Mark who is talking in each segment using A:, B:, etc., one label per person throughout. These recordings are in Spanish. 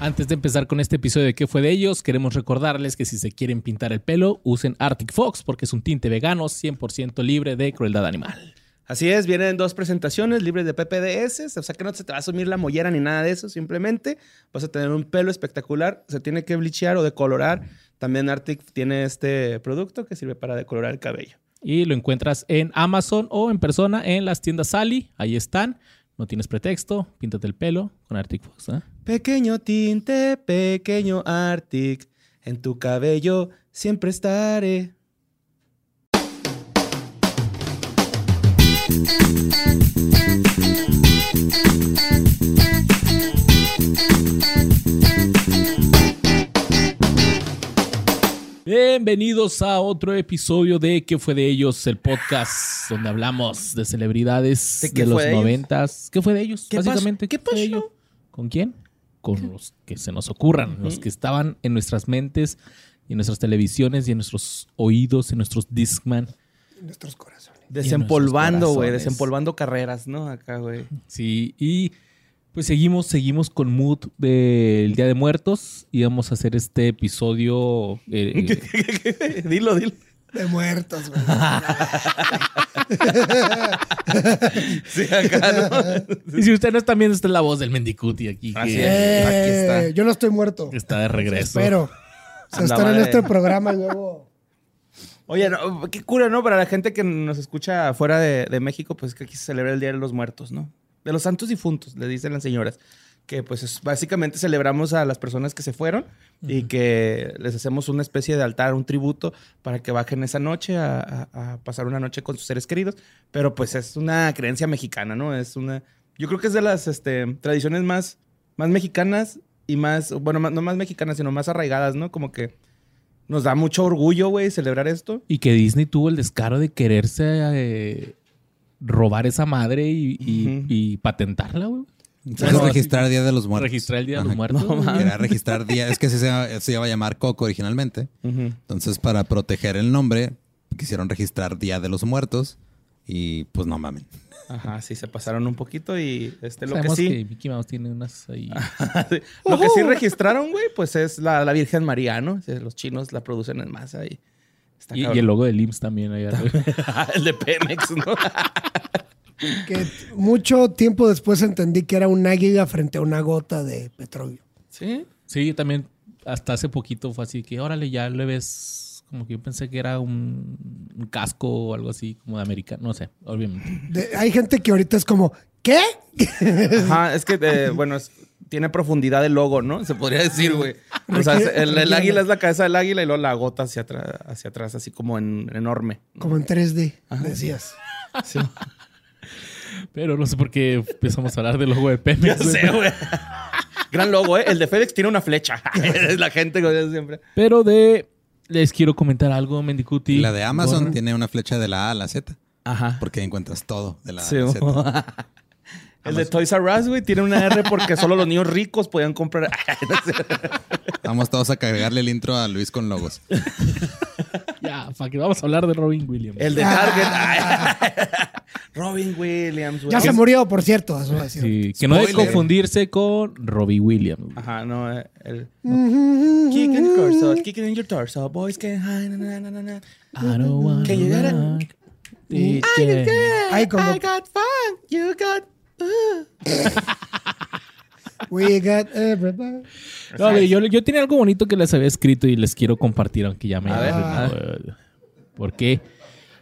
A: Antes de empezar con este episodio de qué fue de ellos, queremos recordarles que si se quieren pintar el pelo, usen Arctic Fox porque es un tinte vegano 100% libre de crueldad animal.
B: Así es, vienen dos presentaciones libres de PPDS, o sea que no se te va a sumir la mollera ni nada de eso, simplemente vas a tener un pelo espectacular, se tiene que blichear o decolorar. También Arctic tiene este producto que sirve para decolorar el cabello.
A: Y lo encuentras en Amazon o en persona en las tiendas Sally, ahí están. No tienes pretexto, píntate el pelo con Arctic Fox. ¿eh?
B: Pequeño tinte, pequeño Arctic, en tu cabello siempre estaré.
A: Bienvenidos a otro episodio de ¿Qué fue de ellos? El podcast donde hablamos de celebridades
B: ¿De
A: de,
B: qué
A: los
B: fue de ellos?
A: noventas. ¿Qué fue de ellos?
B: ¿Qué pasó?
A: Básicamente,
B: ¿Qué
A: fue de
B: pasó?
A: ellos? ¿Con quién? Con los que se nos ocurran, los que estaban en nuestras mentes y en nuestras televisiones y en nuestros oídos, en nuestros Discman.
C: En nuestros corazones.
B: Desempolvando, güey,
A: corazones.
B: desempolvando carreras, ¿no? Acá, güey.
A: Sí, y pues seguimos, seguimos con mood del Día de Muertos y vamos a hacer este episodio. eh,
B: dilo, dilo.
C: De muertos, güey.
B: Sí, acá, ¿no?
A: y si usted no está viendo, esta es la voz del Mendicuti aquí.
B: Así
A: que
B: es. Aquí está.
C: Eh, Yo no estoy muerto.
A: Está de regreso.
C: Espero. O sea,
B: Anda,
C: estar en
B: madre.
C: este programa y luego.
B: Oye, no, qué cura, ¿no? Para la gente que nos escucha fuera de, de México, pues que aquí se celebra el Día de los Muertos, ¿no? De los santos difuntos, le dicen las señoras. Que pues es- básicamente celebramos a las personas que se fueron y que les hacemos una especie de altar, un tributo para que bajen esa noche a, a- a pasar una noche con sus seres queridos. Pero pues es una creencia mexicana, ¿no? Es una... Yo creo que es de las este, tradiciones más, más mexicanas y más, bueno, más- no más mexicanas, sino más arraigadas, ¿no? Como que nos da mucho orgullo, güey, celebrar esto.
A: Y que Disney tuvo el descaro de quererse eh, robar esa madre y, y-
B: Ujú.
A: y patentarla, güey.
D: ¿Sabes
B: No,
D: registrar Día de los Muertos?
A: Registrar el Día de
D: Ajá.
A: los Muertos. güey.
D: Era registrar Día. Es que así se, se iba a llamar Coco originalmente. Entonces, para proteger el nombre, quisieron registrar Día de los Muertos. Y pues no mamen.
B: Ajá, sí, se pasaron un poquito y este, lo que
A: Sabemos que,
B: sí. Ah,
A: Mickey Mouse tiene unas ahí.
B: lo que sí registraron, güey, pues es la, la Virgen María, ¿no? Sí, Los chinos la producen en masa y. Está
A: y, y
B: cabrón.
A: el logo del IMSS también. ahí arriba.
B: el de Pemex, ¿no?
C: Que t- mucho tiempo después entendí que era un águila frente a una gota de petróleo.
B: sí.
A: Sí, también hasta hace poquito fue así que, órale, ya le ves. Como que yo pensé que era un, un casco o algo así, como de americano. No sé, obviamente.
C: De- hay gente que ahorita es como, ¿qué?
B: Ajá, es que, eh, bueno, es- tiene profundidad el logo, ¿no? Se podría decir, güey. O sea,
C: Requiere-
B: el, el
C: requiere-
B: águila es la cabeza del águila y luego la gota hacia atrás, hacia atrás así como en enorme.
C: Como en 3D, decías.
B: Sí.
A: Pero no sé por qué empezamos a hablar del logo de Pemex. güey.
B: güey. Gran logo, ¿eh? El de FedEx tiene una flecha. es la gente que siempre.
A: Pero de. Les quiero comentar algo, Mendicuti.
D: Y la de Amazon
A: Gorra.
D: tiene una flecha de la A a la Z.
B: Ajá.
D: Porque ahí encuentras todo de la A a
B: Sí,
D: la
B: mo.
D: Z.
B: El de Toys R Us, güey, tiene una R porque solo los niños ricos podían comprar.
D: Vamos todos a cargarle el intro a Luis con logos.
A: Ya, para que vamos a hablar de Robin Williams.
B: El de Target. Robin Williams, güey.
C: Ya se murió, por cierto. Eso va a decir.
A: Sí, que no debe
D: Spoiler.
A: confundirse con Robbie Williams. güey.
B: Ajá, no, eh, el... Kick in your torso, kick in your torso, boys can hide, na, na, na, na.
A: I don't wanna
B: Can you get it?
A: rock the chair.
C: Ay, como-
B: I got fun, you got... uh.
C: We got everybody.
A: No, güey, yo, yo tenía algo bonito que les había escrito y les quiero compartir, aunque ya me
B: A ver. Ah.
A: hayan arruinado, eh, Porque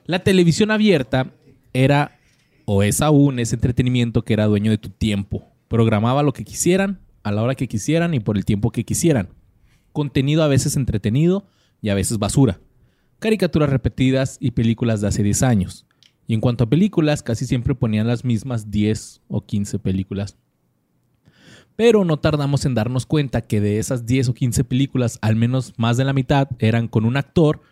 A: la televisión abierta era, o es aún, ese entretenimiento que era dueño de tu tiempo. Programaba lo que quisieran, a la hora que quisieran y por el tiempo que quisieran. Contenido a veces entretenido y a veces basura. Caricaturas repetidas y películas de hace 10 años. Y en cuanto a películas, casi siempre ponían las mismas 10 o 15 películas pero no tardamos en darnos cuenta que de esas 10 o 15 películas, al menos más de la mitad eran con un actor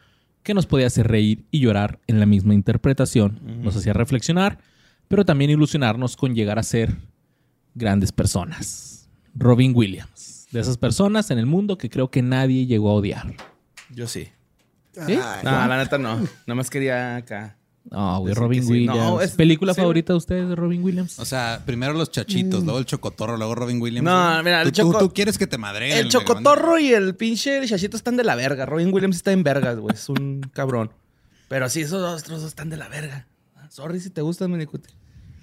A: que nos podía hacer reír y llorar en la misma interpretación, nos hacía reflexionar, pero también ilusionarnos con llegar a ser grandes personas. Robin Williams, de esas personas en el mundo que creo que nadie llegó a odiar.
B: Yo sí.
A: ¿Sí?
B: Ah, No, la neta no. Nada más quería acá.
A: No, güey,
B: Dicen
A: Robin
B: que sí. No,
A: Williams.
B: es-
A: ¿Película
B: sí,
A: favorita de ustedes de Robin Williams?
D: O sea, primero los chachitos, luego el chocotorro, luego Robin Williams.
B: Mm. No,
D: güey.
B: mira, el
D: Tú- tú-
B: choco-
D: Tú quieres que te madre.
B: El chocotorro y el pinche chachito están de la verga. Robin Williams está en vergas, güey. Es un cabrón. Pero sí, esos dos, otros dos están de la verga. Sorry si te gustan, Minicuti.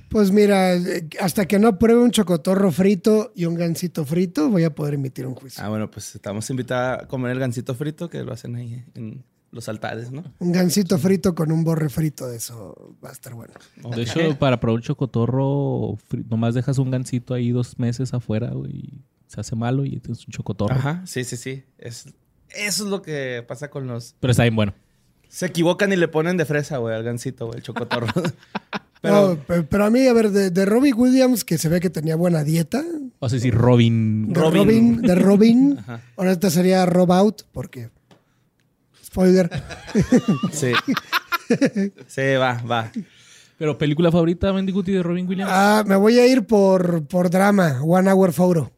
C: Pues mira, eh, hasta que no pruebe un chocotorro frito y un gansito frito, voy a poder emitir un juicio.
B: Ah, bueno, pues estamos invitados a comer el gancito frito que lo hacen ahí en los altares, ¿no?
C: Un gansito frito con un borre frito, de eso va a estar bueno.
A: De hecho, para probar un chocotorro, fri- nomás dejas un gansito ahí dos meses afuera, güey. y Se hace malo y tienes un chocotorro.
B: Ajá, sí, sí, sí. Es, eso es lo que pasa con los
A: Pero está bien bueno.
B: Se equivocan y le ponen de fresa, güey, al gancito, güey, el chocotorro.
C: Pero,
B: Pero-
C: pero, a mí, a ver, de, de Robbie Williams, que se ve que tenía buena dieta, de
A: O sea, si Robin.
C: Robin,
B: Robin.
C: de Robin, ahora esta sería Rob Out, porque... Spoiler.
B: sí. Sí, va, va.
A: Pero película favorita, Mendiguti, de Robin Williams.
C: Ah, me voy a ir por, por drama, One Hour Photo.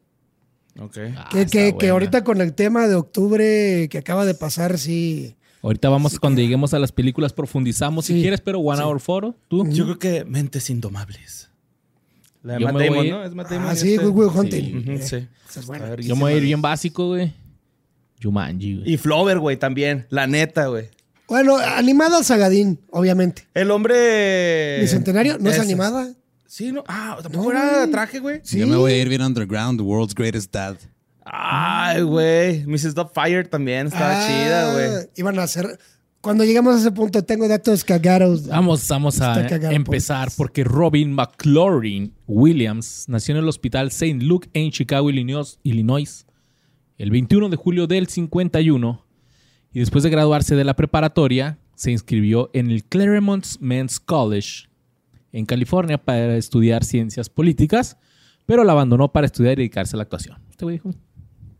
B: Ok.
A: Ah,
C: Que,
A: está
C: que- que
A: buena.
C: ahorita con el tema de octubre que acaba de pasar, sí.
A: Ahorita vamos, cuando lleguemos a las películas, profundizamos
C: Sí,
A: si quieres, pero One Hour Photo, tú.
B: Yo creo que Mentes Indomables. La de
A: Yo
B: Matt
A: me
B: Damon,
A: voy-
B: ¿no? Es Matt Damon.
C: Ah, sí,
B: este.
C: Good Will Hunting.
B: Ujú,
C: Eh,
B: sí.
C: esa es
B: Está
C: buena.
A: Yo
B: verguísima,
A: me voy a ir
B: güey.
A: bien básico, güey. Jumanji, güey.
B: Y Flover, güey, también. La neta, güey.
C: Bueno, animada Sagadín, obviamente.
B: El hombre...
C: Bicentenario no es
B: Eh, Esa.
C: animada.
B: Sí, no. Ah, tampoco
C: No,
B: era
C: güey.
B: traje, güey.
C: Sí.
D: Yo me voy a ir bien underground, the world's greatest dad.
B: Ay, güey. Mrs. Fire también estaba
C: Ah,
B: chida, güey.
C: Iban a hacer. Cuando llegamos a ese punto, tengo datos cagados.
A: Vamos, vamos a
C: Está cagado, pues.
A: empezar porque Robin McLaurin Williams nació en el Hospital St. Luke en Chicago, Illinois, Illinois, el 21 de julio del 51 y después de graduarse de la preparatoria se inscribió en el Claremont Men's College en California para estudiar ciencias políticas, pero la abandonó para estudiar y dedicarse a la actuación. Este güey dijo,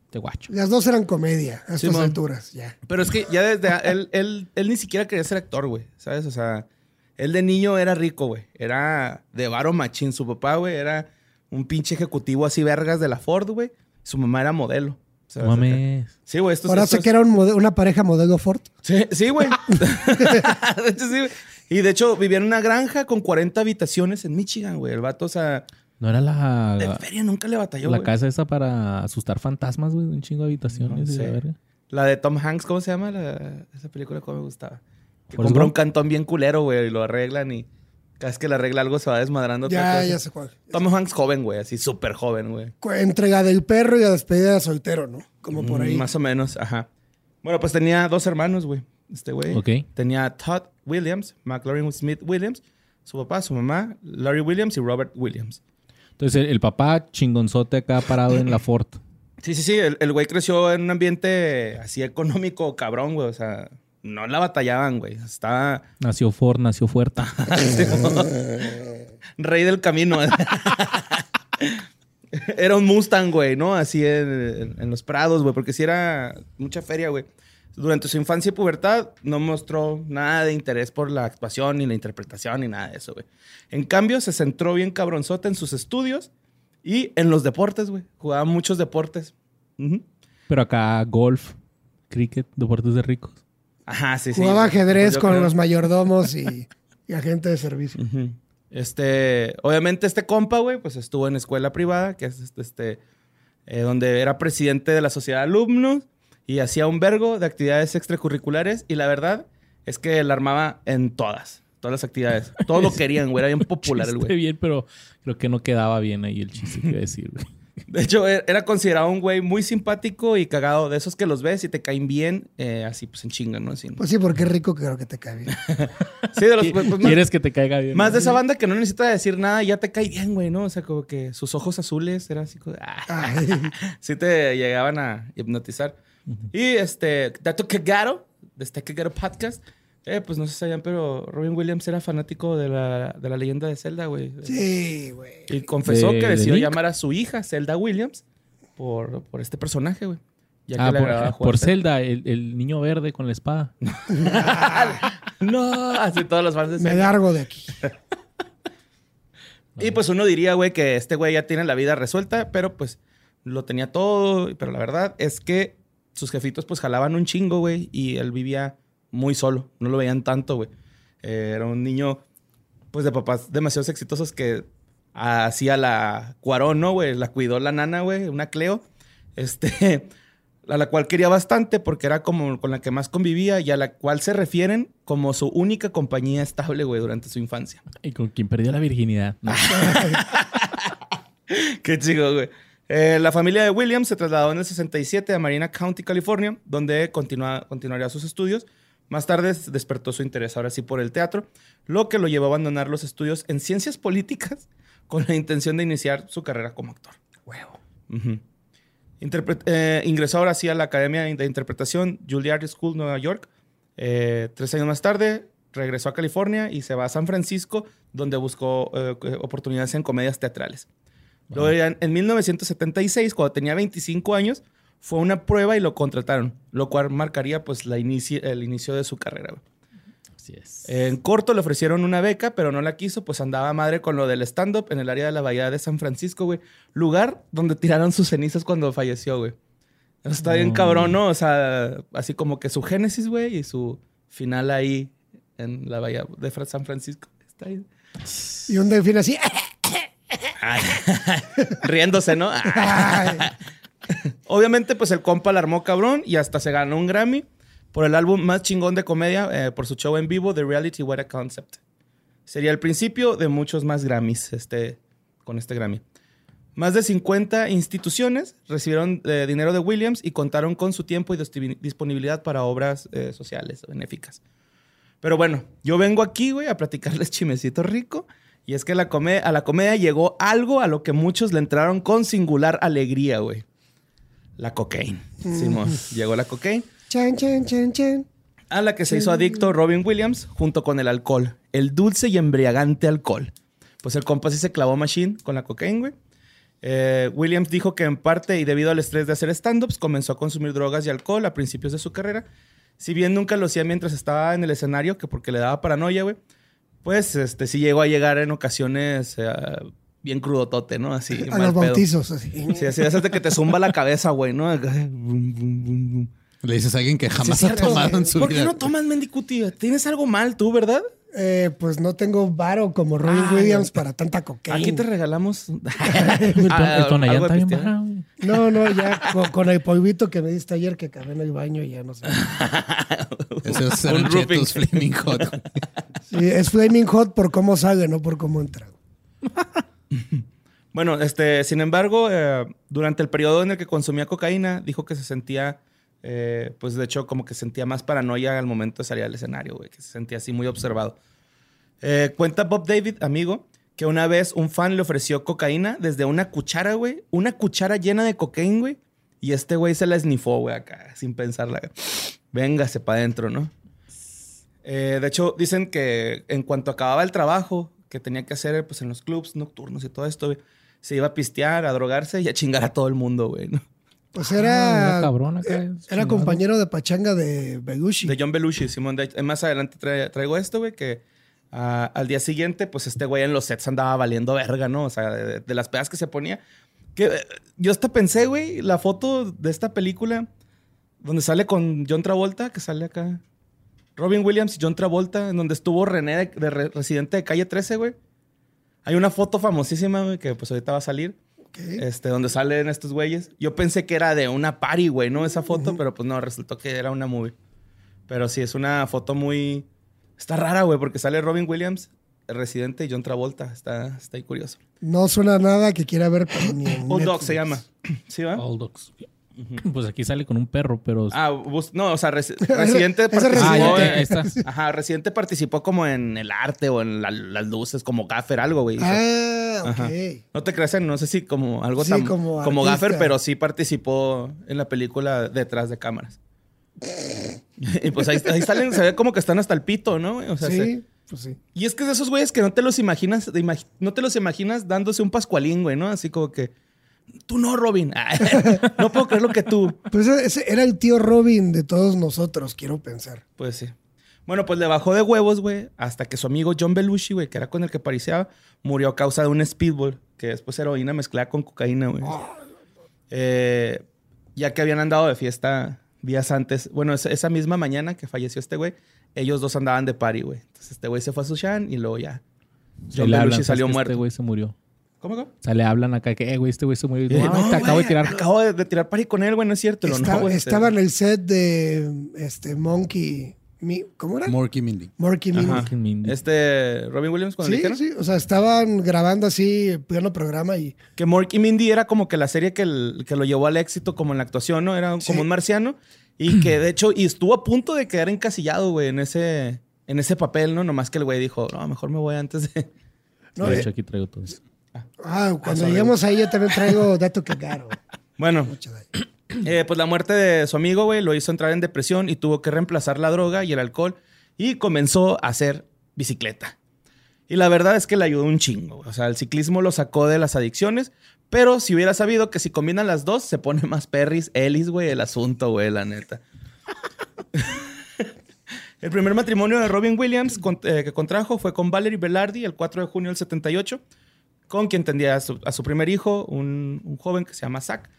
A: te guacho.
C: Las dos eran comedia a estas
B: Simón.
C: alturas, ya.
B: Pero es que ya desde... él, él, él ni siquiera quería ser actor, güey. ¿Sabes? O sea, él de niño era rico, güey. Era de varo machín. Su papá, güey, era un pinche ejecutivo así vergas de la Ford, güey. Su mamá era modelo.
A: No
B: ¿sabes?
A: mames.
B: Sí, güey. Estos,
C: Ahora sé
B: estos-
C: que era un mode- una pareja modelo Ford.
B: Sí, sí, güey. de hecho, sí, güey. Y de hecho, vivía en una granja con 40 habitaciones en Michigan, güey. El vato, o sea,
A: No era
B: de
A: la,
B: feria nunca le batalló,
A: la
B: güey.
A: casa esa para asustar fantasmas, güey, de un chingo de habitaciones.
B: No
A: y la
B: sé.
A: verga?
B: La de Tom Hanks, ¿cómo se llama? La- esa película que me gustaba. Que
A: ¿Forrest
B: compra un
A: Gump?
B: cantón bien culero, güey, y lo arreglan y cada vez que le arregla algo se va desmadrando. otra
C: ya,
B: cosa.
C: ya se cuál.
B: Tom Hanks joven, güey, así súper joven, güey.
C: Cu- Entrega del perro y a despedida de soltero, ¿no? Como por
B: Mm,
C: ahí.
B: Más o menos, ajá. Bueno, pues tenía dos hermanos, güey. Este güey.
A: Ok.
B: Tenía Todd Williams, McLaurin Smith Williams, su papá, su mamá, Larry Williams y Robert Williams.
A: Entonces el, el papá chingonzote acá parado en la Ford.
B: Sí, sí, sí. El el güey creció en un ambiente así económico, cabrón, güey. O sea, no la batallaban, güey. Estaba
A: Nació Ford, nació fuerte.
B: rey del camino. era un Mustang, güey, ¿no? Así en, en los prados, güey. Porque sí era mucha feria, güey. Durante su infancia y pubertad no mostró nada de interés por la actuación ni la interpretación ni nada de eso, güey. En cambio, se centró bien cabronzota en sus estudios y en los deportes, güey. Jugaba muchos deportes. Ujú.
A: Pero acá golf, cricket, deportes de ricos.
B: Ajá, sí, sí.
C: Jugaba
B: güey.
C: ajedrez
B: Pues yo
C: con
B: creo-
C: los mayordomos y, y agente de servicio.
B: Ujú. Este, obviamente este compa, güey, pues estuvo en escuela privada, que es este, este, eh, donde era presidente de la sociedad de alumnos y hacía un vergo de actividades extracurriculares y la verdad es que la armaba en todas, todas las actividades. Todo lo querían, güey, era bien popular el
A: Chiste
B: güey.
A: bien, pero creo que no quedaba bien ahí el chiste que iba a decir, güey.
B: De hecho, er- era considerado un güey muy simpático y cagado, de esos que los ves y te caen bien, eh, así pues en chinga, ¿no? Así, ¿no?
C: Pues sí, porque es rico creo que te cae bien.
B: sí, de los... pues, más-
A: ¿Quieres que te caiga bien?
B: más de esa banda que no necesita decir nada, ya te cae bien, güey, ¿no? O sea, como que sus ojos azules, era así como... ah.
C: Ay,
B: sí te llegaban a hipnotizar. Y este, dato cagado, de este cagado podcast, eh, pues no sé si sabían, pero Robin Williams era fanático de la, de la leyenda de Zelda, güey.
C: sí, güey.
B: Y confesó
A: De-
B: que
A: de
B: decidió
A: Link.
B: llamar a su hija, Zelda Williams, por, por este personaje, güey. Ya que
A: Ah,
B: le agradaba
A: por,
B: jugar
A: por
B: Zelda.
A: Zelda, el, el niño verde con la espada.
B: No, así todos los fans de
C: Me
B: Zelda.
C: largo de aquí.
B: Y pues uno diría, güey, que este güey ya tiene la vida resuelta, pero pues lo tenía todo. Pero la verdad es que sus jefitos pues jalaban un chingo, güey, y él vivía muy solo. No lo veían tanto, güey. Eh, era un niño, pues, de papás demasiado exitosos que hacía la Cuarón, ¿no, güey? La cuidó la nana, güey, una Cleo. Este, a la cual quería bastante porque era como con la que más convivía y a la cual se refieren como su única compañía estable, güey, durante su infancia.
A: Y con quien perdió la virginidad. No.
B: Ah. Qué chido, güey. Eh, la familia de Williams se trasladó en el 67 a Marina County, California, donde continua- continuaría sus estudios. Más tarde s- despertó su interés ahora sí por el teatro, lo que lo llevó a abandonar los estudios en ciencias políticas con la intención de iniciar su carrera como actor. Huevo. eh, ingresó ahora sí a la Academia de Interpretación Juilliard School, Nueva York. Eh, tres años más tarde regresó a California y se va a San Francisco, donde buscó eh, oportunidades en comedias teatrales. Luego ya en- en 1976, cuando tenía 25 años, fue a una prueba y lo contrataron, lo cual marcaría pues la inici- el inicio de su carrera. güey.
A: Así es.
B: En corto le ofrecieron una beca, pero no la quiso, pues andaba madre con lo del stand-up en el área de la Bahía de San Francisco, güey. Lugar donde tiraron sus cenizas cuando falleció, güey. Eso Está bien
A: No.
B: cabrón, ¿no? O sea, así como que su génesis, güey, y su final ahí en la Bahía de Fra- San Francisco. Está bien.
C: Y un delfín así.
B: Ay. Riéndose, ¿no?
C: Ay.
B: Obviamente, pues el compa la armó cabrón y hasta se ganó un Grammy por el álbum más chingón de comedia, eh, por su show en vivo, The Reality What a Concept. Sería el principio de muchos más Grammys este, con este Grammy. Más de 50 instituciones recibieron eh, dinero de Williams y contaron con su tiempo y disti- disponibilidad para obras eh, sociales benéficas. Pero bueno, yo vengo aquí, güey, a platicarles chimecito rico. Y es que la come- a la comedia llegó algo a lo que muchos le entraron con singular alegría, güey. La cocaína. Simón, llegó la cocaína.
C: Chan, chan, chan, chan.
B: A la que se hizo adicto Robin Williams junto con el alcohol. El dulce y embriagante alcohol. Pues el compa sí se clavó machine con la cocaína, güey. Eh, Williams dijo que en parte y debido al estrés de hacer stand-ups comenzó a consumir drogas y alcohol a principios de su carrera. Si bien nunca lo hacía mientras estaba en el escenario, que porque le daba paranoia, güey, pues este, sí llegó a llegar en ocasiones eh, bien crudotote, ¿no? Así.
C: A
B: mal
C: los
B: pedo.
C: bautizos. Así.
B: Sí, así es hasta que te zumba la cabeza, güey, ¿no? Acá, bum, bum, bum, bum.
D: Le dices a alguien que jamás
B: Sí,
D: ha
B: es cierto,
D: tomado
B: güey.
D: en su
B: ¿Por
D: vida.
B: qué no tomas, mendicuti? Tienes algo mal tú, ¿verdad?
C: Eh, pues no tengo varo como Robin
B: Ay,
C: Williams para tanta cocaína.
B: Aquí te regalamos...
A: El, ton- el Tonayán
B: Ah, algo de
A: está bien
B: pistear.
A: bajado, güey.
C: No, no, ya co- con, el polvito que me diste ayer que acabé en el baño ya no sé.
D: Esos
B: Un
D: eran
B: roofing.
D: chetos flaming hot. güey.
C: Sí, es Flaming Hot por cómo sale, no por cómo entra.
B: Bueno, este, sin embargo, eh, durante el periodo en el que consumía cocaína, dijo que se sentía, eh, pues de hecho, como que sentía más paranoia al momento de salir al escenario, güey, que se sentía así muy observado. Eh, cuenta Bob David, amigo, que una vez un fan le ofreció cocaína desde una cuchara, güey, una cuchara llena de cocaína, güey, y este güey se la esnifó, güey, acá, sin pensarla. Véngase para adentro, ¿no? Eh, de hecho, dicen que en cuanto acababa el trabajo que tenía que hacer pues, en los clubs nocturnos y todo esto, güey, se iba a pistear, a drogarse y a chingar a todo el mundo, güey. ¿no?
C: Pues
A: Ah,
C: era.
A: una cabrona que
C: era,
A: es chingada.
C: compañero de pachanga de Belushi.
B: De John Belushi, Simón. De- eh, más adelante tra- traigo esto, güey, que ah, al día siguiente, pues este güey en los sets andaba valiendo verga, ¿no? O sea, de, de las pedas que se ponía. Que, eh, yo hasta pensé, güey, la foto de esta película donde sale con John Travolta, que sale acá. Robin Williams y John Travolta, en donde estuvo René de, de re- residente de calle 13, güey. Hay una foto famosísima, güey, que pues ahorita va a salir.
C: Ok.
B: Este, donde salen estos güeyes. Yo pensé que era de una party, güey, ¿no? Esa foto, pero pues no, resultó que era una movie. Pero sí, es una foto muy. Está rara, güey, porque sale Robin Williams, el residente y John Travolta. Está, está ahí curioso.
C: No suena nada que quiera ver pero ni en
B: Old Dog
C: Netflix.
B: se llama. ¿Sí, va?
A: All dogs. Pues aquí sale con un perro, pero.
B: Ah, bus- no, o sea, resi- residente
C: Ese
B: participó.
A: pues. Ah, ya,
B: en-
A: ya, ahí está.
B: Ajá, residente participó como en el arte o en la- las luces, como gaffer, algo, güey.
C: Ah, ok.
B: Ajá. No te creas, ¿eh? no sé si como algo
C: Sí,
B: tan
C: como
B: como,
C: artista.
B: gaffer, pero sí participó en la película detrás de cámaras. y pues ahí, ahí salen, se ve como que están hasta el pito, ¿no? güey? O sea,
C: sí,
B: se-
C: pues sí.
B: y es que es de esos güeyes que no te los imaginas, de imagi- no te los imaginas dándose un pascualín, güey, ¿no? Así como que tú no, Robin. Ay, no puedo creer lo que tú.
C: Pues ese- ese era el tío Robin de todos nosotros, quiero pensar.
B: Pues sí. Bueno, pues le bajó de huevos, güey, hasta que su amigo John Belushi, güey, que era con el que pariseaba, murió a causa de un speedball, que después era heroína mezclada con cocaína, güey. Eh, ya que habían andado de fiesta días antes. Bueno, esa, esa misma mañana que falleció este güey, ellos dos andaban de party, güey. Entonces este güey se fue a Sushan y luego ya. John
A: le hablan,
B: Belushi
A: ¿sabes
B: salió
A: que
B: muerto.
A: Este güey se murió.
B: ¿Cómo, cómo?
A: O sea, le hablan acá que, eh, güey, este güey se murió. Y digo,
B: Eh,
A: "Ah, güey, te
B: güey,
A: acabo de tirar.
B: me Acabo de, de tirar party con él, güey, no es cierto. Lo,
C: Estaba-
B: no, este, güey,
C: estaba
B: se-
C: en el set de este Monkey. Mi- ¿Cómo era?
D: Morky Mindy.
C: Monkey Mindy.
B: Ajá.
A: Fucking Mindy.
B: Este, Robin Williams, cuando le
C: Sí,
B: dijeron
C: sí. O sea, estaban grabando así, pleno programa y.
B: que Mork y Mindy era como que la serie que, el- que lo llevó al éxito como en la actuación, ¿no? Era
C: Sí.
B: como un marciano y que de hecho y estuvo a punto de quedar encasillado, güey, en ese, en ese papel, ¿no? Nomás que el güey dijo, no, mejor me voy antes de...
C: no,
A: de
C: eh,
A: hecho, aquí traigo todo eso.
C: ah, cuando lleguemos ahí, yo también traigo dato que caro.
B: Bueno,
C: Mucho daño.
B: Eh, pues la muerte de su amigo, güey, lo hizo entrar en depresión y tuvo que reemplazar la droga y el alcohol y comenzó a hacer bicicleta. Y la verdad es que le ayudó un chingo. güey. O sea, el ciclismo lo sacó de las adicciones, pero si hubiera sabido que si combinan las dos, se pone más perris, Ellis, güey, el asunto, güey, la neta. el primer matrimonio de Robin Williams con- eh, que contrajo fue con Valerie Velardi el 4 de junio del 78, con quien tendría a su, a su primer hijo, un, un joven que se llama Zach.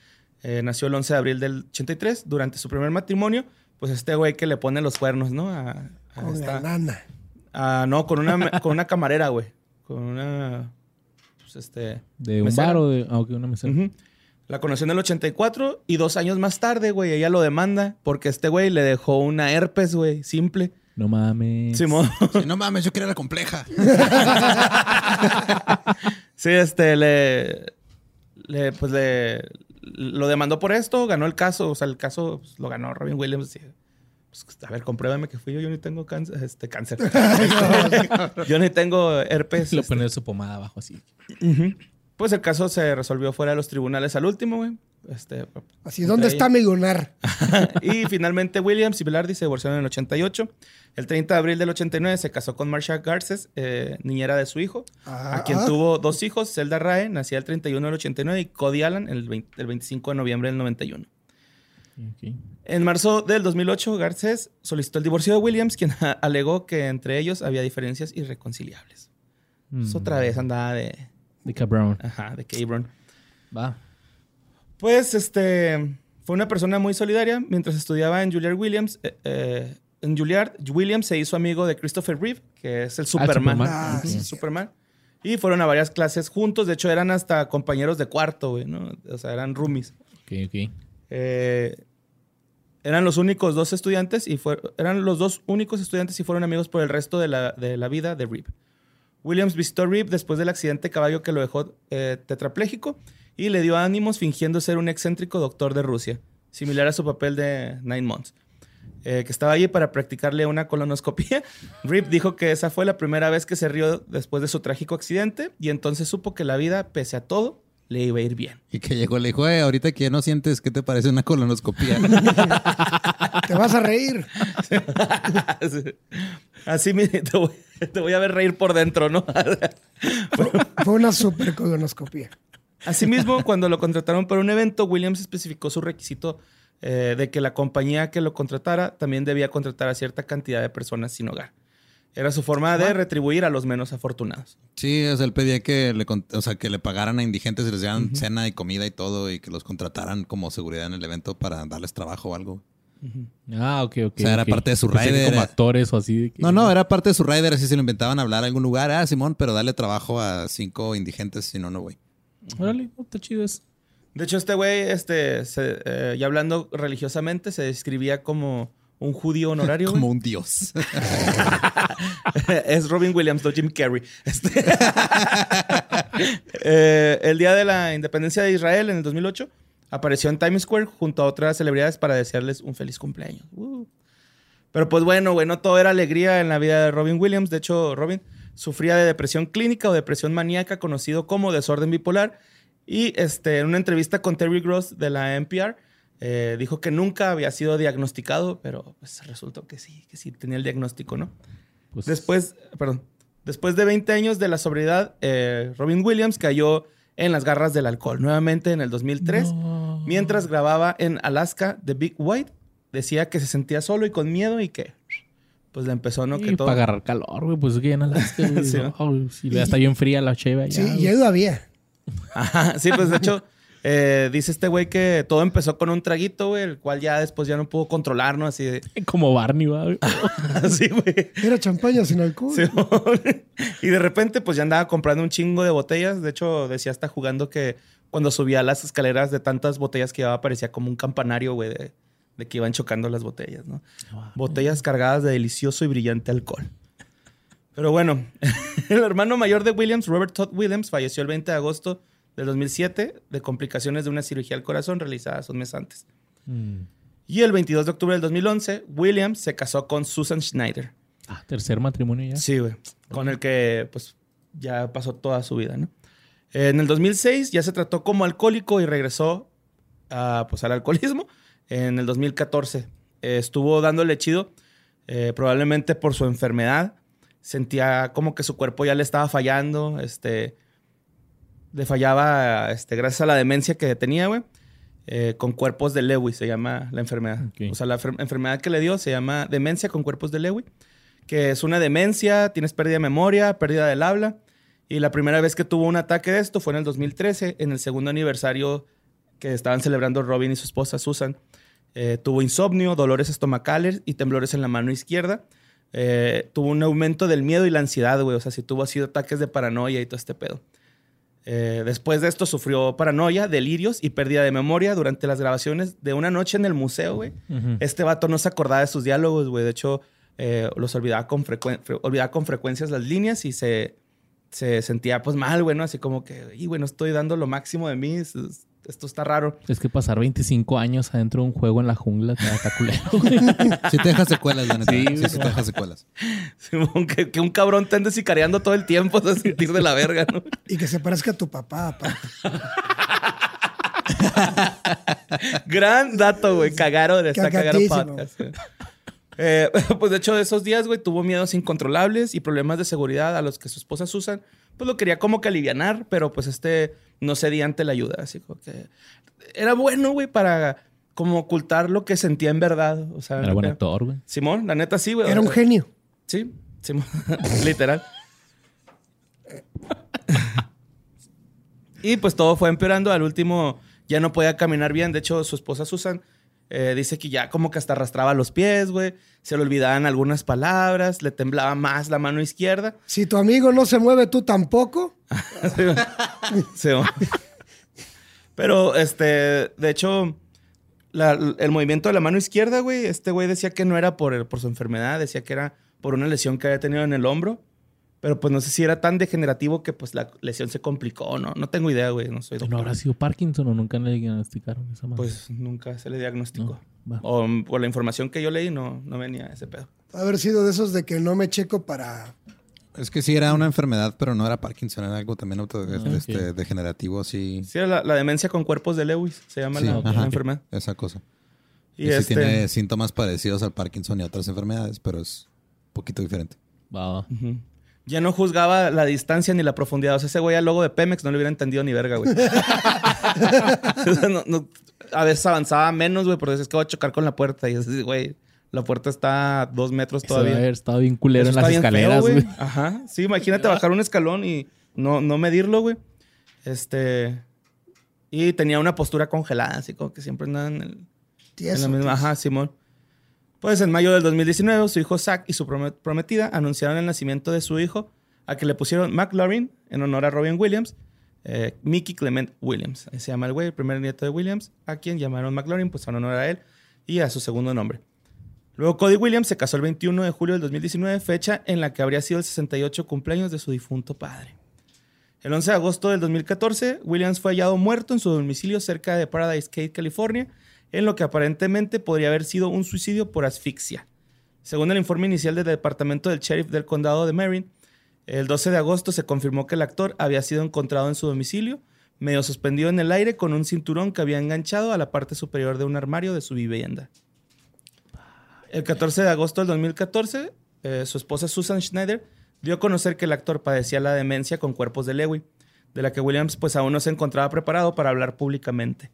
B: Eh, nació el 11 de abril del 83. Durante su primer matrimonio, pues este güey que le pone los cuernos, ¿no? A, a
C: Con
B: esta-
C: la nana.
B: Ah, no, con una, con una camarera, güey. Con una. Pues este.
A: De un
B: mesera.
A: bar o de. Ah, ok, una mesera.
B: Ujú. La conoció en el 84 y dos años más tarde, güey, ella lo demanda porque este güey le dejó una herpes, güey, simple.
A: No mames.
B: Simón.
D: Sí, no mames, yo quería la compleja.
B: Sí, este, le, le, pues le, lo demandó por esto, ganó el caso, o sea, el caso pues, lo ganó Robin Williams. y, pues, a ver, compruébame que fui yo, yo ni tengo cáncer, este, cáncer. yo ni tengo herpes.
A: Le
B: este.
A: pone su pomada abajo así.
B: Ujú. Pues el caso se resolvió fuera de los tribunales al último, güey. Este,
C: Así, ¿dónde
B: entre
C: está mi lunar?
B: y finalmente Williams y Velardi se divorciaron en el 88. El 30 de abril del 89 se casó con Marsha Garces, eh, niñera de su hijo,
C: Ah.
B: a quien tuvo dos hijos, Zelda Rae, nacida el 31 del 89, y Cody Allen el, 20 el 25 de noviembre del 91.
A: Ok.
B: En marzo del 2008, Garces solicitó el divorcio de Williams, quien alegó que entre ellos había diferencias irreconciliables. Pues
A: Mm.
B: otra vez andaba de...
A: De cabrón.
B: Ajá, de Cabron.
A: Va.
B: Ah. Pues este fue una persona muy solidaria. Mientras estudiaba en Juilliard Williams, eh, eh, en Juilliard, Williams se hizo amigo de Christopher Reeve, que es el Superman.
A: Superman.
C: Ah,
B: Ujú,
C: sí.
B: Superman. Y fueron a varias clases juntos. De hecho, eran hasta compañeros de cuarto, güey, ¿no? O sea, eran roomies.
A: Ok, ok.
B: Eh, eran los únicos dos estudiantes y fue- eran los dos únicos estudiantes y fueron amigos por el resto de la, de la vida de Reeve. Williams visitó a Reeve después del accidente de caballo que lo dejó eh, tetrapléjico y le dio ánimos fingiendo ser un excéntrico doctor de Rusia, similar a su papel de Nine Months, eh, que estaba allí para practicarle una colonoscopía. Reeve dijo que esa fue la primera vez que se rió después de su trágico accidente y entonces supo que la vida, pese a todo, le iba a ir bien.
D: Y que llegó, le dijo, eh, ahorita que ya no sientes, ¿qué te parece una colonoscopía?
C: Te vas a reír.
B: Así me, te, voy, te voy a ver reír por dentro, ¿no?
C: Fue una super colonoscopía.
B: Asimismo, cuando lo contrataron para un evento, Williams especificó su requisito eh, de que la compañía que lo contratara también debía contratar a cierta cantidad de personas sin hogar. Era su forma de retribuir a los menos afortunados.
D: sí, o sea, él pedía que le, con- o sea, que le pagaran a indigentes y les dieran cena y comida y todo y que los contrataran como seguridad en el evento para darles trabajo o algo.
A: Ah, ok, ok.
D: O sea, era
A: ok.
D: parte de su
A: Pensé que
D: rider,
A: Como
D: era-
A: actores o así. de que-
D: No, no, era parte de su rider, así se lo inventaban hablar a algún lugar. Ah, Simón, pero dale trabajo a cinco indigentes, si no, no, güey.
A: Órale, no, está chido eso.
B: De hecho, este güey, este, se- eh, ya hablando religiosamente, se describía como un judío honorario.
D: Como
B: güey.
D: un dios.
B: es Robin Williams, no Jim Carrey. Este- Eh, el día de la independencia de Israel, en el 2008, apareció en Times Square junto a otras celebridades para desearles un feliz cumpleaños. Uh. Pero pues bueno, güey, no todo era alegría en la vida de Robin Williams. De hecho, Robin sufría de depresión clínica o depresión maníaca, conocido como desorden bipolar. Y este, en una entrevista con Terry Gross de la NPR, eh, dijo que nunca había sido diagnosticado, pero pues resultó que sí, que sí tenía el diagnóstico, ¿no?
A: Pues,
B: Después, perdón, después de 20 años de la sobriedad, eh, Robin Williams cayó en las garras del alcohol nuevamente en el 2003.
A: No.
B: Mientras grababa en Alaska The Big White, decía que se sentía solo y con miedo y que pues le empezó no que
A: Y
B: todo.
A: Para agarrar calor, güey. Pues es que ya en Alaska, güey.
B: Sí,
A: no, güey, si ya está bien fría la cheva. ya,
C: Sí,
A: güey.
C: ya lo había.
B: Ajá, sí, pues de hecho Eh, dice este güey que todo empezó con un traguito, güey, el cual ya después ya no pudo controlarnos, así de...
A: Como Barney, ¿va, güey?
B: Así, güey.
C: Era champaña sin alcohol.
B: Sí, mon. y de repente, pues ya andaba comprando un chingo de botellas. De hecho, decía hasta jugando que cuando subía las escaleras de tantas botellas que llevaba, parecía como un campanario, güey, de, de que iban chocando las botellas, ¿no? Botellas cargadas de delicioso y brillante alcohol. Pero bueno, el hermano mayor de Williams, Robert Todd Williams, falleció el 20 de agosto del 2007 de complicaciones de una cirugía al corazón realizada un mes antes.
A: Mm.
B: Y el 22 de octubre del 2011, Williams se casó con Susan Schneider.
A: Ah, tercer matrimonio ya.
B: Sí, güey. Con el que, pues, ya pasó toda su vida, ¿no? En el 2006 ya se trató como alcohólico y regresó, ah, pues, al alcoholismo. En el 2014 eh, estuvo dándole chido, eh, probablemente por su enfermedad. Sentía como que su cuerpo ya le estaba fallando, este... Le fallaba, este, gracias a la demencia que tenía, güey. eh, con cuerpos de Lewy se llama la enfermedad.
A: Ok.
B: O sea, la enfer- enfermedad que le dio se llama demencia con cuerpos de Lewy que es una demencia, tienes pérdida de memoria, pérdida del habla. Y la primera vez que tuvo un ataque de esto fue en el 2013, en el segundo aniversario que estaban celebrando Robin y su esposa Susan. Eh, tuvo insomnio, dolores estomacales y temblores en la mano izquierda. Eh, tuvo un aumento del miedo y la ansiedad, güey. O sea, sí tuvo así ataques de paranoia y todo este pedo. Eh, después de esto sufrió paranoia, delirios y pérdida de memoria durante las grabaciones de una noche en el museo, güey.
A: Ujú.
B: Este vato no se acordaba de sus diálogos, güey. De hecho, eh, los olvidaba con, frecuen- fre- olvidaba con frecuencias las líneas y se, se sentía pues mal, güey, ¿no? Así como que, y güey, no estoy dando lo máximo de mí. es- es- Esto está raro.
A: Es que pasar 25 años adentro de un juego en la jungla te está culero, güey.
D: Sí te deja secuelas, la neta.
A: Sí,
D: Sí,
A: güey.
D: sí, te deja secuelas.
B: Simón, que, que un cabrón te ande sicareando todo el tiempo, se sentir de la verga, ¿no?
C: Y que se parezca a tu papá, aparte.
B: Gran dato, güey. Cagaron, está cagaron
C: Cagadísimo.
B: podcast. güey. Eh, pues de hecho, de esos días, güey, tuvo miedos incontrolables y problemas de seguridad a los que su esposa Susan, pues lo quería como que alivianar, pero pues este no cedía ante la ayuda. Así como que era bueno, güey, para como ocultar lo que sentía en verdad. O sea,
A: Era buen actor, güey.
B: Simón, la neta sí, güey.
C: Era un
B: Eh,
C: genio.
B: Sí, Simón, literal. y pues todo fue empeorando. Al último ya no podía caminar bien. De hecho, su esposa Susan eh, dice que ya como que hasta arrastraba los pies, güey. Se le olvidaban algunas palabras, le temblaba más la mano izquierda.
C: Si tu amigo no se mueve, tú tampoco.
B: Sí, mo. Pero, este, de hecho, la- el movimiento de la mano izquierda, güey, este güey decía que no era por, el- por su enfermedad, decía que era por una lesión que había tenido en el hombro. Pero pues no sé si era tan degenerativo que pues la lesión se complicó o no. No tengo idea, güey. No soy
A: ¿No
B: doctor.
A: habrá sido Parkinson o nunca le diagnosticaron esa madre?
B: Pues nunca se le diagnosticó.
A: No, va.
B: O mm, por la información que yo leí, no, no venía ese pedo.
C: Haber sido de esos de que no me checo para.
D: Es que sí era una enfermedad, pero no era Parkinson, era algo también auto- este,
A: Ah, ok.
D: degenerativo, así.
B: Sí, era la, la demencia con cuerpos de Lewis, se llama
D: Sí,
B: la, la
D: ajá.
B: enfermedad.
D: Esa cosa.
B: Y,
D: Y, sí
B: este,
D: tiene síntomas parecidos al Parkinson y a otras enfermedades, pero es un poquito diferente.
A: Va, va.
B: Ujú. Ya no juzgaba la distancia ni la profundidad. O sea, ese güey al logo de Pemex no lo hubiera entendido ni verga, güey. O sea, no- no- a veces avanzaba menos, güey, porque es que va a chocar con la puerta. Y es así, güey, la puerta está a dos metros
A: Eso debe
B: todavía.
A: haber estado bien culero en
B: Eso está
A: las
B: bien feo,
A: escaleras, güey.
B: Ajá. Sí, imagínate bajar un escalón y no, no medirlo, güey. Este. Y tenía una postura congelada, así como que siempre andaba en el, en
C: Tieso.
B: la misma, ajá, Simón. Pues en mayo del 2019, su hijo Zach y su prome- prometida anunciaron el nacimiento de su hijo, a que le pusieron McLaurin en honor a Robin Williams, eh, Mickey Clement Williams. Ahí Se llama el güey, el primer nieto de Williams, a quien llamaron McLaurin, pues en honor a él y a su segundo nombre. Luego Cody Williams se casó el 21 de julio del 2019, fecha en la que habría sido el 68 cumpleaños de su difunto padre. El 11 de agosto del 2014, Williams fue hallado muerto en su domicilio cerca de Paradise Cate, California, en lo que aparentemente podría haber sido un suicidio por asfixia. Según el informe inicial del departamento del sheriff del condado de Marin, el 12 de agosto se confirmó que el actor había sido encontrado en su domicilio, medio suspendido en el aire con un cinturón que había enganchado a la parte superior de un armario de su vivienda. El 14 de agosto del 2014, eh, su esposa Susan Schneider dio a conocer que el actor padecía la demencia con cuerpos de Lewy, de la que Williams pues aún no se encontraba preparado para hablar públicamente.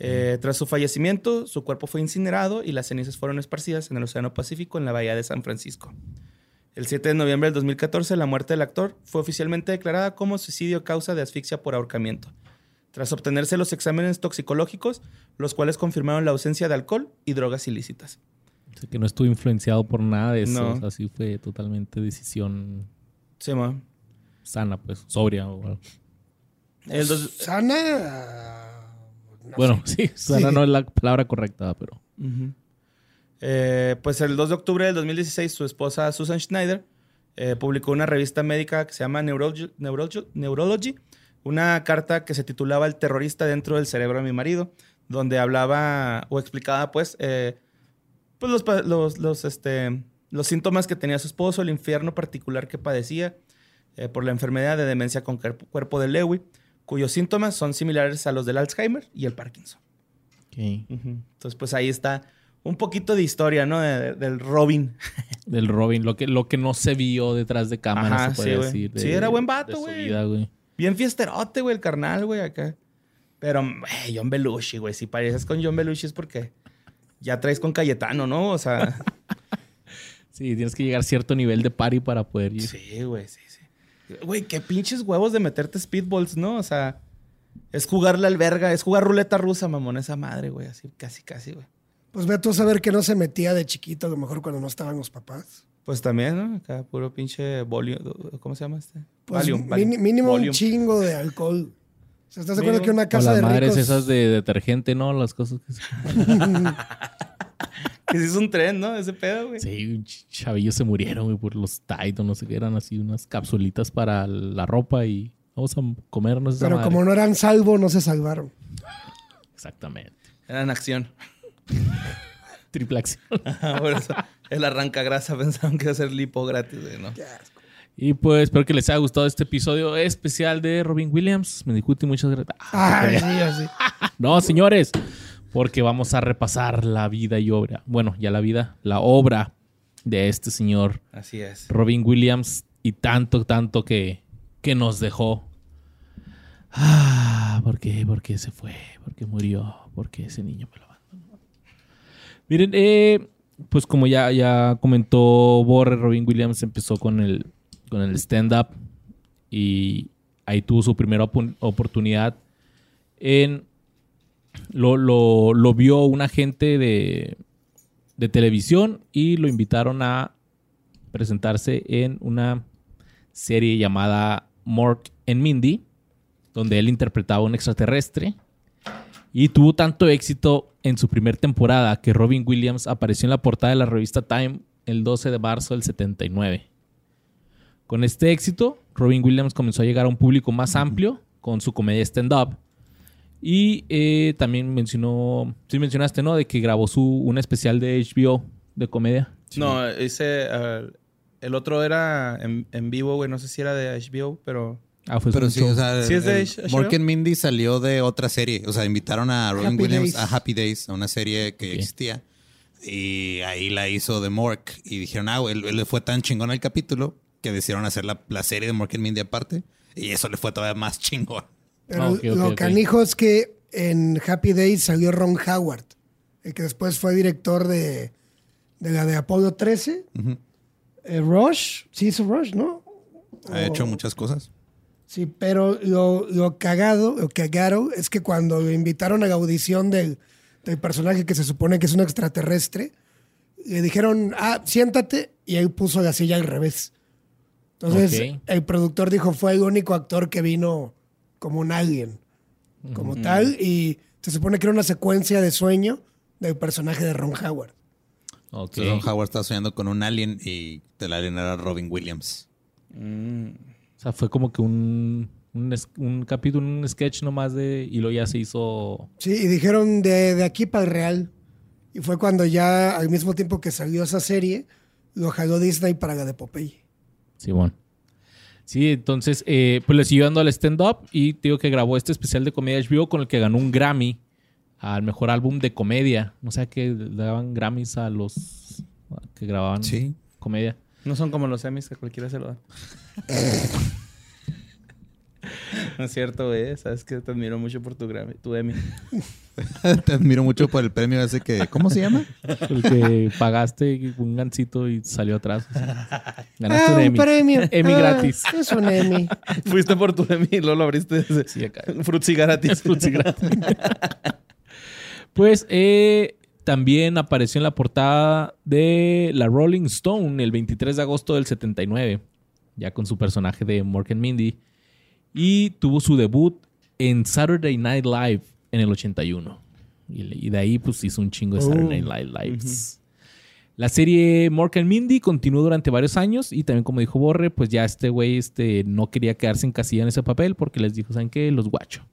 B: Eh, tras su fallecimiento, su cuerpo fue incinerado y las cenizas fueron esparcidas en el Océano Pacífico en la bahía de San Francisco. El 7 de noviembre del 2014, la muerte del actor fue oficialmente declarada como suicidio a causa de asfixia por ahorcamiento. tras obtenerse los exámenes toxicológicos, los cuales confirmaron la ausencia de alcohol y drogas ilícitas.
A: O sea, que no estuve influenciado por nada de eso.
B: No.
A: O sea, sí fue totalmente decisión
B: Sí, ma.
A: sana, pues, sobria. o algo.
B: El dos-
C: pues, Sana. ah, no
A: bueno, sí, sana
C: Sí.
A: no es la palabra correcta, pero.
B: Ujú. Eh, pues el 2 de octubre del 2016, su esposa Susan Schneider eh, publicó una revista médica que se llama Neurology, Neurology- Neurology, una carta que se titulaba El terrorista dentro del cerebro de mi marido, donde hablaba o explicaba pues, eh, pues los, pa- los, los, este, los síntomas que tenía su esposo, el infierno particular que padecía eh, por la enfermedad de demencia con cuerp- cuerpo de Lewy, cuyos síntomas son similares a los del Alzheimer y el Parkinson.
A: ok.
B: Ujú. Entonces, pues ahí está un poquito de historia, ¿no? De- de- del Robin.
A: Del Robin, lo que, lo que no se vio detrás de cámara,
B: Ajá,
A: se puede
B: sí, güey.
A: decir. de-
B: Sí, era buen vato,
A: de su
B: güey.
A: vida, güey.
B: Bien fiesterote, güey, el carnal, güey, acá. Pero, güey, John Belushi, güey. Si pareces con John Belushi es porque ya traes con Cayetano, ¿no? O sea,
A: Sí, tienes que llegar a cierto nivel de party para poder ir.
B: sí, güey, sí, sí. Güey, qué pinches huevos de meterte speedballs, ¿no? O sea, es jugar la alberga, es jugar ruleta rusa, mamón, esa madre, güey. Así, casi, casi, güey.
C: Pues ve tú a saber que no se metía de chiquito, a lo mejor cuando no estaban los papás.
B: Pues también, ¿no? Acá puro pinche volio, ¿cómo se llama este?
C: Pues
B: Valium,
C: mini-
B: Valium.
C: mínimo
B: Volium.
C: un chingo de alcohol. O sea, ¿Estás de acuerdo
B: Mínimo.
C: que una
A: O
C: casa
A: las
C: de
A: madres
C: ricos...
A: esas de detergente, ¿no? Las cosas que...
B: Que sí es un tren, ¿no? Ese pedo, güey.
A: Sí, un ch- chavillo se murieron, güey, por los Tide o no sé qué. Eran así unas capsulitas para la ropa y vamos a comernos esa
C: Pero
A: madre.
C: como no eran salvo, no se salvaron.
A: Exactamente.
B: Era en acción.
A: Triple acción.
B: Ah, por eso. El arranca grasa pensaron que iba a ser lipo gratis, güey, ¿no?
A: Y pues espero que les haya gustado este episodio especial de Robin Williams. Me discute y muchas gracias. Ah,
C: Ay, sí, así.
A: No, señores, porque vamos a repasar la vida y obra. Bueno, ya la vida, la obra de este señor
B: Así es.
A: Robin Williams y tanto, tanto que, que nos dejó. Ah, ¿por qué? ¿Por qué se fue? ¿Por qué murió? ¿Por qué ese niño me lo abandonó? Miren, eh, pues como ya, ya comentó Borre, Robin Williams empezó con el, con el stand-up y ahí tuvo su primera opu- oportunidad en... Lo, lo, lo vio un agente de, de televisión y lo invitaron a presentarse en una serie llamada Mork and Mindy, donde él interpretaba a un extraterrestre. Y tuvo tanto éxito en su primera temporada que Robin Williams apareció en la portada de la revista Time el 12 de marzo del 79. Con este éxito, Robin Williams comenzó a llegar a un público más amplio con su comedia stand-up. Y eh, también mencionó, sí mencionaste, ¿no? De que grabó su, un especial de HBO de comedia.
B: No, ese. ah, el otro era en, en vivo, güey. No sé si era de HBO, pero.
A: Ah, fue
D: Pero
A: un
D: sí,
A: show.
D: o sea,
B: ¿Sí es de
D: el-
B: HBO?
D: Mork and Mindy salió de otra serie. O sea, invitaron a Robin
C: Happy
D: Williams
C: Days.
D: a Happy Days, a una serie que
A: Ok.
D: existía. Y ahí la hizo de Mork. Y dijeron, ah, güey, le fue tan chingón el capítulo que decidieron hacer la, la serie de Mork and Mindy aparte. Y eso le fue todavía más chingón.
C: Pero
A: Ah, ok, ok,
C: lo
A: ok.
C: canijo es que en Happy Days salió Ron Howard, el que después fue director de, de la de Apolo 13. Eh, Rush, sí hizo Rush, ¿no?
A: Oh.
D: Ha hecho muchas cosas.
C: Sí, pero lo, lo cagado, lo cagaron es que cuando lo invitaron a la audición del, del personaje que se supone que es un extraterrestre, le dijeron, ah, siéntate, y él puso la silla al revés. Entonces,
A: Ok.
C: el productor dijo, fue el único actor que vino como un alien, como tal, y se supone que era una secuencia de sueño del personaje de Ron Howard.
A: Ok.
D: Entonces, Ron Howard estaba soñando con un alien y el alien era Robin Williams.
A: O sea, fue como que un, un, es- un capítulo, un sketch nomás de. Y luego ya se hizo.
C: Sí, y dijeron de, de aquí para el Real. Y fue cuando ya, al mismo tiempo que salió esa serie, lo jaló Disney para la de Popeye.
A: Simón. Sí, entonces, eh, pues le siguió dando al stand-up y te digo que grabó este especial de comedia HBO con el que ganó un Grammy al mejor álbum de comedia. O sea, que le daban Grammys a los que grababan
D: Sí.
A: comedia.
B: No son como los semis que cualquiera se lo da. No es cierto, güey. Sabes que te admiro mucho por tu Grammy, tu Emmy.
D: Te admiro mucho por el premio ese que. ¿Cómo se llama?
A: El que pagaste un gancito y salió atrás. o sea, Ganaste
C: Ah,
D: Ah,
A: un Emmy. Emmy gratis.
C: Es un Emmy.
B: Fuiste por tu Emmy y luego lo abriste.
A: Sí, acá.
B: Frutzi gratis.
A: Frutzi gratis. Pues eh, también apareció en la portada de la Rolling Stone el 23 de agosto del 79, ya con su personaje de Morgan Mindy. Y tuvo su debut en Saturday Night Live en el 81. Y, le- y de ahí pues hizo un chingo de Saturday Night Lives. La serie Mork and Mindy continuó durante varios años y también como dijo Borre, pues ya este güey este, no quería quedarse encasillado en ese papel porque les dijo, ¿saben qué? Los guacho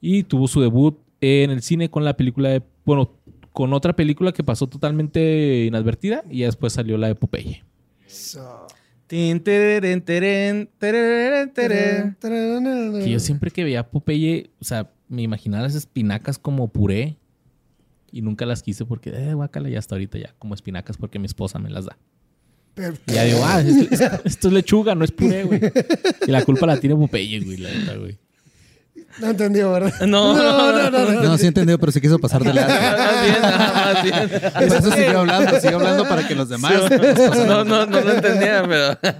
A: y tuvo su debut en el cine con la película de, bueno, con otra película que pasó totalmente inadvertida y ya después salió la de Popeye.
C: So.
B: Tin, tereren, teren, tereren, teren.
A: Que
C: Mm.
A: yo siempre que veía Popeye, o sea, me imaginaba las espinacas como puré y nunca las quise porque, eh, guácala, ya hasta ahorita ya como espinacas porque mi esposa me las da.
C: Pero-
A: Y ya digo, ah, es- es- esto es lechuga, no es puré, güey. Y la culpa la tiene Popeye, güey, la neta, güey.
C: No entendió, ¿verdad?
B: No, no, no, no.
D: No, sí entendió, pero se quiso pasar de lado.
B: Más bien, más bien.
D: Por eso siguió hablando, siguió hablando para que los demás.
B: No, no, no lo entendía, pero.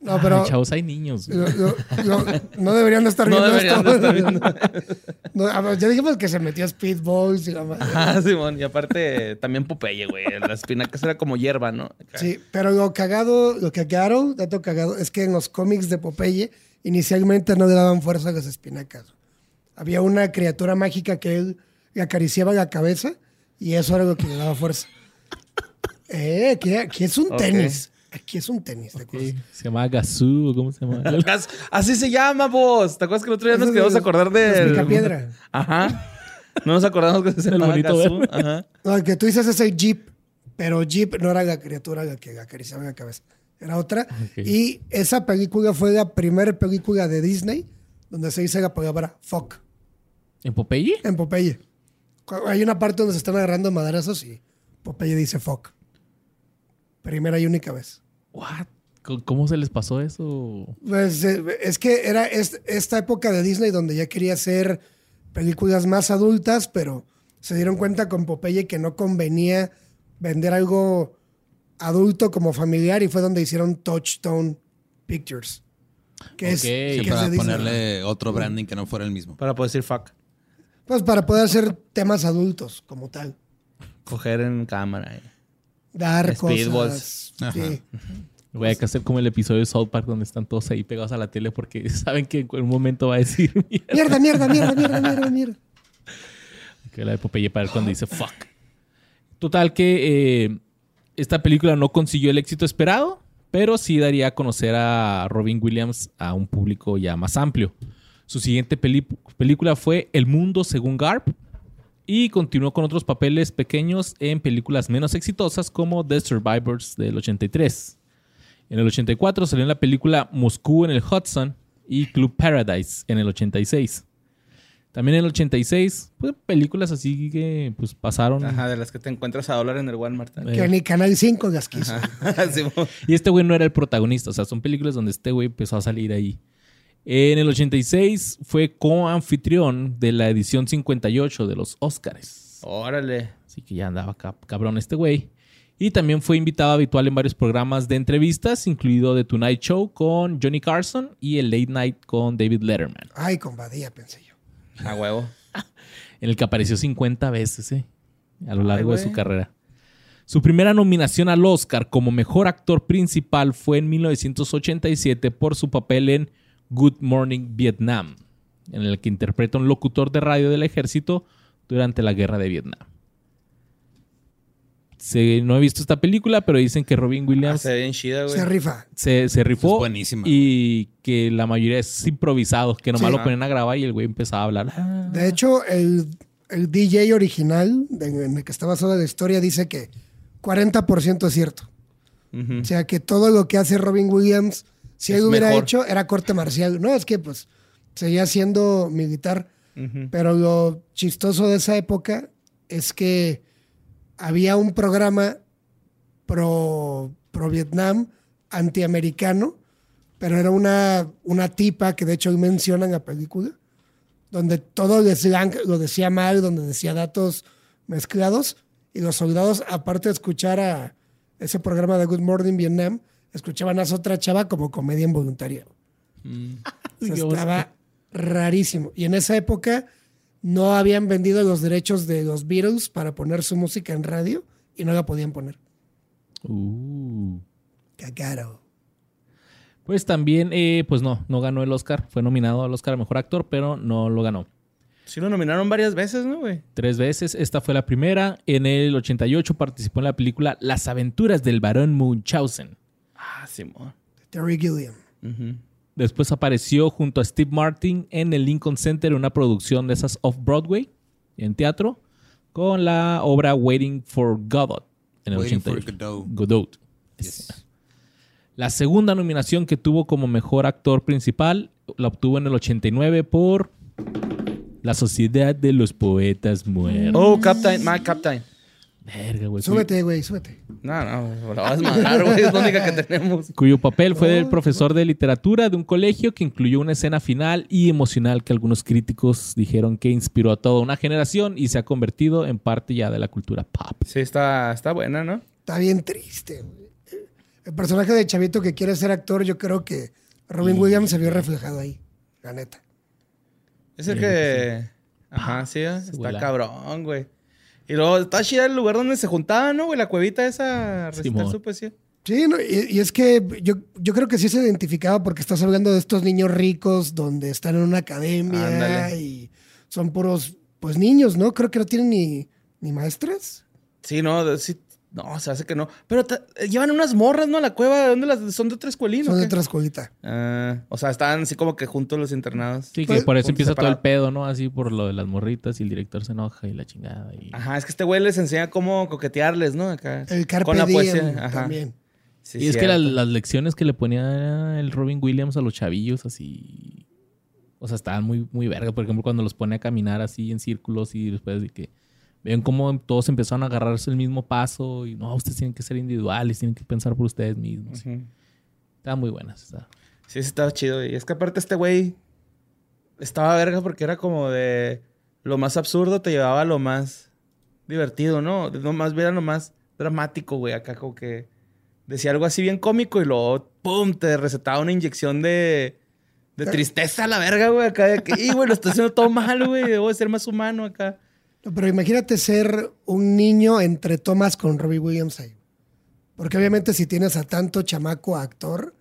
C: No, pero
A: Ay, chavos, hay niños, güey.
C: lo- lo- lo- no deberían de estar
B: No
C: viendo
B: deberían de
C: esto.
B: estar viendo.
C: No, a ver, ya dijimos que se metió Speedballs y la madre.
B: Ah, Simón. Y aparte, también Popeye, güey. Las espinacas era como hierba, ¿no?
C: Sí, pero lo cagado, lo cagaron, dato cagado, es que en los cómics de Popeye inicialmente no le daban fuerza a las espinacas. Había una criatura mágica que él le acariciaba la cabeza y eso era lo que le daba fuerza. Eh, aquí, aquí es un
B: Ok.
C: tenis. Aquí es un tenis, ¿te acuerdas?
A: Se llamaba Gazú, ¿cómo se llama?
B: Gas- Así se llama, vos. ¿Te acuerdas que el otro día nos
C: Eso
B: quedamos a
C: de-
B: acordar
C: los
B: de.
C: Picapiedra.
B: Ajá. No nos acordamos que se
A: El
B: llamaba
A: bonito
B: Gazú.
A: verde.
B: Ajá.
C: No, el que tú dices es el Jeep, pero Jeep no era la criatura la que acariciaba la cabeza. Era otra.
A: Ok.
C: Y esa película fue la primera película de Disney donde se dice la palabra fuck.
A: ¿En Popeye?
C: En Popeye. Cu- Hay una parte donde se están agarrando madrazos y Popeye dice fuck. Primera y única vez.
A: What? ¿Cómo- ¿Cómo se les pasó eso?
C: Pues, eh, es que era es- esta época de Disney donde ya quería hacer películas más adultas, pero se dieron cuenta con Popeye que no convenía vender algo adulto como familiar y fue donde hicieron Touchstone Pictures. Que es,
A: Ok.
C: que
D: Sí,
C: es
D: para
C: de Disney.
D: ponerle otro branding que no fuera el mismo.
B: Para poder decir fuck.
C: Pues para poder hacer temas adultos como tal.
B: Coger en cámara. eh.
C: Dar
B: Speedballs.
C: cosas.
D: Ajá.
C: Sí.
A: Voy a hacer como el episodio de South Park donde están todos ahí pegados a la tele porque saben que en un momento va a decir mierda,
C: Mierda, mierda, mierda, mierda, mierda, mierda.
A: que la de Popeye para él cuando dice fuck. Total que eh, esta película no consiguió el éxito esperado, pero sí daría a conocer a Robin Williams a un público ya más amplio. Su siguiente peli- película fue El Mundo según Garp y continuó con otros papeles pequeños en películas menos exitosas como The Survivors del 83. En el 84 salió en la película Moscú en el Hudson y Club Paradise en el 86. También en el 86, pues películas así que pues pasaron.
B: Ajá, de las que te encuentras a dólar en el Walmart. ¿eh?
A: Eh.
C: Que ni Canal 5 las quiso.
B: Ah, Simón.
A: Y este güey no era el protagonista, o sea, son películas donde este güey empezó a salir ahí. En el 86 fue co-anfitrión de la edición 58 de los Óscares.
B: Órale.
A: Así que ya andaba ca- cabrón este güey. Y también fue invitado habitual en varios programas de entrevistas, incluido The Tonight Show con Johnny Carson y el Late Night con David Letterman,
C: Ay, con Badía, pensé yo.
B: A huevo.
A: en el que apareció 50 veces eh, a lo largo de su
B: güey.
A: carrera. Su primera nominación al Oscar como mejor actor principal fue en 1987 por su papel en Good Morning Vietnam, en el que interpreta un locutor de radio del ejército durante la guerra de Vietnam. Se- no he visto esta película, pero dicen que Robin
B: Ah,
A: Williams
B: se ve bien chida, güey.
C: Se rifa.
A: se, se rifó
D: Es buenísima,
A: y que la mayoría es improvisado, que nomás
C: Sí.
A: lo ponen a grabar y el güey empezaba a hablar. Ah,
C: De hecho, el, el DJ original de- en el que está basada la historia dice que 40% es cierto.
B: Ujú.
C: O sea, que todo lo que hace Robin Williams, si
B: Es
C: él hubiera
B: mejor.
C: hecho, era corte marcial. No, es que pues seguía siendo militar.
B: Ujú.
C: Pero lo chistoso de esa época es que había un programa pro, pro Vietnam antiamericano pero era una, una tipa que de hecho hoy mencionan la película, donde todo el slang lo decía mal, donde decía datos mezclados, y los soldados, aparte de escuchar a ese programa de Good Morning Vietnam, escuchaban a esa otra chava como comedia involuntaria. O sea,
A: Qué
C: estaba rarísimo. Y en esa época no habían vendido los derechos de los Beatles para poner su música en radio y no la podían poner.
A: Uh.
C: Cagado.
A: Pues también, eh, pues no, no ganó el Oscar. Fue nominado al Oscar a Mejor Actor, pero no lo ganó.
B: Sí lo nominaron varias veces, ¿no, güey?
A: Tres veces, esta fue la primera. En el 88 participó en la película Las aventuras del barón Munchausen.
B: Ah, Simón.
C: Terry Gilliam.
B: Ujú.
A: Después apareció junto a Steve Martin en el Lincoln Center, una producción de esas off-Broadway, en teatro, con la obra Waiting for Godot, en el
D: Waiting for
A: 88.
D: Godot.
A: Godot.
D: Yes.
A: La segunda nominación que tuvo como mejor actor principal la obtuvo en el 89 por La Sociedad de los Poetas Muertos.
B: Oh, Captain, my Captain.
A: Verga, güey.
C: Súbete, güey, súbete.
B: No, no, la vas a matar, güey. Es la única que tenemos.
A: cuyo papel fue
C: Oh,
A: del profesor de literatura de un colegio que incluyó una escena final y emocional que algunos críticos dijeron que inspiró a toda una generación y se ha convertido en parte ya de la cultura pop.
B: Sí, está, está buena, ¿no?
C: Está bien triste, güey. El personaje de Chavito que quiere ser actor, yo creo que Robin Williams se vio reflejado ahí. La neta.
B: Es el
A: Sí,
B: que. Ajá, sí, ¿eh? está
A: vuela.
B: cabrón, güey. Y luego está chida el lugar donde se juntaban, ¿no, güey? La cuevita esa. Recitar
A: Simón.
B: su poesía.
C: Sí, no, y, y es que yo, yo creo que sí se identificaba porque estás hablando de estos niños ricos donde están en una academia
B: Ándale.
C: y son puros, pues niños, ¿no? Creo que no tienen ni, ni maestras.
B: Sí, no, de- sí. No, se hace que no. Pero ta- eh, llevan unas morras, ¿no? A la cueva. ¿De dónde las son de otra escuelina?
C: Son
B: o
C: de
B: qué?
C: otra escuelita.
B: Ah, o sea, estaban así como que juntos los internados.
A: Sí, que
C: Pues,
A: por eso
B: punto
A: empieza todo el
B: separado.
A: pedo, ¿no? Así por lo de las morritas y el director se enoja y la chingada. y-
C: Ah,
B: Ajá, es que este güey les enseña cómo coquetearles, ¿no? Acá.
C: El Carpe
B: Con la
C: Diem
B: poesía. Ajá.
C: también.
B: Sí,
A: y es que las,
B: cierto.
A: las lecciones que le ponía el Robin Williams a los chavillos así... O sea, estaban muy, muy verga. Por ejemplo, cuando los pone a caminar así en círculos y después de que... Ven cómo todos empezaron a agarrarse el mismo paso y no, ustedes tienen que ser individuales, tienen que pensar por ustedes mismos.
B: Ujú.
A: Estaban muy buenas. está.
B: Sí, sí, estaba chido. Y es que aparte este güey estaba verga porque era como de lo más absurdo te llevaba a lo más divertido, ¿no? De Lo más era lo más dramático, güey. Acá como que decía algo así bien cómico y luego, ¡pum! Te recetaba una inyección de, de tristeza a la verga, güey. Acá de que, "Y, güey, lo estoy haciendo todo mal, güey! Debo de ser más humano acá.
C: No, pero imagínate ser un niño entre tomas con Robbie Williams ahí. Porque obviamente si tienes a tanto chamaco actor,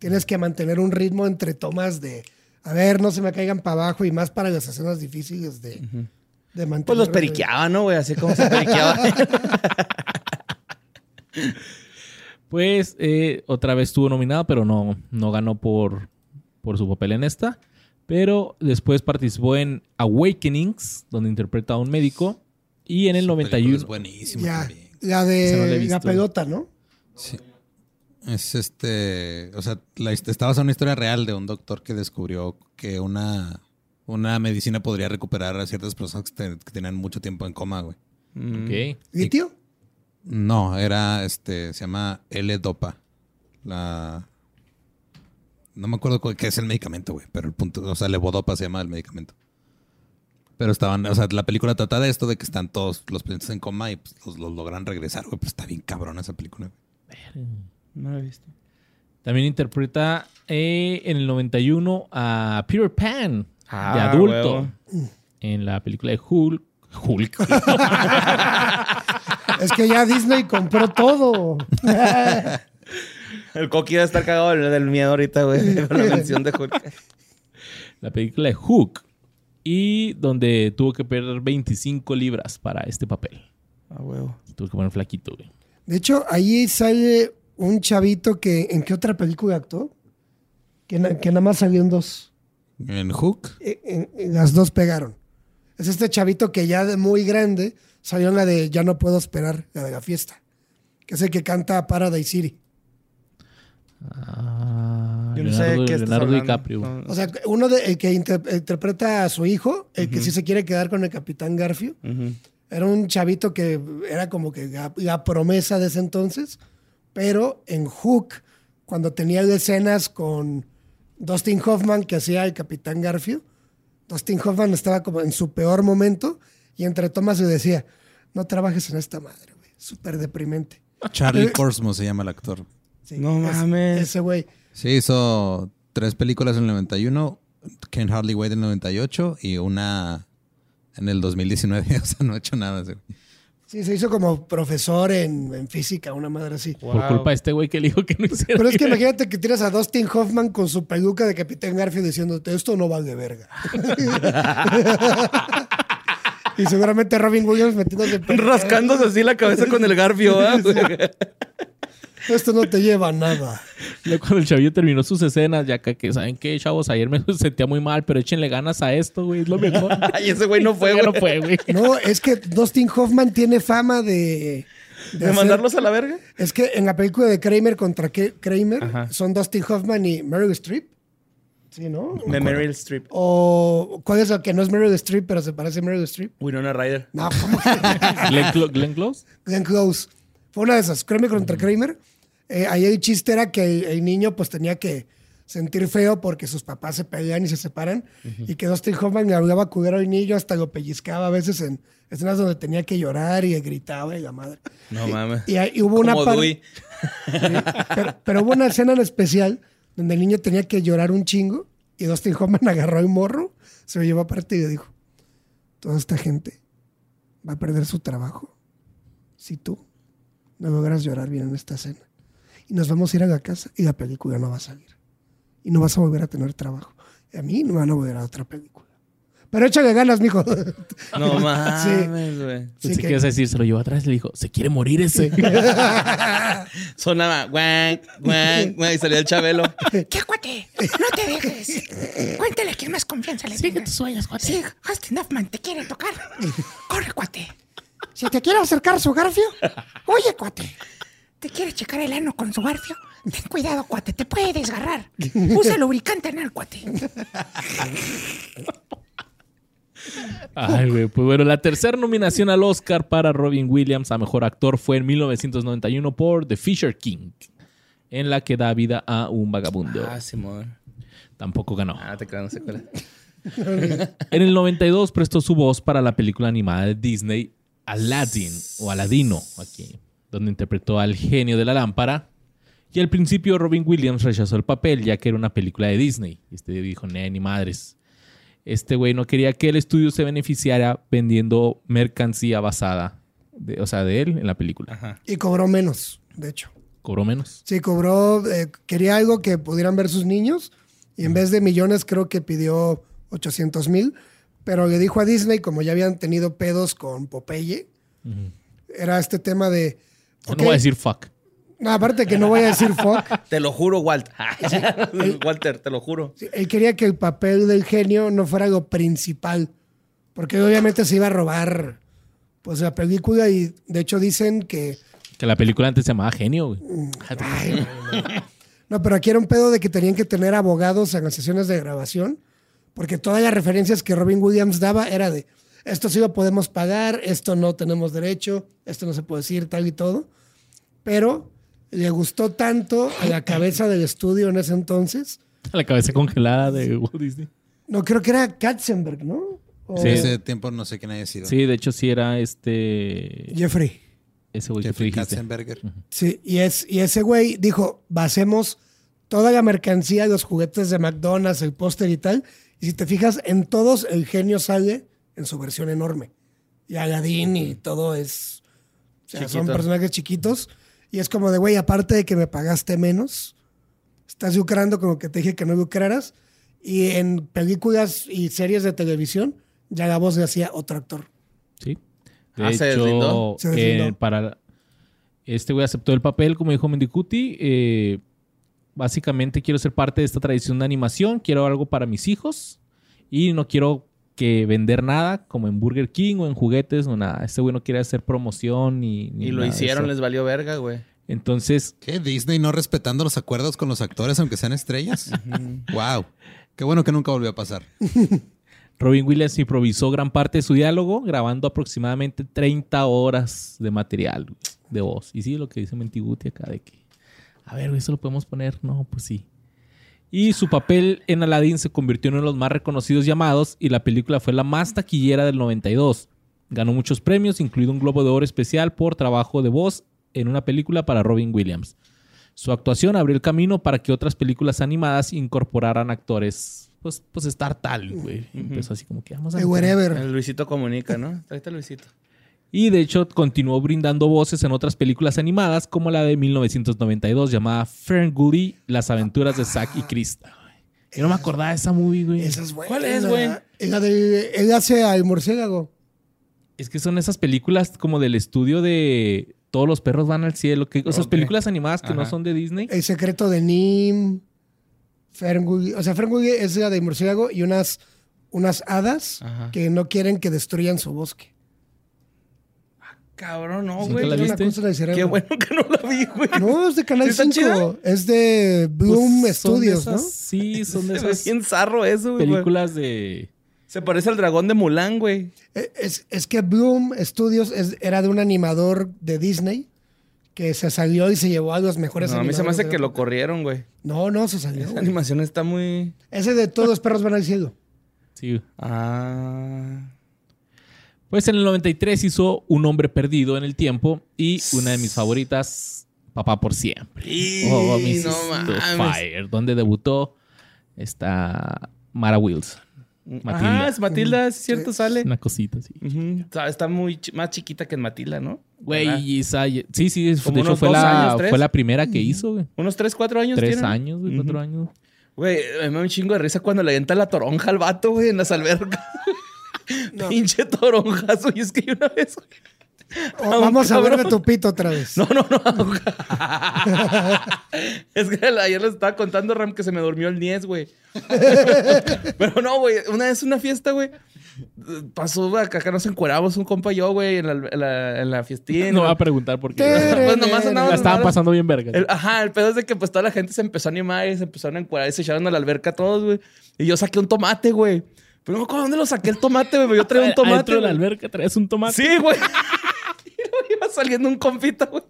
C: tienes que mantener un ritmo entre tomas de, a ver, no se me caigan para abajo y más para las escenas difíciles de, de mantener.
B: Pues los periqueaba, ¿no, güey? Así como se periqueaba.
A: Pues eh, otra vez estuvo nominado, pero no, no ganó por, por su papel en esta. Pero después participó en Awakenings, donde interpreta a un médico. Y en el
D: Su película Es
A: 91...
D: buenísimo
C: Ya,
D: también.
C: la
A: Esa no la he
C: de
A: visto.
C: la pelota, ¿no?
D: Sí. Es este. O sea, la, hist- está basada en una historia real de un doctor que descubrió que una, una medicina podría recuperar a ciertas personas que, te- que tenían mucho tiempo en coma, güey.
B: Mm.
A: Ok.
C: ¿Litio?
D: No, era este. Se llama L-Dopa. La. No me acuerdo cuál- qué es el medicamento, güey. Pero el punto. O sea, levodopa se llama el medicamento. Pero estaban. O sea, la película trata de esto, de que están todos los pacientes en coma y pues, los, los logran regresar, güey. Pues está bien cabrona esa película, güey.
B: No lo he visto.
A: También interpreta eh, en el 91 a Peter Pan, de
B: Ah,
A: adulto,
B: huevo.
A: en la película de Hulk. Hulk.
C: Es que ya Disney compró todo.
B: El coqui va a estar cagado del del miedo ahorita, güey, con la mención de Hulk.
A: la película de Hook. Y donde tuvo que perder 25 libras para este papel.
B: Ah, huevo.
A: Se Tuvo que poner flaquito, güey.
C: De hecho, ahí sale un chavito que, ¿en qué otra película actuó? Que, na- que nada más salió en dos.
D: En Hook.
C: Eh, eh, eh, las dos pegaron. Es este chavito que ya de muy grande salió en la de Ya no puedo esperar, la de la fiesta. Que es el que canta Paradise City.
A: Ah,
B: Yo no sé de qué estás
A: Leonardo
B: hablando.
A: DiCaprio.
B: No, no
C: O
B: sé.
C: sea, uno de, el que inter- interpreta a su hijo, el que sí se quiere quedar con el capitán Garfio,
B: Ujú.
C: era un chavito que era como que la, la promesa de ese entonces, pero en Hook, cuando tenía escenas con Dustin Hoffman, que hacía el Capitán Garfio. Dustin Hoffman estaba como en su peor momento y entre tomas le decía, no trabajes en esta madre, güey. Súper deprimente.
D: Charlie Corsmo se llama el actor.
C: Sí,
B: No
C: es-
B: mames.
C: Ese güey.
D: Sí, hizo tres películas en el 91, Ken Hardly Wait en el 98 y una en el 2019. O sea, no ha hecho nada. ese güey.
C: Sí, se hizo como profesor en, en física, una madre así.
B: Ah,
A: Por culpa de este güey que le dijo que no hiciera.
C: Pero es que imagínate que tienes a Dustin Hoffman con su peluca de Capitán Garfio diciéndote, esto no vale verga. y seguramente Robin Williams metiéndose en peluca.
B: Rascándose así la cabeza con el garfio, ¿ah?
C: Esto no te lleva a nada.
A: Luego, Cuando el chavillo terminó sus escenas, ya que, que, ¿saben qué, chavos? Ayer me sentía muy mal, pero échenle ganas a esto, güey. Es lo mejor.
B: Ay, ese güey no fue,
A: Ya
B: güey.
A: no fue, güey.
C: No, es que Dustin Hoffman tiene fama de...
B: ¿De
C: hacer-
B: mandarlos a la verga?
C: Es que en la película de Kramer contra Ke- Kramer
B: Ajá.
C: son Dustin Hoffman y Meryl Streep. Sí, ¿no?
D: me
B: De
D: acuerdo.
B: Meryl Streep.
C: O ¿cuál es el que no es Meryl Streep, pero se parece a Meryl Streep?
B: Winona Ryder.
C: No, ¿cómo que?
A: Glenn, Clo- Glenn Close.
C: Glenn Close. Fue una de esas, Kramer contra Kramer. Eh, ahí el chiste era que el, el niño pues tenía que sentir feo porque sus papás se pelean y se separan y que Dustin Hoffman le hablaba culero al niño hasta lo pellizcaba a veces en escenas donde tenía que llorar y gritaba y la madre.
B: No mames.
C: Y, ahí hubo una
B: Como
C: par-
B: Dewey.
C: pero, pero hubo una escena en especial donde el niño tenía que llorar un chingo y Dustin Hoffman agarró el morro, se lo llevó aparte y le dijo, toda esta gente va a perder su trabajo si tú no logras llorar bien en esta escena. Y nos vamos a ir a la casa y la película no va a salir. Y no vas a volver a tener trabajo. Y a mí no me van a volver a otra película. Pero échale ganas, mijo.
B: No
C: Sí.
B: mames, güey.
A: Sí,
C: que-
A: que... ibas a decir, se lo llevó atrás y le dijo, se quiere morir ese.
B: Sonaba guan, guan, guan, y salía el Chabelo.
E: ¿Qué, cuate? No te dejes. Cuéntale que más confianza le
A: Sigue
E: tengas.
A: tus sueños, cuate.
E: Sí, Justin Hoffman te quiere tocar. Corre, cuate.
C: Si te quiero acercar su garfio,
E: Oye, cuate. ¿Te quiere checar el ano con su garfio? Ten cuidado, cuate. Te puede desgarrar. Usa lubricante anal, cuate.
A: Ay, güey. Pues bueno, la tercera nominación al Oscar para Robin Williams a Mejor Actor fue en 1991 por The Fisher King, en la que da vida a un vagabundo.
B: Ah, Simón.
A: Tampoco ganó.
B: Ah, te quedan no sé cuál.
A: En el 92 prestó su voz para la película animada de Disney Aladdin o Aladino, aquí, donde interpretó al genio de la lámpara. Y al principio Robin Williams rechazó el papel ya que era una película de Disney. Y este dijo, "Nee, ni madres. Este güey no quería que el estudio se beneficiara vendiendo mercancía basada, de- o sea, de él en la película.
B: Ajá.
C: y cobró menos, de hecho.
A: Cobró menos.
C: Sí, cobró, eh, quería algo que pudieran ver sus niños y en vez de millones creo que pidió 800 mil, pero le dijo a Disney, como ya habían tenido pedos con Popeye, era este tema de... ok,
A: No voy a decir fuck.
C: no, aparte que no voy a decir fuck,
B: Te lo juro, Walt. Walter, te lo juro.
C: sí, él quería que el papel del genio no fuera lo principal, porque obviamente se iba a robar pues la película y de hecho dicen que...
A: Que la película antes se llamaba Genio, güey.
C: No, pero aquí era un pedo de que tenían que tener abogados en las sesiones de grabación, porque todas las referencias que Robin Williams daba era de esto sí lo podemos pagar, esto no tenemos derecho, esto no se puede decir, tal y todo. Pero le gustó tanto a la cabeza del estudio en ese entonces.
A: La cabeza congelada de Walt Disney.
C: No, creo que era Katzenberg, ¿no? O
A: Sí.
D: Ese tiempo no sé quién haya sido.
A: Sí, de hecho sí era este...
C: Jeffrey.
A: Ese güey que tú
D: Jeffrey
A: pues, dijiste.
D: Katzenberger.
C: Sí, y, es, y ese güey dijo, basemos toda la mercancía, los juguetes de McDonald's, el póster y tal. Y si te fijas, en todos el genio sale en su versión enorme. Y Aladdin y todo es... o sea, son
B: Chiquito.
C: personajes chiquitos. Y es como de, güey, aparte de que me pagaste menos, estás lucrando como que te dije que no lucraras. Y en películas y series de televisión, ya la voz le hacía otro actor.
A: Sí. De
B: Ah,
A: hecho,
B: ¿se deslindó?
C: Se deslindó.
A: eh, para este güey aceptó el papel, como dijo Mendicuti. eh, básicamente quiero ser parte de esta tradición de animación, quiero algo para mis hijos y no quiero que vender nada como en Burger King o en juguetes o nada. Este güey no quiere hacer promoción ni, ni
B: Y lo
A: nada de
B: hicieron,
A: eso.
B: les valió verga, güey.
A: Entonces,
D: ¿Qué? ¿Disney no respetando los acuerdos con los actores aunque sean estrellas? wow. Qué bueno que nunca volvió a pasar.
A: Robin Williams improvisó gran parte de su diálogo grabando aproximadamente 30 horas de material güey, de voz. Y sí, lo que dice Mentiguti acá de que A ver, güey, eso lo podemos poner. No, pues sí. Y su papel en Aladdin se convirtió en uno de los más reconocidos llamados y la película fue la más taquillera del 92. Ganó muchos premios, incluido un Globo de Oro especial por trabajo de voz en una película para Robin Williams. Su actuación abrió el camino para que otras películas animadas incorporaran actores, pues, pues Star Talent, güey. Empezó así como que vamos a...
C: De wherever.
B: El Luisito comunica, ¿no? Ahí está Luisito.
A: Y de hecho continuó brindando voces en otras películas animadas como la de 1992 llamada Ferngully, Las aventuras de Zack y Krista. Yo no me acordaba de esa movie, güey.
C: Esa es buena.
B: ¿Cuál es, güey?
C: Es la de. Él hace al murciélago.
A: Es que son esas películas como del estudio de Todos los perros van al cielo. Que, esas
B: Ok.
A: películas animadas que no
B: Ajá.
A: son de Disney.
C: El secreto de Nim. Ferngully. O sea, Ferngully es la de murciélago y unas, unas hadas
B: Ajá.
C: que no quieren que destruyan su bosque.
B: Cabrón, no,
A: ¿Nunca
B: güey.
A: la
C: Tiene una
A: viste?
C: cosa en el cerebro.
B: Qué bueno que no la vi, güey.
C: No, es de Canal
B: ¿Sí está
C: 5. Es de Bloom
A: Pues, son de
C: Studios,
A: esas- Sí, son de
B: Se ve
A: esas
B: bien zarro eso, güey.
A: películas de...
B: Se parece al dragón de Mulan, güey.
C: ¿no? Eh, Es, es que Bloom Studios es- era de un animador de Disney que se salió y se llevó a los mejores
B: No, a mí se me
C: animadores
B: hace
C: de-
B: que lo corrieron, güey.
C: No, no, se salió.
B: Esa
C: güey.
B: animación está muy.
C: Ese de todos los perros van al cielo.
A: Sí.
B: Ah.
A: Pues en el 93 hizo Un hombre perdido en el tiempo y una de mis favoritas, Papá por siempre.
B: Y-
A: Oh, Mrs.
B: no mames.
A: Doubtfire, donde debutó esta Mara Wilson. Matilda.
B: Ah, es Matilda, es cierto, sale.
A: Una cosita así.
B: Ujú. Está- Está muy chi- más chiquita que en Matilda, ¿no? ¿Verdad?
A: Güey, esa- Sí, sí,
B: Como
A: de hecho
B: unos
A: fue
B: dos
A: la,
B: años, tres.
A: fue la primera que hizo, güey.
B: Unos 3, 4 años
A: Tres
B: tienen.
A: años, güey, cuatro años.
B: Güey, a mí me da un chingo de risa cuando le avienta la toronja al vato, güey, en las albercas. Pinche toronjazo. Y es que yo una vez, güey,
C: O
B: Ah, un
C: Oh, vamos a ver de
B: cabrón.
C: tu pito otra vez.
B: No, no, no. es que ayer les estaba contando, Ram, que se me durmió el 10, güey. Pero no, güey. Una vez una fiesta, güey. Pasó acá, acá nos encueramos un compa y yo, güey, en la, en la, en la fiestina.
A: No va a preguntar por qué.
C: Tere,
A: güey.
B: pues nomás
C: tere.
A: La
B: andaban-
A: estaban pasando bien verga.
B: El- ajá, el pedo es de que pues toda la gente se empezó a animar y se empezaron a encuadrar y se echaron a la alberca todos, güey. Y yo saqué un tomate, güey. Pero no me acuerdo dónde lo saqué el tomate, güey. Yo traía un tomate.
A: Dentro de la
B: güey.
A: alberca traes un tomate.
B: Sí, güey. Y luego iba saliendo un compita, güey.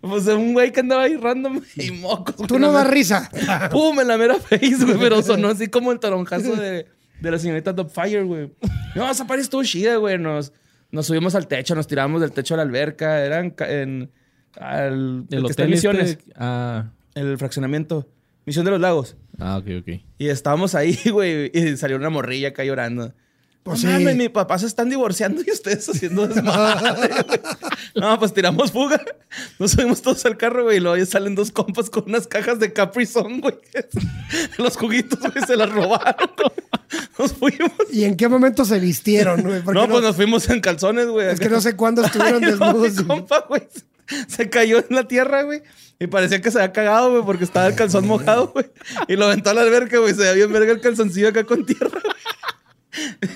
B: Pues un güey que andaba ahí random y mocos. güey.
C: Tú no
B: La
C: das
B: mera-
C: risa.
B: Pum, en la mera face, güey. Pero sonó así como el toronjazo de, de la señorita Fire, güey. No, esa party estuvo chida, güey. Nos, nos subimos al techo, nos tiramos del techo a la alberca. Eran ca- en... Al,
A: El
B: que está en
A: hotel este-
B: Misiones.
A: Ah,
B: El fraccionamiento. Misión de los Lagos.
A: ah, ok, ok.
B: Y estábamos ahí, güey, y salió una morrilla acá llorando.
C: Pues
B: no
C: sí.
B: mames, mis papás se están divorciando y ustedes haciendo desmadre. güey". no, pues tiramos fuga. Nos subimos todos al carro, güey, y luego ya salen dos compas con unas cajas de Capri Sun, güey. Los juguitos, güey, se las robaron. güey. Nos fuimos.
C: ¿Y en qué momento se vistieron, güey? Porque
B: No, pues nos fuimos en calzones, güey.
C: Es que no sé cuándo estuvieron
B: Ay, no, mi
C: desnudos.
B: compa, güey. Se cayó en la tierra, güey. Y parecía que se había cagado, güey, porque estaba el calzón mojado, güey. Y lo aventó a la alberca, güey. Se veía bien verga el calzoncillo acá con tierra. güey.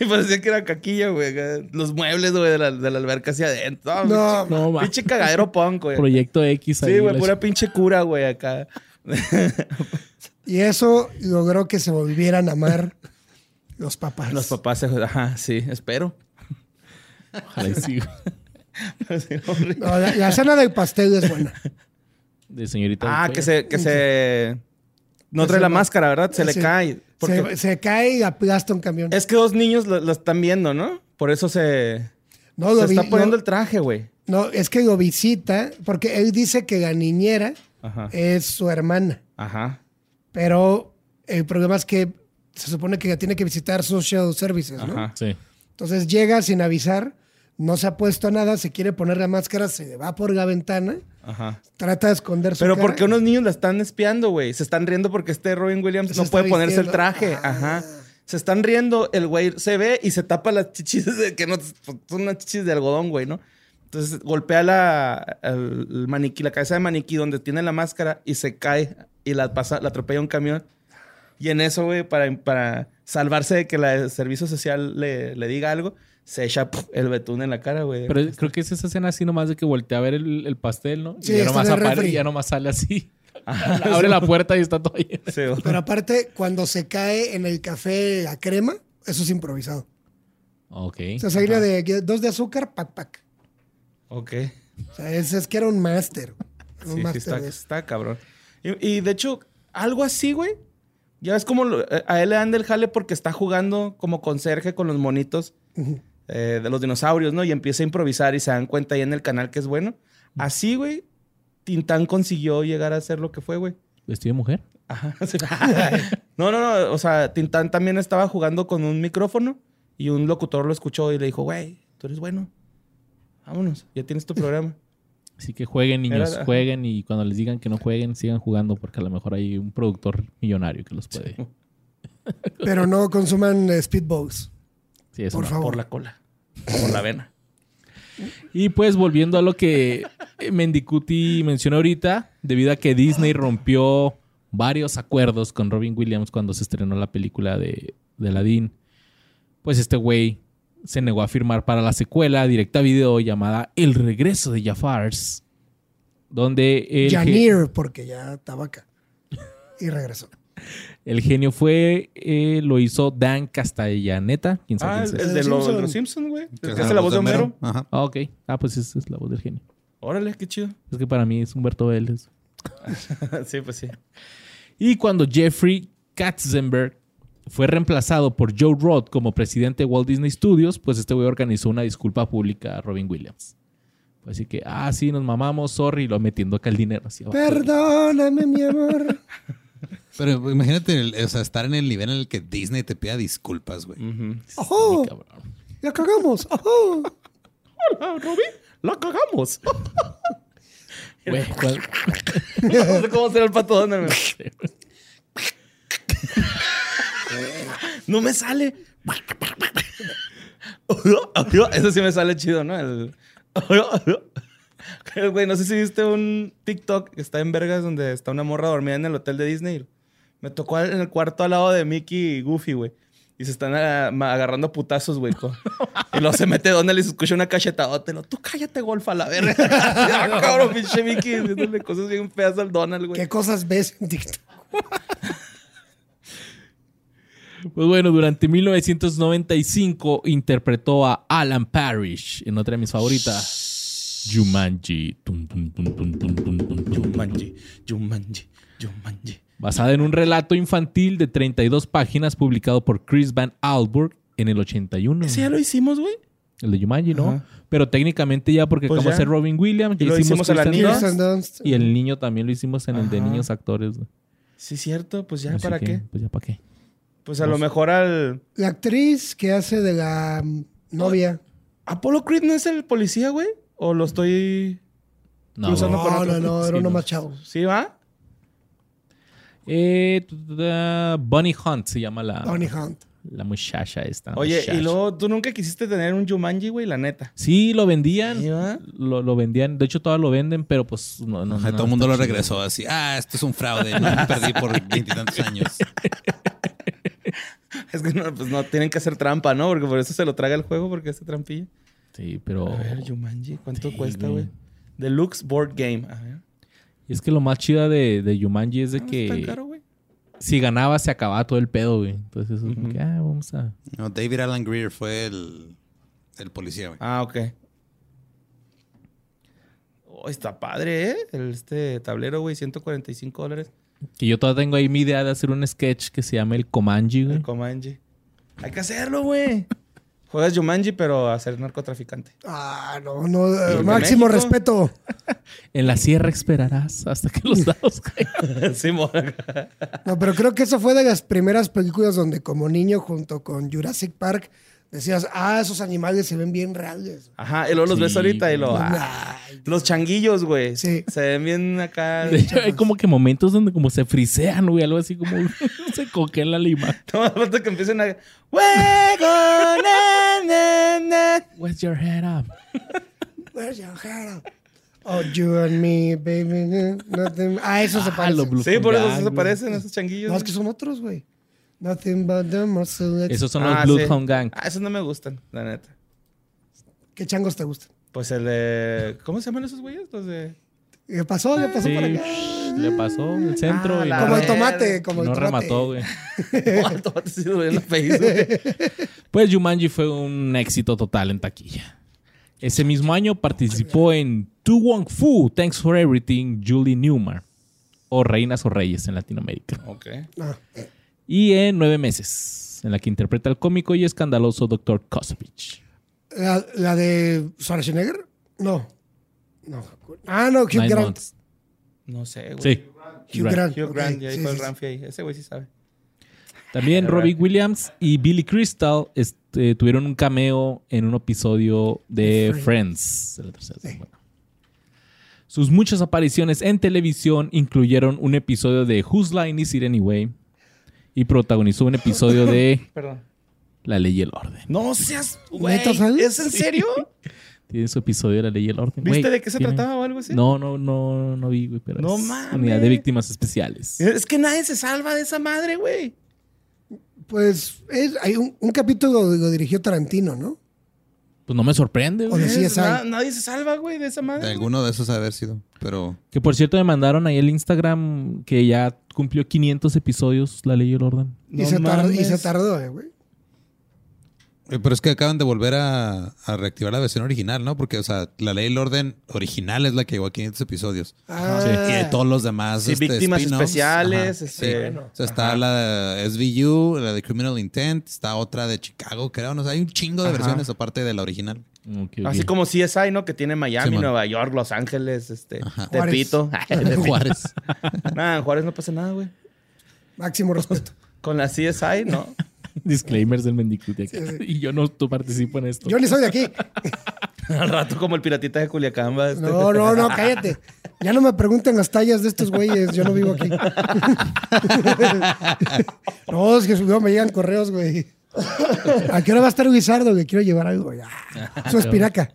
B: Y parecía que era caquilla, güey. acá. Los muebles, güey, de la, de la alberca hacia adentro.
C: No,
B: pinche-
A: No, ma.
B: pinche cagadero punk, güey.
A: Proyecto X. ahí,
B: Sí, güey,
A: la
B: pura pinche cura, güey, acá.
C: Y eso logró que se volvieran a amar los papás.
B: Los papás se... Ajá, sí, espero.
A: ch- Ojalá y sí, güey.
B: Sí, hombre.
C: No, la, la cena del pastel es buena.
A: De señorita.
B: Ah,
A: Victoria.
B: que se... Que se... No
C: Que
B: trae
C: se
B: la
C: va-
B: máscara, ¿verdad? Se le
C: Se-
B: cae. Porque-
C: Se, se cae y aplasta un camión.
B: Es que dos niños lo, lo están viendo, ¿no? Por eso se,
C: no,
B: se
C: lo vi-
B: está poniendo
C: no,
B: el traje, güey.
C: no, es que lo visita porque él dice que la niñera
B: Ajá.
C: es su hermana.
B: Ajá.
C: Pero el problema es que se supone que ya tiene que visitar social services, ¿no?
B: Ajá.
A: Sí.
C: Entonces llega sin avisar, no se ha puesto nada, se quiere poner la máscara, se le va por la ventana,
B: Ajá.
C: trata de esconder su
B: Pero
C: cara.
B: porque unos niños la están espiando, güey. Se están riendo porque este Robin Williams
C: Se
B: no
C: está
B: puede ponerse el
C: vistiendo.
B: traje.
C: Ah.
B: Ajá. Se están riendo, el güey se ve y se tapa las chichis de que no son unas chichis de algodón, güey, ¿no? Entonces golpea la el, el maniquí, la cabeza de maniquí donde tiene la máscara y se cae y la pasa, la atropella un camión. Y en eso, güey, para, para salvarse de que la de servicio social le, le diga algo, se echa puf, el betún en la cara, güey.
A: Pero creo que es esa escena así nomás de que voltea a ver el, el pastel, ¿no?
C: Sí,
A: y ya
C: está
A: nomás,
C: en el
A: apare-
C: refri.
A: ya nomás sale así. Abre la puerta y está todo lleno.
B: Sí, güey.
C: Pero aparte, cuando se cae en el café la crema, eso es improvisado.
A: Ok.
C: O sea, se irle de dos de azúcar, pac, pac.
B: Ok.
C: O sea, es, es que era un máster. Era
B: Sí,
C: Un
B: sí,
C: máster
B: está,
C: de eso.
B: está cabrón. Y, y de hecho, algo así, güey. Ya ves como lo- eh, a él le dan del jale porque está jugando como conserje con los monitos eh, de los dinosaurios, ¿no? Y empieza a improvisar y se dan cuenta ahí en el canal que es bueno. Así, güey, Tintán consiguió llegar a ser lo que fue, güey.
A: ¿Vestido de mujer?
B: Ajá. sí. no, no, no. O sea, Tintán también estaba jugando con un micrófono y un locutor lo escuchó y le dijo, güey, tú eres bueno. Vámonos, ya tienes tu programa.
A: Así que jueguen, niños,
B: Era-
A: jueguen y cuando les digan que no jueguen, sigan jugando porque a lo mejor hay un productor millonario que los puede.
C: Pero no consuman eh, speedballs.
A: Sí, eso
C: Por
A: no.
C: favor.
B: Por la cola, por la vena.
A: Y pues volviendo a lo que eh, Mendicuti mencionó ahorita, debido a que Disney rompió varios acuerdos con Robin Williams cuando se estrenó la película de, de Aladdin, pues este güey se negó a firmar para la secuela directa a video llamada El regreso de Jafars, donde el, ge-
C: Janir, porque ya estaba acá. Y regresó.
A: el genio fue, eh, lo hizo Dan Castellaneta, quién sabe
B: Ah,
A: quién
B: el,
A: sea.
B: el
C: Los
B: de los-
C: Simpson.
B: los Simpsons, güey. El que
D: es
B: hace la voz de Homero.
D: Ajá.
A: Ah, ok. Ah, pues esa es la voz del genio.
B: Órale, qué chido.
A: Es que para mí es Humberto Vélez.
B: sí, pues sí.
A: Y cuando Jeffrey Katzenberg fue reemplazado por Joe Roth como presidente de Walt Disney Studios, pues este güey organizó una disculpa pública a Robin Williams. Así que, ah, sí, nos mamamos, sorry, y lo metiendo acá el dinero. Así abajo.
C: Perdóname, mi amor.
D: Pero imagínate, el- o sea, estar en el nivel en el que Disney te pida disculpas, güey.
C: ¡Ojo!
A: Sí, cabrón.
C: ¡La cagamos! ¡Ojo!
B: Hola, Robin. Ah, La cagamos.
A: Güey, cuando-
B: no sé cómo será el pato Donald. no me sale. Eso sí me sale chido, ¿no? El... El Güey, no sé si viste un TikTok que está en Vergas donde está una morra dormida en el hotel de Disney. Me tocó en el cuarto al lado de Mickey y Goofy, güey. Y se están ah, ma- agarrando a putazos, güey. co- y luego se mete Donald y se escucha una cachetadota. y luego, Tú cállate, golfa, la verga. Ah, cabrón, pinche Mickey. Diciéndole cosas bien feas al Donald, güey.
C: ¿Qué cosas ves en TikTok?
A: Pues bueno, durante 1995 interpretó a Alan Parrish en otra de mis favoritas, Jumanji. Tum, tum, tum, tum, tum, tum, tum, tum.
B: Jumanji, Jumanji, Jumanji.
A: Basada en un relato infantil de 32 páginas publicado por Chris Van Alburg en el 81.
B: Ese ya lo hicimos, güey.
A: El de Jumanji, ¿no?
B: Ajá.
A: Pero técnicamente ya porque
B: Pues
A: acabamos
B: ya.
A: de hacer Robin Williams.
B: Y
A: ya
B: lo hicimos al
A: Kristen
B: anillo.
A: Dunst,
C: Kirsten Dunst.
A: Y el niño también lo hicimos en el de
B: Ajá.
A: niños actores. güey.
B: Sí, cierto. Pues ya,
A: Así
B: ¿para
A: que,
B: qué?
A: Pues ya para qué.
B: Pues a lo mejor al...
C: La actriz que hace de la mm, novia.
B: ¿Apollo Creed no es el policía, güey? ¿O lo estoy...?
A: No,
B: Cruzando
A: güey.
B: por
C: No,
B: otro.
C: no, no, era
A: Sí, no.
C: uno más chavo.
B: ¿Sí, va?
A: Eh, tu- tu- tu- tu- Bunny Hunt se llama la,
C: Tony Hunt.
A: la muchacha esta.
B: Oye,
A: muchacha.
B: y luego tú nunca quisiste tener un Jumanji, güey, la neta.
A: Sí, lo vendían.
B: Sí, ¿va?
A: Lo, lo vendían. De hecho, todavía lo venden, pero pues no. no,
D: Ajá,
A: no
D: todo el mundo
A: está
D: lo
A: chido.
D: regresó así. Ah, esto es un fraude. Me perdí por veintitantos años.
B: Es que no, pues no, tienen que hacer trampa, ¿no? Porque por eso se lo traga el juego, porque hace trampilla.
A: Sí, pero.
B: A ver, Jumanji, ¿cuánto
A: Oh. Sí,
B: cuesta,
A: güey.
B: güey? Deluxe Board Game. A ver.
A: Y es que lo más chido de, de Jumanji es de
B: No
A: que
B: está caro, güey.
A: si ganaba se acababa todo el pedo, güey. Entonces eso es como que, ah, vamos a...
D: No, David Alan Greer fue el, el policía, güey.
B: Ah, ok. Oh, está padre, ¿eh? El, este tablero, güey, 145 dólares.
A: Que yo todavía tengo ahí mi idea de hacer un sketch que se llama El Comanji, güey.
B: El Comanji. Hay que hacerlo, güey. Juegas Jumanji, pero a ser narcotraficante.
C: Ah, no, no.
B: de
C: eh, máximo
B: México?
C: respeto.
A: en la sierra esperarás hasta que los dados caigan.
B: sí, mor-
C: No, pero creo que eso fue de las primeras películas donde como niño junto con Jurassic Park decías, ah, esos animales se ven bien reales.
B: Ajá, y luego los
A: Sí,
B: ves ahorita y lo. ah,
C: Ay,
B: los changuillos, güey.
C: Sí.
B: Se ven bien acá.
A: De hecho, hay como que momentos donde como se frisean, güey. Algo así como se congela la imagen.
B: No más falta que empiecen a. ¡Hueco! na, na, na.
A: What's your head up?
C: where's your heart? Oh, you and me, baby. Nothing. Ah, eso se
A: Ah,
C: parece.
A: lo blu-
B: Sí, por eso
A: Ya,
B: se
A: güey.
B: parecen esos changuillos.
C: No, es que son otros, güey. Nothing but the muscle.
A: Esos son los
B: Ah,
A: Blood
B: sí.
A: Hound Gang.
B: Ah, esos no me gustan, la neta.
C: ¿Qué changos te gustan?
B: Pues el de. ¿Cómo se llaman esos güeyes? Los de.
C: ¿Qué pasó? ¿Qué pasó
A: Sí,
C: por acá?
A: psh, le pasó el centro
B: Ah,
A: y
B: la
C: Como
A: no,
C: el tomate, como el
A: eh, no
C: tomate.
A: remató, güey.
B: ¿Cuánto te sirve el apellido?
A: Pues Jumanji fue un éxito total en taquilla. Ese mismo año participó en Tu Wong Fu, Thanks for Everything, Julie Newmar. o Reinas o Reyes en Latinoamérica.
B: Ok.
C: Ah,
A: Y en Nueve Meses, en la que interpreta al cómico y escandaloso Dr. Kosovich.
C: la, la de Schwarzenegger? No. No. Ah, no, Hugh
A: Nine
C: Grant.
A: Months.
B: No sé, güey.
A: Sí.
C: Hugh
A: Grant.
C: Grant.
B: Hugh
C: ok,
B: Grant, ya
C: sí,
B: dijo
C: sí,
B: el
C: sí.
B: Ramfi ahí. Ese güey sí sabe.
A: También Robbie Williams y Billy Crystal este, tuvieron un cameo en un episodio de
C: Friends.
A: Friends. de la tercera temporada. Sus muchas apariciones en televisión incluyeron un episodio de Whose Line Is It Anyway y protagonizó un episodio de
B: Perdón.
A: La Ley y el Orden.
B: No seas, güey.
C: ¿Neta
B: ¿Es
C: sabes?
B: en serio?
A: Tiene su episodio de La Ley y el Orden.
B: ¿Viste
A: Güey,
B: de qué se
A: tiene-
B: trataba o algo así?
A: No, no, no, no vi, güey, pero
B: No
A: es
B: mames. ¿Eh?
A: unidad de víctimas especiales.
B: Es que nadie se salva de esa madre, güey.
C: Pues es- hay un, un capítulo lo, lo dirigió Tarantino, ¿no?
A: Pues no me sorprende,
C: O
A: güey.
C: de CSI.
B: Es- na- nadie se salva, güey, de esa
D: De
B: madre. güey.
D: alguno de esos haber sido, pero
A: Que por cierto me mandaron ahí el Instagram que ya cumplió 500 episodios La Ley y el Orden.
C: y,
B: No
C: se tardó, y
B: mames.
C: se tardó, eh, güey.
D: Eh, Pero es que acaban de volver a, a reactivar la versión original, ¿no? Porque, o sea, la ley del orden original es la que llegó a 500 episodios.
C: Ah,
A: Sí.
D: Y hay todos los demás. este,
B: Sí, víctimas
D: spin-offs.
B: especiales,
D: Ajá,
B: este, bueno.
D: O sea, está la de SVU, la de Criminal Intent, está otra de Chicago, creo. No sé, hay un chingo de
B: Ajá.
D: versiones aparte de la original.
A: Ok, ok.
B: Así como CSI, ¿no? Que tiene Miami,
D: Simón.
B: Nueva York, Los Ángeles, este,
D: Ajá.
B: Tepito.
D: Juárez.
B: Nada, en Juárez no pasa nada, güey.
C: máximo respeto.
B: Con la CSI, no.
A: Disclaimers del Mendicuti acá.
C: Sí, sí.
A: Y yo no tú participo en esto.
C: Yo ni soy de aquí.
B: Al rato como el piratita de Culiacán va. este.
C: No, no, no, cállate. Ya no me pregunten las tallas de estos güeyes. Yo no vivo aquí. no, es que luego me llegan correos, güey. ¿A qué hora va a estar Guisardo? Que quiero llevar algo. Ya. Su espinaca.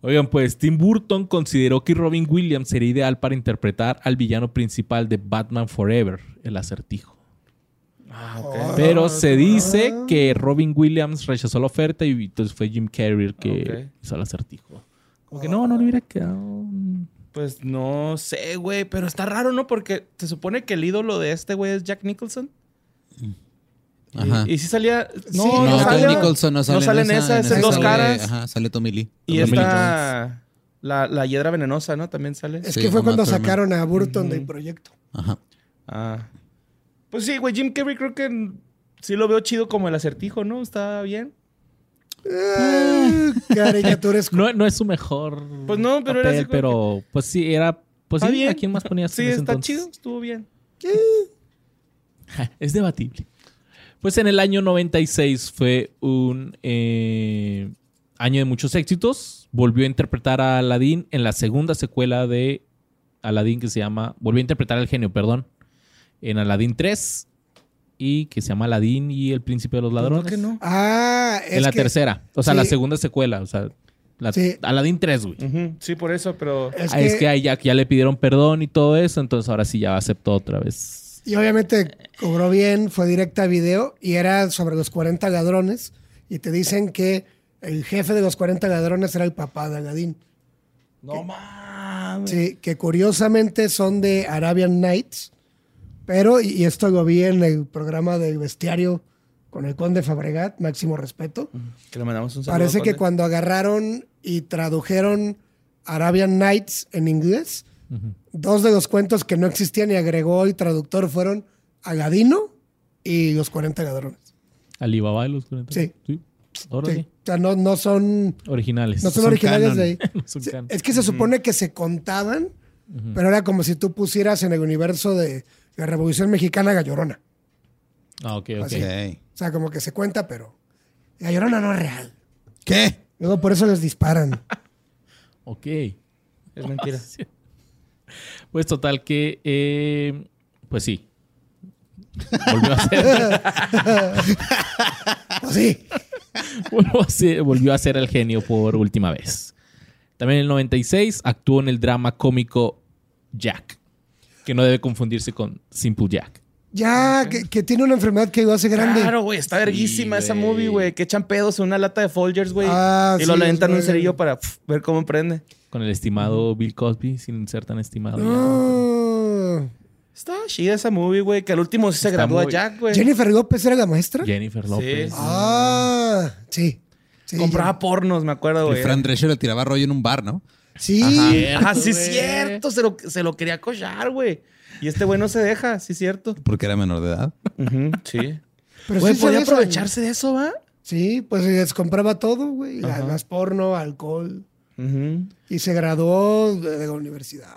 A: Oigan, pues Tim Burton consideró que Robin Williams sería ideal para interpretar al villano principal de Batman Forever, el acertijo.
B: Ah, ok.
A: Pero se dice que Robin Williams rechazó la oferta y entonces fue Jim Carrey el que
B: Ok. Ah.
A: hizo el acertijo. Como que no, no le hubiera quedado.
B: Pues no sé, güey, pero está raro, ¿no? Porque se supone que el ídolo de este güey es Jack Nicholson.
D: Ajá.
B: Y, y sí salía. No,
C: Sí,
B: no,
D: no,
B: sale,
D: Tom Nicholson no sale,
B: no sale en esa, es en dos
D: sale-
B: caras.
D: Ajá, sale Tommy Lee.
B: Y
D: Tommy Lee Jones.
B: esta. La, la hiedra venenosa, ¿no? También sale.
C: Es
D: Sí,
C: que fue
D: Uma
C: cuando
D: Thurman.
C: sacaron a Burton del proyecto.
D: Ajá.
B: Ah. Pues sí, güey, Jim Carrey creo que n- sí lo veo chido como el acertijo, ¿no? Está bien.
A: Ah.
C: Eh, Caricaturesco.
A: No, no es su mejor.
B: Pues no, pero era
A: papel,
B: así como
A: Pero pues sí, era. Pues
B: Ah,
A: sí,
B: bien.
A: ¿a quién más ponías?
B: Sí,
A: en ese
B: está
A: entonces?
B: chido, estuvo bien.
A: Ja, Es debatible. Pues en el año 96 fue un eh, año de muchos éxitos. Volvió a interpretar a Aladdin en la segunda secuela de Aladdin que se llama... Volvió a interpretar al genio, perdón. En Aladdin 3 y que se llama Aladdin y el príncipe de los ladrones.
B: ¿Por qué no?
C: Ah, es
A: en la
C: que-
A: tercera. O sea, la
C: sí.
A: segunda secuela. O sea, la,
C: Sí.
A: Aladdin 3, güey.
B: Ujú, Sí, por eso, pero.
C: Es
A: Ah, Es que
C: que-
A: a Jack ya le pidieron perdón y todo eso. Entonces ahora sí ya aceptó otra vez.
C: Y obviamente cobró bien, fue directa a video y era sobre los 40 ladrones. Y te dicen que el jefe de los 40 ladrones era el papá de Aladín.
B: No mames.
C: Sí, que curiosamente son de Arabian Nights. Pero, y- y esto lo vi en el programa del bestiario con el conde Fabregat, máximo respeto.
B: Que le mandamos un saludo.
C: Parece que
B: Conde.
C: cuando agarraron y tradujeron Arabian Nights en inglés, dos de los cuentos que no existían y agregó el traductor fueron Aladino y Los 40 Ladrones.
A: Alibaba de los 40.
C: Sí.
A: Órale.
C: Sí. O sea, no, no son,
A: Originales.
C: no son,
D: Son
C: originales
D: canon.
C: de ahí.
A: No son
C: Sí,
A: canon.
C: Es que se supone que se contaban, pero era como si tú pusieras en el universo de la Revolución Mexicana Gallorona.
A: Ah, ok, ok.
C: Así.
D: Ok.
C: O sea, como que se cuenta, pero Gallorona no es real.
D: ¿Qué?
C: Luego por eso les disparan.
A: Ok.
B: Es mentira.
A: Pues total que, eh, pues sí. Volvió a ser,
C: Pues sí.
A: volvió a ser- volvió a ser el genio por última vez. También en el 96 actuó en el drama cómico Jack, que no debe confundirse con Simple Jack.
C: Ya, que, que tiene una enfermedad que lo hace grande.
B: Claro, güey, está verguísima esa
A: güey.
B: movie, güey. Que echan pedos en una lata de Folgers, güey.
C: Ah,
B: y lo
C: sí,
B: alentan
C: es
B: un
C: muy-
B: cerillo para pf, ver cómo prende.
A: Con el estimado Bill Cosby, sin ser tan estimado. ya.
C: Ah.
B: Está chida esa movie, güey. Que al último sí se
A: Está
B: graduó a
A: muy-
B: Jack, güey.
C: Jennifer López era la maestra.
A: Jennifer López.
C: Ah, sí. sí
B: Compraba pornos, me acuerdo,
D: Y
B: güey.
D: Fran Drescher le tiraba rollo en un bar, ¿no?
C: ya. Sí.
B: Ajá, sí,
A: güey.
B: cierto. Se lo, se lo quería cochar, güey. Y este güey no se deja, sí, cierto.
D: Porque era menor de edad.
B: Ujú, sí.
C: Pero
B: güey,
C: sí se
B: podía
C: besan.
B: aprovecharse de eso, ¿va?
C: Sí, pues les compraba todo, güey.
B: Ajá.
C: Además, porno, alcohol.
B: Ujú.
C: Y se graduó de, de la universidad.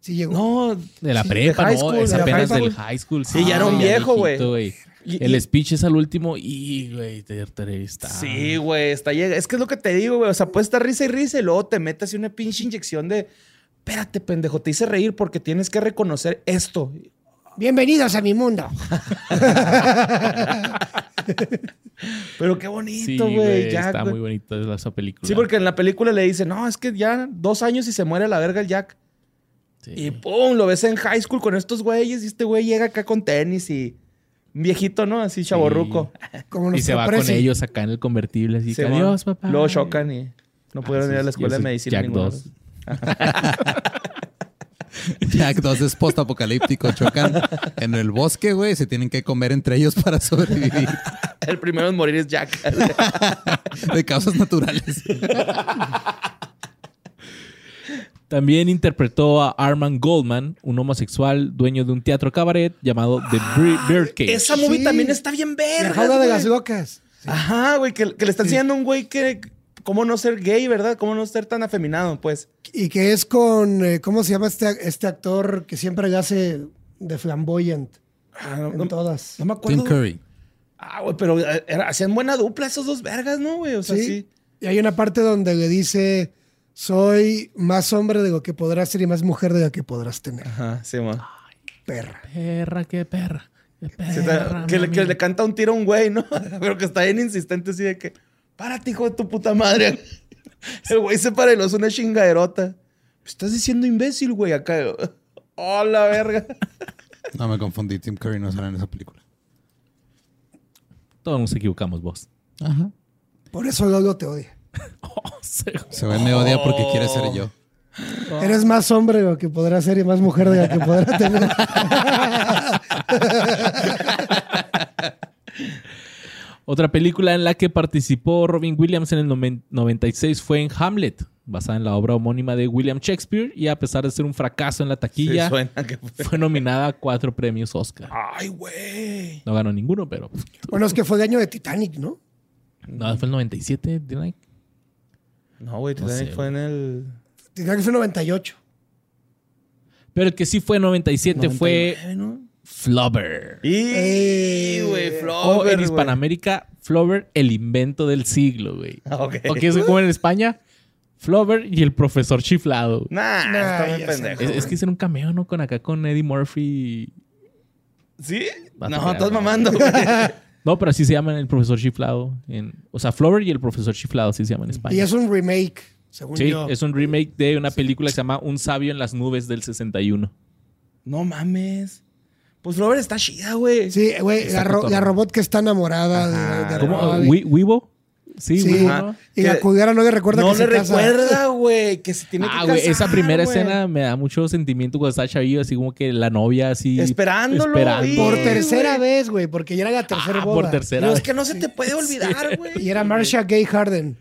C: Sí llegó.
B: No,
A: De la
B: sí,
A: prepa,
B: high
A: ¿no?
B: school,
A: es
B: de la
A: apenas
B: prepa,
A: del
B: güey.
A: high school.
B: Sí, ya era un viejo, güey.
A: viejito,
B: Y-
A: El
B: y-
A: speech es al último y, güey, te, te está.
B: Sí, güey, está llega. Es que es lo que te digo, güey. O sea, puedes estar risa y risa y luego te metes así una pinche inyección de. Espérate, pendejo, te hice reír porque tienes que reconocer esto.
C: Bienvenidos a mi mundo.
B: Pero qué
A: Sí,
B: bonito, güey.
A: güey.
B: Jack,
A: está
B: güey.
A: muy bonita esa película.
B: Sí, porque en la película le dice, no, es que ya dos años y se muere la verga el Jack.
A: Sí.
B: Y pum, lo ves en high school con estos güeyes y este güey llega acá con tenis y un viejito, ¿no? Así chaborruco.
C: Como
A: Y se
C: nuestro
A: va
C: presi.
A: con ellos acá en el convertible. Así
B: Se
A: que
B: van.
A: adiós, papá.
B: Luego chocan y no pudieron
A: Ah,
B: ir a
A: sí,
B: la escuela
A: yo
B: de
A: soy
B: medicina.
A: Jack
B: ninguna
A: 2.
B: vez.
D: Jack 2 es postapocalíptico. Chocan en el bosque, güey. Se tienen que comer entre ellos para sobrevivir.
B: El primero en morir es Jack.
D: De causas naturales.
A: También interpretó a Armand Goldman, un homosexual dueño de un teatro cabaret llamado The Bir- Birdcage.
B: Ah, Esa movie
C: Sí.
B: también está bien
C: La
B: verga.
C: jaula de
B: güey.
C: las locas.
B: Ajá, güey, que, que le están enseñando a un güey que. ¿Cómo no ser gay, verdad? ¿Cómo no ser tan afeminado, pues?
C: Y que es con, eh, ¿cómo se llama este, este actor que siempre le hace de flamboyant
B: Ah, no, no-
C: en todas?
B: no me acuerdo.
D: Tim Curry.
B: Ah, güey, pero eh, era- hacían buena dupla esos dos vergas, ¿no, güey? O sea, sí.
C: Sí. Y hay una parte donde le dice, soy más hombre de lo que podrás ser y más mujer de lo que podrás tener.
B: Ajá, sí, man.
A: Ah,
C: Perra.
A: Perra, qué perra. Qué
B: Sí, está-
A: perra.
B: que, le,
A: mami.
B: que le canta un tiro a un güey, ¿no? Pero que está bien insistente así de que, párate, hijo de tu puta madre. El güey se para y lo hace una chingaderota. Estás diciendo imbécil, güey, acá. Oh, la verga.
D: No me confundí. Tim Curry no será en esa película.
A: Todos nos equivocamos, vos.
D: Ajá.
C: Por eso Lolo te odia.
A: Oh, se-
D: Se ve, me odia porque quiere ser yo.
C: Eres más hombre de lo que podrás ser y más mujer de lo que podrás tener.
A: Otra película en la que participó Robin Williams en el noven- 96 fue en Hamlet, basada en la obra homónima de William Shakespeare, y a pesar de ser un fracaso en la taquilla,
B: Sí, suena que fue.
A: fue nominada a cuatro premios Oscar.
B: Ay, güey.
A: No ganó ninguno, pero pues,
C: bueno, es que fue de año de Titanic, ¿no?
A: no, fue el 97, Titanic.
B: No, güey,
A: No
B: Titanic
A: sé,
B: fue en el.
C: Titanic fue 98.
A: Pero el que sí fue en 97 fue
B: 99, ¿no?
A: Flubber.
B: Y,
C: Eh,
B: güey,
A: O
B: Flover.
A: en Hispanoamérica, Flubber, el invento del siglo, güey.
B: Ah, Ok.
A: O que es como en España, Flubber y el profesor chiflado.
B: Nah,
C: Nah,
B: está muy
C: ya
B: pendejo.
A: Es, es que hicieron un cameo, ¿no? Con acá con Eddie Murphy.
B: ¿Sí?
A: Vas a
B: No,
A: crear,
B: estás
A: no.
B: mamando, güey.
A: No, pero así se llaman el profesor chiflado. en- o sea, Flover y el profesor chiflado así se llaman en España.
C: Y es un remake, según
A: sí,
C: yo.
A: es un remake de una película que se llama Un sabio en las nubes del 61.
B: No mames. Pues Flover está chida, güey.
C: Sí, güey,
A: Está
C: la, ro-
A: cotorra.
C: la robot que está enamorada de,
B: Ajá.
C: de
A: ¿Cómo?
C: Robbie.
A: ¿Wi- ¿Wivo? Sí,
C: Ah, Sí.
A: Wivo,
B: Ajá.
A: ¿no?
C: Y la
B: Que-
C: culera no le recuerda
B: no
C: que se
B: le
C: casa.
B: recuerda, güey, que se tiene que
A: Ah, güey, esa
B: casar,
A: primera
B: güey.
A: escena me da mucho sentimiento cuando está chavillo, así como que la novia así...
B: Esperándolo,
A: esperando.
B: y-
C: Por
B: Sí,
C: tercera
B: güey.
C: vez, güey, porque ya era la tercera
A: Ah,
C: boda.
A: por tercera
B: Pero es
A: vez.
B: que no se te puede olvidar, güey.
C: Y era Marsha Gay Harden.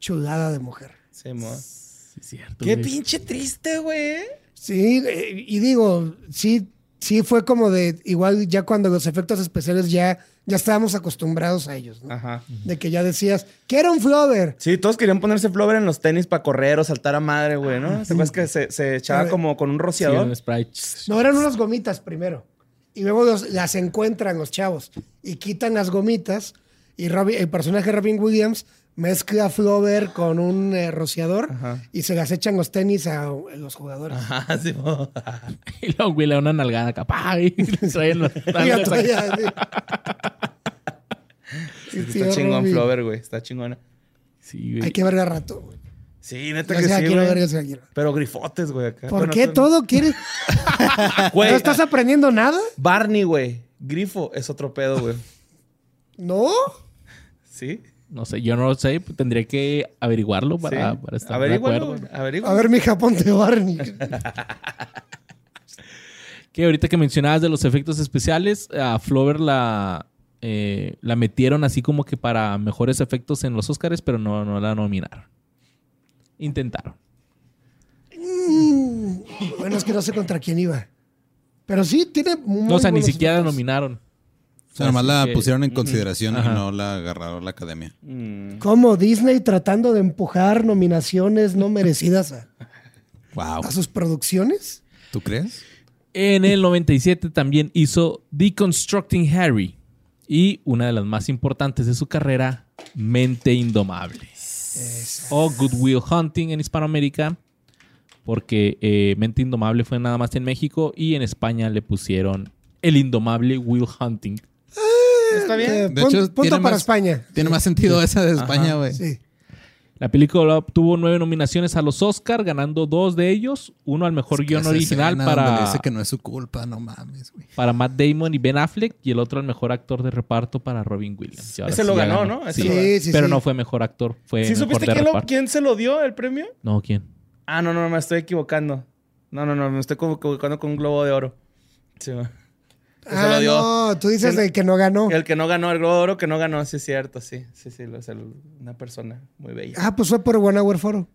C: Chulada de mujer.
B: Sí, mo.
A: Sí, cierto,
C: Pues,
B: Qué
A: güey.
B: pinche triste, güey.
C: Sí, eh, y digo, sí, sí fue como de, igual ya cuando los efectos especiales ya, ya estábamos acostumbrados a ellos, ¿no?
B: Ajá.
C: De que ya decías, quiero un flower.
B: Sí, todos querían ponerse Flover en los tenis para correr o saltar a madre, güey,
C: Ah,
B: ¿no? ¿Te acuerdas que se, se echaba como con un
A: Sí, era
B: rociador?
A: un sprite.
C: No, eran unas gomitas primero. Y luego los- las encuentran los chavos y quitan las gomitas. Y Robin- el personaje de Robin Williams mezcla flower con un eh, rociador
B: Ajá.
C: y se las echan los tenis a, a los jugadores.
B: Ajá, sí, mo.
A: Y luego, güey, le da una nalgada acá. ¡pah! Y le traen los-
C: Y la traía así. Sí, tío
B: Está chingón
C: Robin.
B: Flover, güey. Está chingona.
A: Sí, güey.
C: Hay que verla a rato. güey.
B: Sí,
C: Yo
B: neta
C: sí
B: que
C: la
B: sí,
C: quiero ver,
B: güey.
C: yo sí la quiero ver.
B: Pero grifotes, güey, acá.
C: ¿Por
B: Bueno,
C: qué
B: tú-
C: todo quieres?
B: Güey,
C: ¿No estás aprendiendo nada?
B: Barney, güey. Grifo es otro pedo, güey.
C: No.
B: ¿Sí?
A: No sé, yo no lo sé. pues, Tendría que averiguarlo para,
B: sí.
A: para estar de
B: averígualo,
A: acuerdo.
B: güey, averígualo.
C: A ver, mi Japón te Barney.
A: Que ahorita que mencionabas de los efectos especiales, a Flover la, eh, la metieron así como que para mejores efectos en los Oscars, pero no, no la nominaron. Intentaron.
C: Mm. Bueno, es que no sé contra quién iba. Pero sí, tiene. muy
A: No, o sea, ni
C: buenos
A: siquiera la
C: efectos.
A: nominaron.
D: O sea, nomás
A: Así
D: la
A: que-
D: pusieron en consideración
A: Ajá.
D: y no la agarraron la academia.
C: Como Disney tratando de empujar nominaciones no merecidas a,
D: Wow.
C: a sus producciones.
D: ¿Tú crees?
A: En el 97 también hizo Deconstructing Harry y una de las más importantes de su carrera, Mente Indomable. O Goodwill Hunting en Hispanoamérica, porque eh, Mente Indomable fue nada más en México y en España le pusieron El Indomable Will Hunting.
B: ¿Está
C: Eh,
B: bien?
D: De
C: pun-
D: hecho,
C: punto
D: tiene
C: para
D: más-
C: España.
D: Tiene más sentido esa de España, güey.
C: Sí.
A: La película obtuvo nueve nominaciones a los Oscar, ganando dos de ellos, uno al mejor
D: Es que
A: guión
D: esa
A: original
D: escena donde le
A: para,
D: Dice que no es su culpa, no mames, güey.
A: para Matt Damon y Ben Affleck y el otro al mejor actor de reparto para Robin Williams. Y ahora
B: Ese lo ganó, ¿no? Ese
A: Sí.
B: lo ganó.
C: Sí, sí,
A: pero
C: sí.
A: no fue mejor actor, fue
B: ¿Sí
A: mejor
B: supiste
A: de
B: quién, lo-
A: reparto.
B: quién se lo dio el premio?
A: No, ¿quién?
B: Ah, no, no, me estoy equivocando. No, no, no, me estoy como equivocando con un globo de oro. Sí, va. Ese
C: Ah,
B: lo dio.
C: no, tú dices
B: El-
C: el que no ganó.
B: El que no ganó, el globo de oro que no ganó, sí es cierto, sí. Sí, sí, lo- o sea, lo- una persona muy bella.
C: Ah, pues fue por One Hour Photo,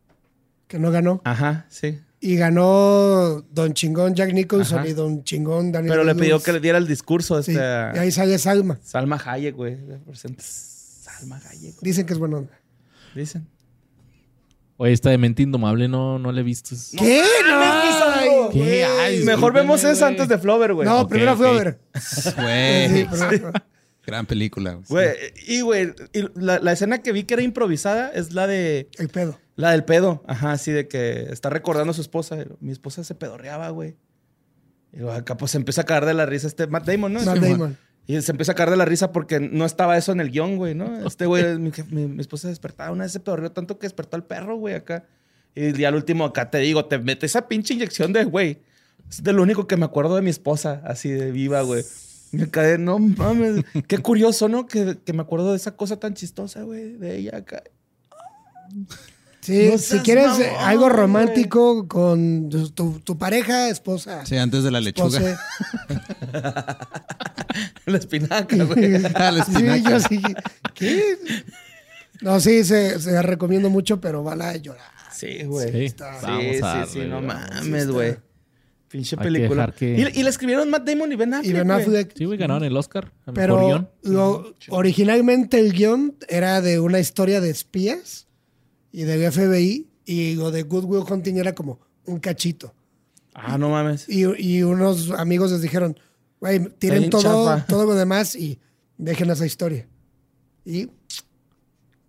C: que no ganó.
B: Ajá, sí.
C: Y ganó Don Chingón Jack Nicholson
B: Ajá.
C: y Don Chingón Daniel
B: Pero le
C: Day-Lewis.
B: pidió que le diera el discurso
C: Sí,
B: este, a
C: Y ahí sale Salma.
B: Salma Hayek, güey. la presenta. Salma Hayek, güey,
C: Dicen que es buena onda.
B: dicen.
A: Oye, esta de Mente Indomable no, no la he visto. Es-
C: ¿Qué? No,
A: ¿Qué? Ah,
C: güey.
A: Ay,
B: Mejor
A: discúlpenme,
B: vemos esa
A: güey.
B: antes de Flover, güey.
C: No,
A: Ok,
C: primero fue
A: ok.
C: over.
B: Eh.
D: Güey.
C: Sí, primero-
D: Gran película. güey.
B: Güey, y güey, y la, la escena que vi que era improvisada es la de
C: El pedo.
B: la del pedo. Ajá, así de que está recordando a su esposa. Mi esposa se pedorreaba, güey. Y luego acá pues se empieza a caer de la risa este Matt Damon, ¿no?
C: Matt
B: Sí,
C: Damon.
B: Y se empieza a caer de la risa porque no estaba eso en el guión, güey, ¿no? Este güey, mi, jef- mi- mi esposa despertaba, una vez se pedorreó tanto que despertó al perro, güey, acá. Y ya al último, acá te digo, te metes esa pinche inyección de, güey. Es de lo único que me acuerdo de mi esposa, así de viva, güey. Me cae, no mames. Qué curioso, ¿no? Que, que me acuerdo de esa cosa tan chistosa, güey, de ella acá.
C: Sí,
B: No
C: si
B: seas
C: quieres eh,
B: mamón,
C: algo
B: güey.
C: romántico con tu, tu- tu pareja, esposa.
D: Sí, antes
C: Pues,
D: de la lechuga.
C: esposa.
B: La espinaca, güey.
D: Ah, la
C: eh, Sí,
D: espinaca.
C: yo sí. ¿Qué? No, sí, se, se la recomiendo mucho, pero van a llorar.
B: Sí, güey.
A: Sí,
B: Sí,
A: vamos
B: sí,
A: a darle,
B: sí, no
A: güey, vamos.
B: mames, güey. Pinche
A: Hay que
B: película.
A: dejar que-
B: Y, y la escribieron Matt Damon y Ben Affleck.
C: Y Ben
B: güey.
C: Affleck.
A: Sí, güey, ganaron el Oscar. a mejor guión.
C: Pero lo- originalmente el guión era de una historia de espías y del FBI y lo de Good Will Hunting era como un cachito.
B: Ah, no mames.
C: Y, y unos amigos les dijeron, güey, tiren
B: bien
C: todo,
B: chafa."
C: todo lo demás y dejen esa historia. Y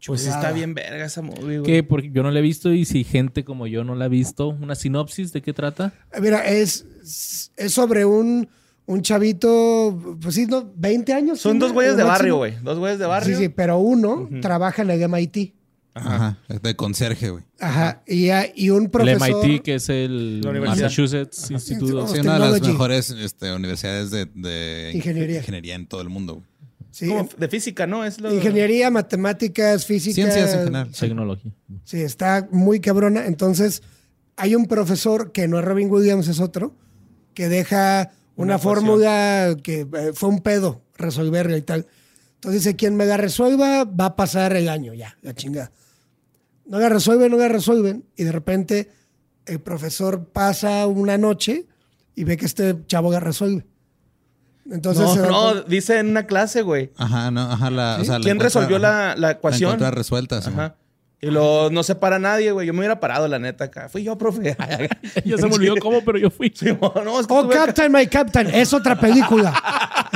B: Pues sí
C: Chulada.
B: está bien verga esa movie, güey.
A: ¿Qué? Porque yo no la he visto y si gente como yo no la ha visto, ¿una sinopsis de qué trata?
C: eh, mira, es, es sobre un, un chavito, pues sí, ¿no? 20 años.
B: Son
C: ¿sí,
B: dos
C: no?
B: güeyes
C: Lo
B: de
C: máximo.
B: barrio, güey. Dos güeyes de barrio.
C: Sí, sí, pero uno trabaja en el MIT.
D: Ajá. De conserje, güey.
C: Ajá. Y, ah, y un
A: El
C: profesor...
A: MIT, que es el
B: La universidad.
A: Massachusetts Institute. of-
C: Of
D: Sí, una de las
C: Technology.
D: mejores este, universidades de, de
C: Ingeniería.
D: ingeniería en todo el mundo. güey.
C: Sí, em,
B: Como de física, ¿no? Es lo...
C: Ingeniería, matemáticas, física.
D: Ciencias en general.
A: Tecnología.
C: Sí, está muy cabrona. Entonces, hay un profesor que no es Robin Williams, es otro, que deja
B: Una
C: una,
B: ecuación.
C: fórmula que eh, fue un pedo resolverla y tal. Entonces dice, quien me la resuelva va a pasar el año ya, la chingada. No la resuelven, no la resuelven. Y de repente el profesor pasa una noche y ve que este chavo la resuelve. Entonces
B: No,
C: se da
B: no,
C: cuenta-
B: dice en una clase, güey.
D: Ajá, no, ajá. La, o sea, la
B: ¿Quién
D: encuentra-
B: resolvió la,
D: ajá,
B: la ecuación?
D: La encuentra resuelta, sí,
B: Ajá. Y lo, no se para nadie, güey. Yo me hubiera parado, la neta, acá. Fui yo, profe.
A: Ya se me olvidó cómo, pero yo fui.
B: Sí, no, es que
C: Oh,
B: tuve acá-
C: Captain, my Captain, es otra película.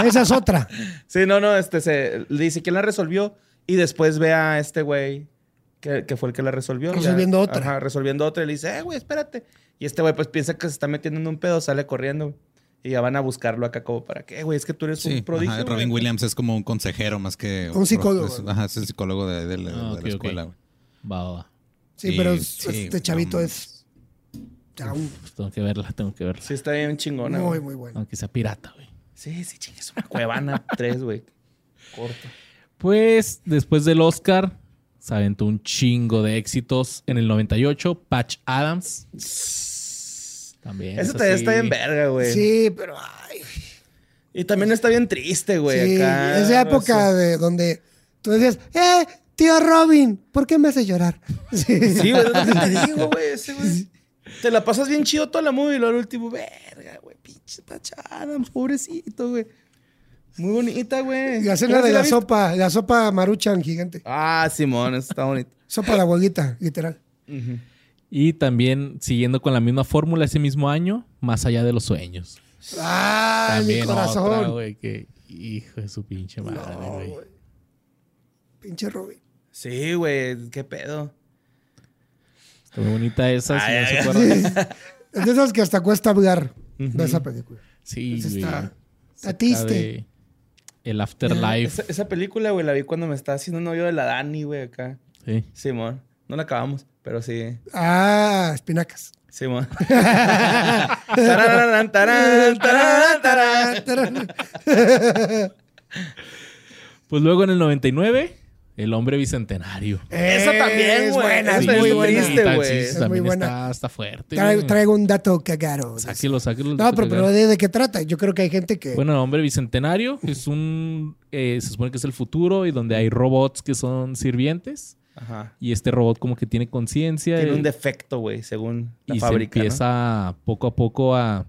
C: Esa es otra.
B: Sí, no, no, este se le dice quién la resolvió y después ve a este güey que, que fue el que la resolvió. Ya,
C: Resolviendo otra.
B: Ajá, resolviendo otra y le dice, eh, güey, espérate. Y este güey pues piensa que se está metiendo en un pedo, sale corriendo y ya van a buscarlo acá como para qué, güey, es que tú eres
D: Sí,
B: un prodigio.
D: ajá,
B: güey".
D: Robin Williams es como un consejero más que...
C: Un psicólogo.
D: es- ajá, es el psicólogo de, de la-
A: Ah,
D: de
A: ok,
D: la escuela,
A: ok.
D: güey.
A: Va, va, va.
C: Sí,
D: Y
C: pero
D: sí,
C: este chavito
D: no
C: es está un-
A: Pues tengo que verla, tengo que verla.
B: Sí, está bien chingona.
C: muy,
B: güey.
C: muy bueno.
A: Aunque sea pirata, güey.
B: Sí, sí, chingue, es una cuevana tres, güey. Corto.
A: Pues después del Oscar, se aventó un chingo de éxitos. En el 98, Patch Adams. También.
B: Eso
A: esa
B: también
A: sí.
B: está bien verga, güey.
C: Sí, pero ay,
B: Y también está bien triste, güey.
C: sí,
B: acá.
C: esa época de donde tú decías, "Eh, tío Robin, ¿por qué me hace llorar?" Sí.
B: Sí, güey, es lo que te digo, güey. Ese güey. Te la pasas bien chido toda la movie y luego al último, verga, güey, pinche Tacha Adams, pobrecito, güey. Muy bonita, güey.
C: Y hacen la de
B: ¿Sí
C: la
B: viste?
C: sopa, la sopa maruchan gigante.
B: Ah, Simón, eso está bonito.
C: Sopa de la abuelita, literal.
A: Y también siguiendo con la misma fórmula ese mismo año, Más allá de los sueños.
C: ¡Ay,
A: también
C: mi corazón!
A: otra, güey, que hijo de su pinche madre,
C: No,
A: güey.
C: güey. Pinche Robin.
B: Sí, güey, qué pedo.
A: Está muy bonita esa, si
B: Ay,
A: no se
B: ay,
A: acuerdan.
C: Es de esas que hasta cuesta hablar de esa película. este?
A: Sí,
C: Esa
A: güey.
C: está, está
A: Saca
C: triste.
A: de El afterlife.
B: Esa, esa película, güey, la vi cuando me estaba haciendo novio de la Dani, güey, acá.
A: Sí.
B: Simón. No la acabamos, pero sí.
C: Ah, espinacas.
B: Simón. Tarararán, tarán, tararán, tarán.
A: Pues luego en el 99, El hombre bicentenario.
B: Esa también,
C: Es
B: güey.
C: buena, es
B: Esa
C: muy
B: es
C: buena.
B: triste,
A: tan-
B: güey.
A: sí,
B: Es
A: también
C: muy buena.
A: Está, está fuerte.
C: Traigo,
A: güey.
C: traigo un dato cagado.
A: Sáquelo, sáquelo.
C: No, pero,
A: sáquelo.
C: pero ¿de, de qué trata? Yo creo que hay gente que...
A: Bueno, el hombre bicentenario es un. eh, se supone que es el futuro y donde hay robots que son sirvientes.
B: Ajá.
A: Y este robot, como que tiene conciencia.
B: Tiene
A: eh,
B: un defecto, güey, según la
A: y
B: fábrica.
A: se
B: ¿no?
A: empieza poco a poco a,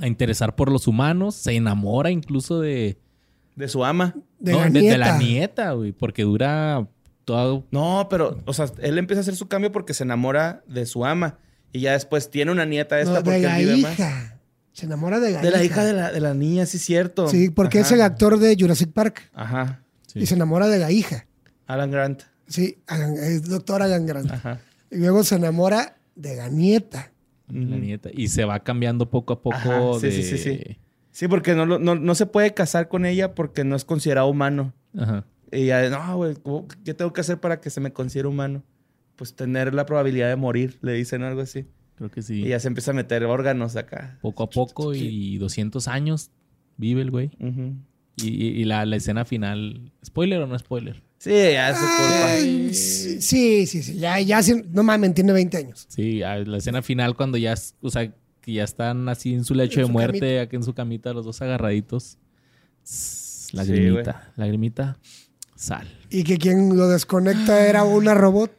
A: a interesar por los humanos. Se enamora incluso de,
B: De su ama.
C: de,
A: no,
C: la
A: de- de
C: nieta.
A: la nieta, güey, porque dura todo.
B: No, pero, o sea, él empieza a hacer su cambio porque se enamora de su ama. Y ya después tiene una nieta esta
C: No,
B: porque
C: de
B: él
C: la
B: vive más.
C: hija. Se enamora de la
B: De la
C: hija.
B: hija de la, de la niña, sí, cierto.
C: Sí, porque
B: Ajá.
C: es el actor de Jurassic Park.
B: Ajá.
A: Sí.
C: Y se enamora de la hija.
B: Alan Grant.
C: Sí, Alan- es doctor Alan Grant.
A: Ah.
B: Ajá.
C: Y luego se enamora de la nieta.
A: La nieta. Y se va cambiando poco a poco
B: Ajá, sí,
A: de.
B: sí, sí, sí. Sí, porque no, lo- no, no se puede casar con ella porque no es considerado humano.
A: Ajá.
B: Y ya, no, güey, ¿cómo- ¿qué tengo que hacer para que se me considere humano? Pues tener la probabilidad de morir, le dicen algo así.
A: Creo que sí.
B: Y ya se empieza a meter órganos acá.
A: Poco a poco y 200 años vive el güey.
B: Ujú.
A: Y, y- y la, la escena final. ¿Spoiler o no spoiler?
B: Sí, ya es su culpa.
C: Ay, sí, sí, sí, sí. Ya, ya, sí, no mames, tiene 20 años.
A: Sí, a- la escena final cuando ya. es- O sea, que ya están así en su lecho
C: En
A: de
C: su
A: muerte,
C: camita.
A: aquí en su camita, los dos agarraditos. Sss,
B: Sí, güey.
A: Lagrimita. lagrimita. Sal.
C: Y que quien lo
B: Ah.
C: desconecta era una robot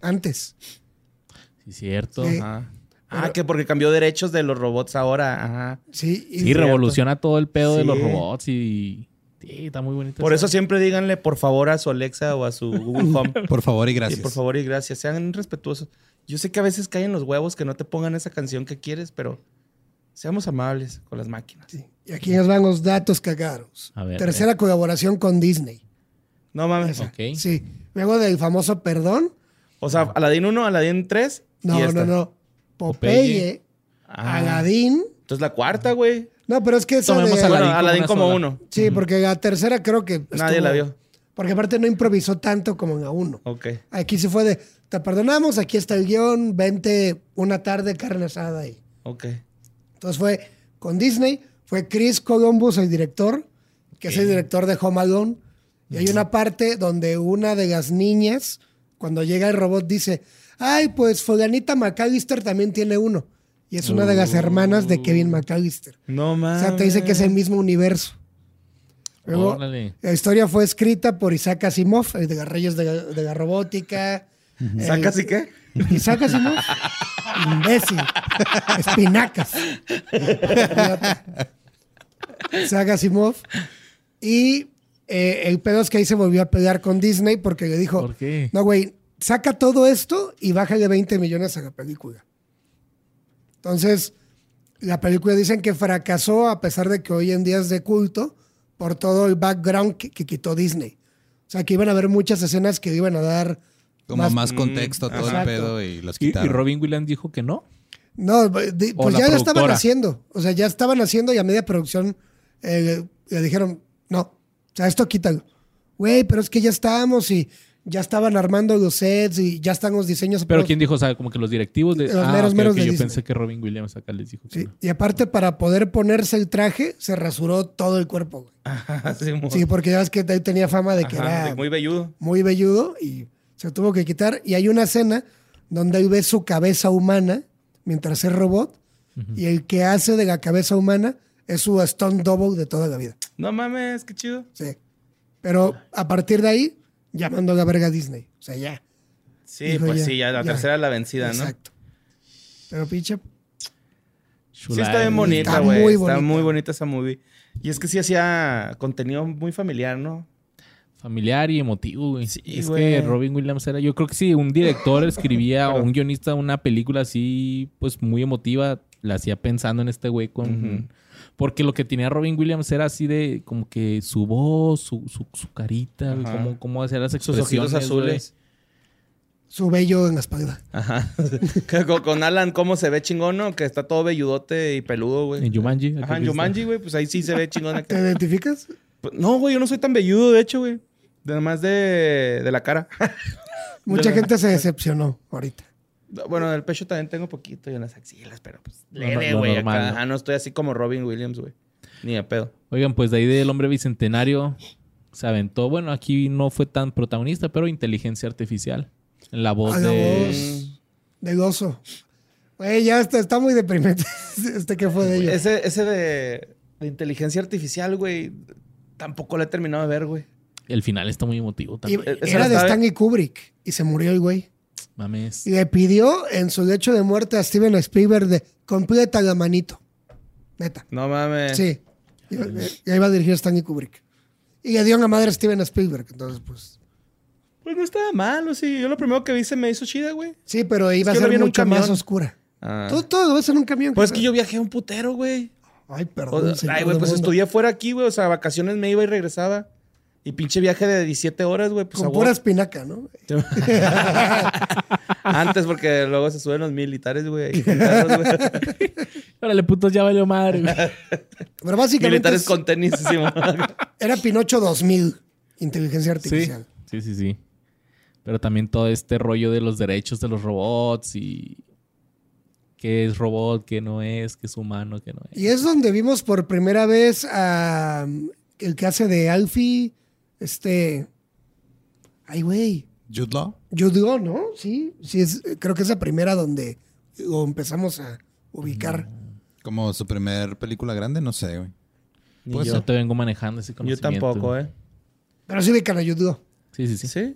C: antes.
A: Sí, cierto.
C: Sí.
B: Ajá. Ah, que porque cambió derechos de los robots ahora. Ajá.
C: Sí, y-
A: Sí, revoluciona todo el pedo de los
B: Sí.
A: robots y. Sí, está muy bonito.
B: Por
A: eso.
B: eso siempre díganle por favor a su Alexa o a su Google Home.
D: Por favor y
B: Sí,
D: gracias.
B: por favor y gracias. Sean respetuosos. Yo sé que a veces caen los huevos que no te pongan esa canción que quieres, pero seamos amables con las máquinas.
C: sí. Y aquí nos van los datos cagados.
A: A ver,
C: Tercera colaboración con Disney.
B: No mames.
A: Ok.
C: Sí. Luego del famoso Perdón.
B: O sea, Aladdin 1, Aladdin 3.
C: No,
B: y esta.
C: no, no. Popeye,
A: Popeye.
B: Ah.
C: Aladín.
B: Entonces la cuarta, güey.
C: No, pero es que esa
A: Tomemos
C: de-
A: a
B: Bueno,
A: Aladín
B: Aladdin,
A: como una
B: como
A: sola.
B: uno.
C: Sí, porque la tercera creo que.
B: Nadie
C: estuvo-
B: la vio.
C: Porque aparte no improvisó tanto como en la uno.
B: Ok.
C: Aquí sí fue de. Te perdonamos, aquí está el guión, vente una tarde carne asada ahí.
B: Ok.
C: Entonces fue con Disney, fue Chris Columbus el director, que es el director de Home Alone. Y hay una parte donde una de las niñas, cuando llega el robot, dice, ay, pues Foganita McAllister también tiene uno. Y es una de las hermanas de Kevin McAllister.
B: No
C: O
B: mames.
C: sea, te dice que
B: Ah.
C: es el mismo universo. Luego,
A: Órale.
C: la historia fue escrita por Isaac Asimov, el de las Reyes de la, de la Robótica. Este, el-
B: ¿Saca así qué?
C: Isaac Asimov, imbécil, espinacas. Isaac Asimov. Y eh, el pedo es que ahí se volvió a pelear con Disney porque le dijo,
A: ¿Por qué?
C: no, güey, saca todo esto y bájale 20 millones a la película. Entonces, la película dicen que fracasó a pesar de que hoy en día es de culto por todo el background que, que quitó Disney. O sea, que iban a haber muchas escenas que iban a dar
D: Como
C: Más-
D: más, contexto a todo
C: Exacto.
D: el pedo
A: Y,
D: y las
A: y
D: pues quitaron.
A: Robin Williams dijo que no.
C: No, de-
A: O
C: pues
A: la
C: ya lo estaban
A: productora.
C: haciendo. O sea, ya estaban haciendo y a media producción eh, le, le dijeron, no, o sea, esto quítalo. Güey, pero es que ya estábamos y ya estaban armando los sets y ya están los diseños.
A: Pero
C: aprobados".
A: quién dijo, o sea, como que los directivos de. Ah,
C: Los meros,
A: ok,
C: meros
A: ok,
C: de
A: Yo
C: Disney.
A: pensé que Robin Williams acá les dijo que
C: Sí,
A: no.
C: Y aparte, para poder ponerse el traje, se rasuró todo el cuerpo. güey.
B: Ah, sí, muy,
C: Sí, porque ya ves que ahí tenía fama de que
B: Ajá,
C: era
B: de muy velludo.
C: muy velludo y se tuvo que quitar. Y hay una escena donde él ve su cabeza humana mientras es robot y el que hace de la cabeza humana es su stone double de toda la vida.
B: No mames, qué chido.
C: Sí. Pero a partir de ahí, llamando a la verga a Disney. O sea, ya.
B: Sí,
C: Dijo
B: pues
C: ya,
B: sí, ya la
C: ya.
B: tercera es la vencida, ¿no?
C: Exacto. Pero pinche.
B: Sí, está bien bonita,
C: Está
B: güey.
C: muy
B: Está,
C: bonita.
B: muy bonita esa movie. Y es que sí hacía contenido muy familiar, ¿no?
A: Familiar y emotivo, güey.
B: Sí,
A: es
B: güey.
A: que Robin Williams era. Yo creo que si un director escribía o un guionista una película así, pues muy emotiva, la hacía pensando en este güey con.
B: Ujú.
A: Porque lo que tenía Robin Williams era así de como que su voz, su, su, su carita, güey,
B: Ajá.
A: cómo, cómo hacer las
B: Sus
A: expresiones.
B: ojitos azules.
C: Su vello en la espalda.
B: Ajá. Que con, con Alan, ¿cómo se ve chingón, no? Que está todo velludote y peludo,
A: güey.
B: güey.
A: En Jumanji.
B: Ajá, en Jumanji, güey. Pues ahí sí se ve chingón.
C: ¿Te
B: acá.
C: identificas?
B: Pues, No, güey, yo no soy tan velludo, de hecho, güey. Nada más de, de la cara.
C: Mucha gente se decepcionó ahorita.
B: Bueno, del pecho también tengo poquito y en las axilas, pero pues
A: Lo
B: leve,
A: no- lo
B: güey. acá.
A: normal, ¿no?
B: Ajá, no estoy así como Robin Williams, güey. Ni de pedo.
A: Oigan, pues de ahí del hombre bicentenario se aventó. Bueno, aquí no fue tan protagonista, pero inteligencia artificial. En la voz
C: A Ah, la
A: de.
B: Mm.
C: voz. Del oso. Güey, ya está, está muy deprimente. Este que fue de ella.
B: Ese, ese de, de inteligencia artificial, güey, tampoco lo he terminado de ver, güey.
A: El final está muy emotivo
C: Y-
A: también.
B: Esa
C: era de
B: estaba-
C: Stanley Kubrick y se murió el güey.
A: Mames.
C: Y le pidió en su lecho de muerte a Steven Spielberg de completa la manito. Neta.
B: No mames.
C: Sí. Y eh, y ahí va a dirigir Stanley Kubrick. Y le dio una madre a Steven Spielberg. Entonces, pues.
B: Pues no estaba malo, sí. Yo lo primero que vi se me hizo chida, güey.
C: Sí, pero iba
B: Es que
C: a
B: lo vi
C: ser
B: en un
C: mucho más
B: camión.
C: oscura.
B: Ah.
C: Todo, todo lo ves en un camión.
B: Pues es que
C: jefe.
B: yo viajé un putero, güey.
C: Ay,
B: O-
C: perdón. señor
B: Ay, güey,
C: del
B: pues
C: mundo.
B: estudié fuera aquí, güey. O sea, vacaciones me iba y regresaba. Y pinche viaje de 17 horas, güey. Pues a
C: Con
B: huevo.
C: pura espinaca, ¿no?
B: Antes, porque luego se suben los militares, güey. y juntarlos, güey.
A: Órale, putos, ya valió madre, güey.
C: Pero básicamente
B: militares
C: es-
B: con tenis. sí, mo-
C: era Pinocho 2000, inteligencia
A: Sí,
C: artificial.
A: sí, sí, sí. Pero también todo este rollo de los derechos de los robots y qué es robot, qué no es, qué es humano, qué no es.
C: Y es donde vimos por primera vez a um, el que hace de Alfie, este... Ay, güey.
D: Jude Law.
C: Judo, "Oh, ¿no? Sí, sí, es, eh, creo que es la primera donde lo empezamos a ubicar.
D: Como su primer película grande, no sé, güey.
B: Ni
A: Pues
B: yo.
A: yo no te vengo manejando ese
B: yo
A: conocimiento.
B: tampoco, ¿eh?
C: Pero sí ubican a Judo.
A: Sí, sí, sí,
B: ¿Sí?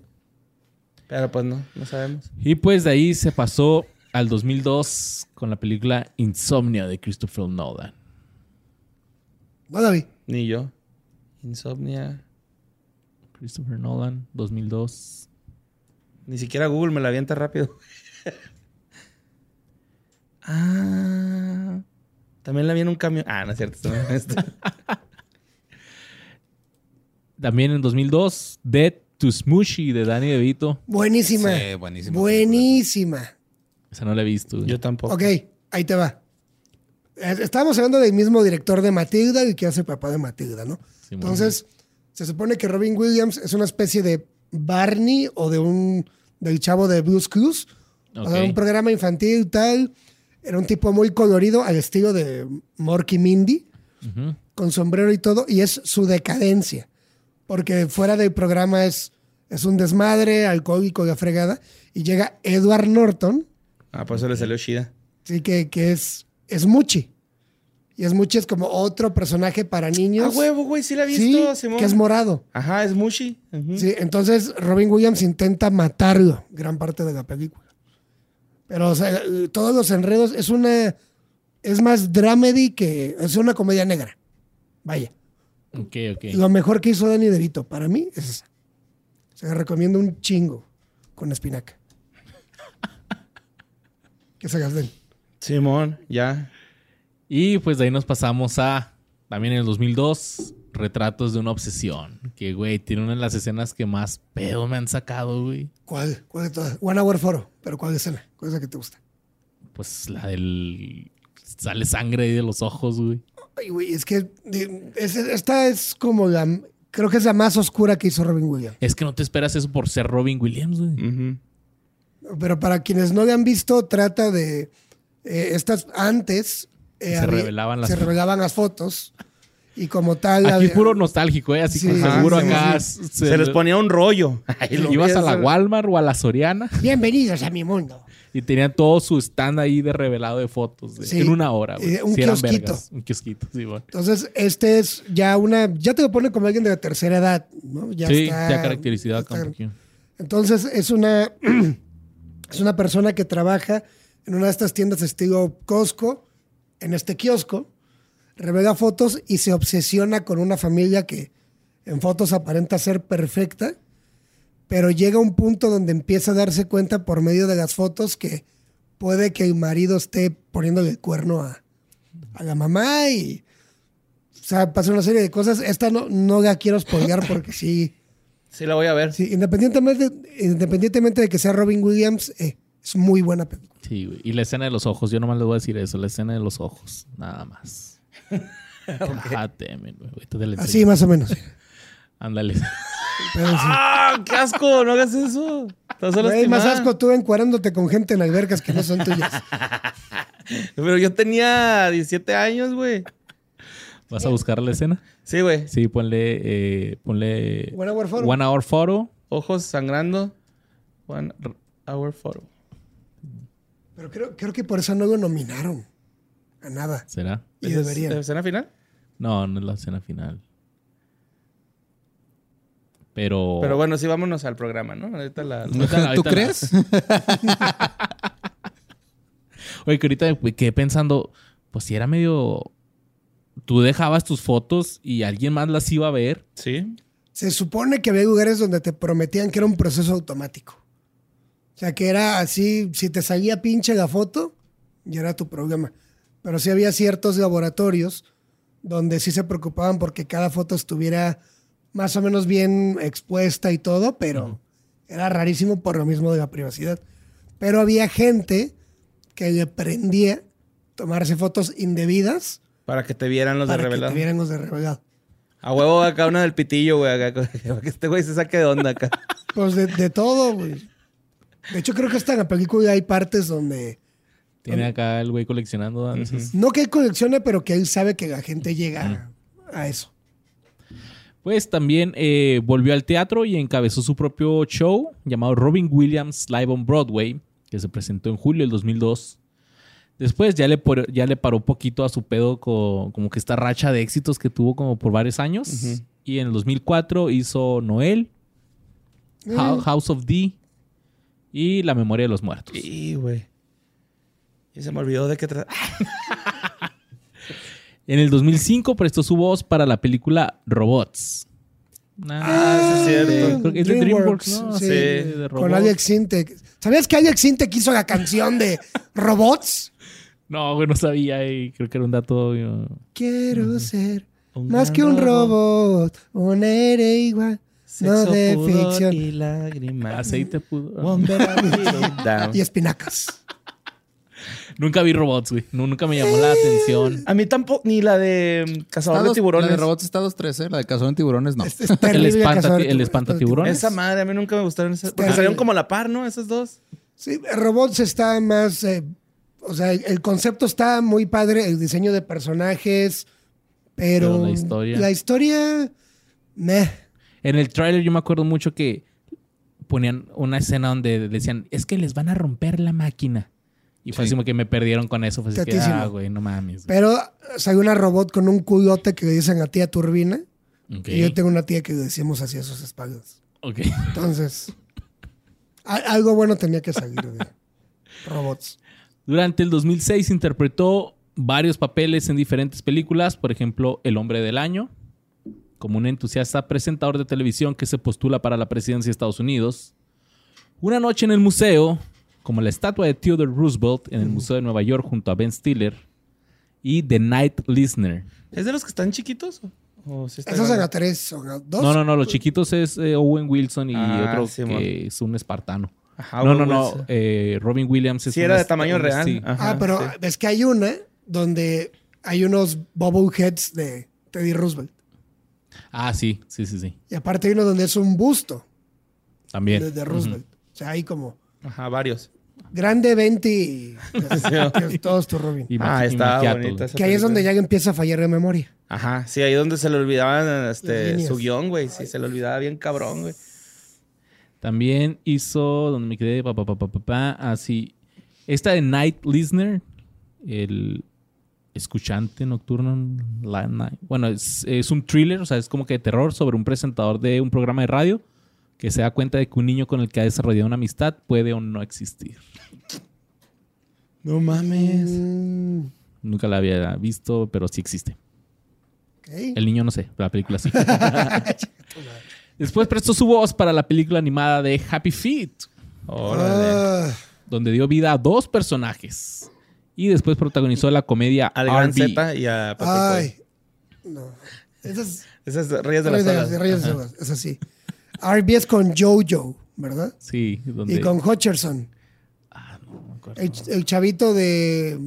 B: Pero pues no, no sabemos.
A: Y pues de ahí se pasó al 2002 con la película Insomnia de Christopher Nolan.
C: No la vi.
B: Ni yo. Insomnia.
A: Christopher Nolan, 2002.
B: Ni siquiera Google me la avienta rápido. ah. También la vi en un camión. Ah, no es cierto. esto no es esto.
A: También en 2002, Dead to Smushy de Danny DeVito.
C: Buenísima.
D: Sí, buenísima.
C: Buenísima.
A: Esa no la he visto. güey.
B: yo tampoco.
C: Ok, ahí te va. Eh, Estábamos hablando del mismo director de Matilda y que hace papá de Matilda, ¿no?
A: Simón.
C: Entonces, se supone que Robin Williams es una especie de Barney o de un del chavo de Blues Clues. O sea,
A: Ok.
C: un programa infantil tal. Era un tipo muy colorido al estilo de Morky Mindy,
A: Ujú.
C: con sombrero y todo, y es su decadencia. Porque fuera del programa es, es un desmadre, alcohólico, la fregada. Y llega Edward Norton,
B: Ah, por eso le salió Shida.
C: Sí, que, que es, es Muchi. Y es Muchi es como otro personaje para niños.
B: Ah, huevo, güey, sí la he
C: Sí,
B: visto, Simón.
C: que es morado.
B: Ajá, es Mushi. Ujú.
C: Sí, entonces Robin Williams intenta matarlo, gran parte de la película. Pero o sea, eh, todos los enredos es una es más dramedy que es una comedia negra. Vaya,
A: Ok, ok.
C: lo mejor que hizo Danny DeVito para mí es esa. Se la recomiendo un chingo con espinaca. que se las den.
B: Simón, ya.
A: Y pues de ahí nos pasamos a, también en el 2002, Retratos de una Obsesión. Que, güey, tiene una de las escenas que más pedo me han sacado, güey.
C: ¿Cuál? ¿Cuál de todas? One Hour Foro, pero ¿cuál escena? ¿Cuál es la que te gusta?
A: Pues la del... Sale sangre ahí de los ojos, güey.
C: Ay, güey, es que de- es- esta es como la... Creo que es la más oscura que hizo Robin Williams.
A: Es que no te esperas eso por ser Robin Williams, güey.
B: Ujú.
C: Pero para quienes no la han visto, trata de... eh, estas antes... eh,
A: Se
C: había-
A: revelaban las
C: se
A: fotos.
C: revelaban las fotos. Y como tal...
A: Aquí es
C: había-
A: puro nostálgico, ¿eh? Así
C: Ah, Sí,
A: que
C: ajá,
A: seguro
C: sí,
A: acá...
B: Se, les ponía un rollo. Ahí lo
A: Ibas
B: ves,
A: a la Walmart o a la Soriana
C: Bienvenidos a mi mundo.
A: y tenían todo su stand ahí de revelado de fotos. de-
C: Sí.
A: En una hora, güey.
C: Eh, un
A: Sí eran
C: kiosquito.
A: vergas. Un kiosquito, sí, güey.
C: Entonces, este es ya una... Ya te lo pone como alguien de la tercera edad, ¿no? Ya
A: sí,
C: está-
A: ya caracterizado
C: está-
A: acá un poquito.
C: Entonces es una es una persona que trabaja en una de estas tiendas estilo Costco, en este kiosco, revela fotos y se obsesiona con una familia que en fotos aparenta ser perfecta, pero llega un punto donde empieza a darse cuenta por medio de las fotos que puede que el marido esté poniéndole el cuerno a, a la mamá y... O sea, pasa una serie de cosas. Esta no, no la quiero spoilear porque sí...
B: Sí, la voy a ver.
C: Sí, independientemente, independientemente de que sea Robin Williams, eh, es muy buena película.
A: Sí, güey. Y la escena de los ojos. Yo nomás le voy a decir eso. La escena de los ojos. Nada más. Cállate, men, güey. Ahorita te la enseño.
C: Así, más o menos.
A: Ándale.
C: Pero sí.
B: ¡Ah! ¡Qué asco! No hagas eso. Te vas a
C: Güey, más
B: lastimar.
C: asco tú encuarándote con gente en albercas que no son tuyas.
B: Pero yo tenía 17 años, güey.
A: ¿Vas a buscar la escena?
B: Sí, güey.
A: Sí, ponle... eh, ponle...
C: One Hour Photo.
A: One Hour Photo.
B: Ojos sangrando. One hour photo.
C: Pero creo, creo que por eso no lo nominaron a nada.
A: ¿Será?
C: Y
B: ¿Esa Pues es
C: deberían.
B: ¿La escena final?
A: No, no es la escena final. Pero...
B: Pero bueno, sí, vámonos al programa, ¿no? Ahorita la... la-
A: Ahorita la- ahorita
D: ¿Tú
A: la-
D: crees?
A: Oye, que ahorita me quedé pensando... Pues si era medio... Tú dejabas tus fotos y alguien más las iba a ver.
B: Sí.
C: Se supone que había lugares donde te prometían que era un proceso automático. O sea, que era así, si te salía pinche la foto, ya era tu problema. Pero sí había ciertos laboratorios donde sí se preocupaban porque cada foto estuviera más o menos bien expuesta y todo, pero era rarísimo por lo mismo de la privacidad. Pero había gente que le prendía tomarse fotos indebidas
B: Para que te vieran los de
C: para que te
B: revelado.
C: vieran los de revelado.
B: A huevo acá una del pitillo, güey. Acá, para que este güey se saque de onda acá.
C: Pues de, de todo, güey. De hecho, creo que hasta en la película hay partes donde.
A: Tiene acá el güey coleccionando danzas.
C: No que él coleccione, pero que él sabe que la gente
A: Mm.
C: llega a, a eso.
A: Pues también eh, volvió al teatro y encabezó su propio show llamado Robin Williams Live on Broadway, que se presentó en julio del 2002. Después ya le, por- ya le paró poquito a su pedo co- como que esta racha de éxitos que tuvo como por varios años. Y en el 2004 hizo Noel, Hou- House of D y La Memoria de los Muertos.
B: Sí, güey. Y se me olvidó de qué ah, trata.
A: En el 2005 prestó su voz para la película Robots.
B: Ah, sí es cierto.
A: Creo que es de DreamWorks, ¿no?
C: sí.
A: Sí, de
C: Con
A: robots.
C: Alex Sintek. ¿Sabías que Alex Sintek hizo la canción de Robots?
A: No, güey, no sabía y creo que era un dato. yo-
C: Quiero ser
B: Un
C: más
B: gran
C: que un
B: robot.
C: robot, un aire igual.
B: Sexo,
C: no de
B: pudor
C: ficción. Y...
B: Y lágrimas.
A: Aceite pudo.
B: Wonder Woman. Down.
C: espinacas.
A: Nunca vi robots, güey. No, nunca me llamó la atención.
B: A mí tampoco, ni la de mm, Cazador
D: Está
B: de
D: dos-
B: Tiburones.
D: La de robots está 2.13, la de cazador de tiburones no.
C: Es, es
A: El,
C: terrible
A: espanta-
C: cazador de
A: el
C: tiburones.
A: espantatiburón.
B: Esa madre, a mí nunca me gustaron esas. Porque
C: Terrible.
B: salieron como a la par, ¿no? Esas dos.
C: Sí, Robots está más. eh, o sea, el, el concepto está muy padre, el diseño de personajes, pero.
A: Pero la historia.
C: La historia. meh.
A: En el tráiler yo me acuerdo mucho que ponían una escena donde decían, es que les van a romper la máquina. Y fue
D: Sí.
A: así como que me perdieron con eso. Fue así que,
C: Tatísimo.
A: ah, güey, no mames. güey.
C: Pero salió una robot con un culote que le dicen a tía Turbina.
A: Ok.
C: Y yo tengo una tía que le decimos hacia sus espaldas.
A: Ok.
C: Entonces. a- algo bueno tenía que salir de Robots.
A: Durante el 2006 interpretó varios papeles en diferentes películas, por ejemplo, El hombre del año, como un entusiasta presentador de televisión que se postula para la presidencia de Estados Unidos. Una noche en el museo, como la estatua de Theodore Roosevelt en el Museo de Nueva York junto a Ben Stiller. Y The Night Listener.
B: ¿Es de los que están chiquitos? ¿O, o sí está
C: Esas son
B: grande?
C: las tres o las dos.
A: No, no, no, los chiquitos es eh, Owen Wilson y
B: Ah,
A: otro
B: Simón.
A: que es un espartano.
B: Ajá,
A: no, no,
B: güey,
A: no,
B: güey.
A: eh, Robin Williams es
B: Sí,
A: un
B: era de
A: est-
B: tamaño
A: un-
B: real.
A: sí.
B: Ajá,
C: ah, pero
B: sí.
C: es que hay una donde hay unos bobbleheads de Teddy Roosevelt.
A: Ah, sí, sí, sí, sí.
C: Y aparte hay uno donde es un busto.
A: También.
C: de, de Roosevelt. O sea, hay como
B: Ajá, varios.
C: grande 20 y pues, todos tu Robin.
A: Y maqui-
B: Ah,
A: y
B: estaba
A: maquiato,
B: bonita
A: güey.
B: esa
C: Que ahí es
B: película.
C: donde ya empieza a fallar de memoria.
B: Ajá, sí, ahí donde se le olvidaban
C: Las
B: este,
C: líneas.
B: su guión, güey. Sí, se le olvidaba bien cabrón, güey.
A: También hizo, donde me quedé, pa, pa, pa, pa, pa, pa, así. Esta de Night Listener, el escuchante nocturno. la night- Bueno, es, es un thriller, o sea, es como que de terror sobre un presentador de un programa de radio que se da cuenta de que un niño con el que ha desarrollado una amistad puede o no existir.
B: No mames.
C: Mm,
A: Nunca la había visto, pero sí existe.
C: ok.
A: El niño no sé, pero la película sí. Después prestó su voz para la película animada de Happy Feet,
B: Órale.
C: Ah,
A: donde dio vida a dos personajes. Y después protagonizó la comedia
B: Al gran
A: R.B.
B: Z y a Papi Coy.
C: ay. No. Esas
B: Esas reyes de las
C: Reyes de las- de
B: olas.
C: Reyes de las- es así. RB es con Jojo, ¿verdad?
A: Sí, donde...
C: Y con Hutcherson. el, el chavito de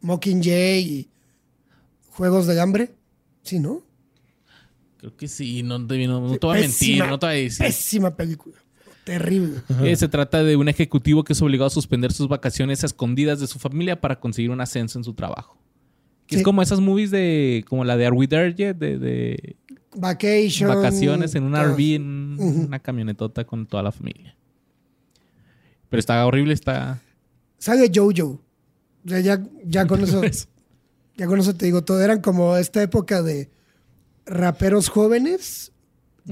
C: Mockingjay y Juegos del Hambre. Sí, ¿no?
A: Creo que sí, no te, no- no te voy a mentir,
C: Pésima,
A: no te voy a decir.
C: Pésima película. Terrible.
A: Eh, se trata de un ejecutivo que es obligado a suspender sus vacaciones a escondidas de su familia para conseguir un ascenso en su trabajo. Que
C: Sí.
A: Es como esas movies de... Como la de Are We There Yet? De, de
C: Vacation.
A: vacaciones en un
C: todo.
A: RV, en una camionetota con toda la familia. Pero está horrible, está...
C: Sale Jojo. O sea, ya, ya con eso,
A: Pues.
C: ya con eso te digo todo. Eran como esta época de raperos jóvenes.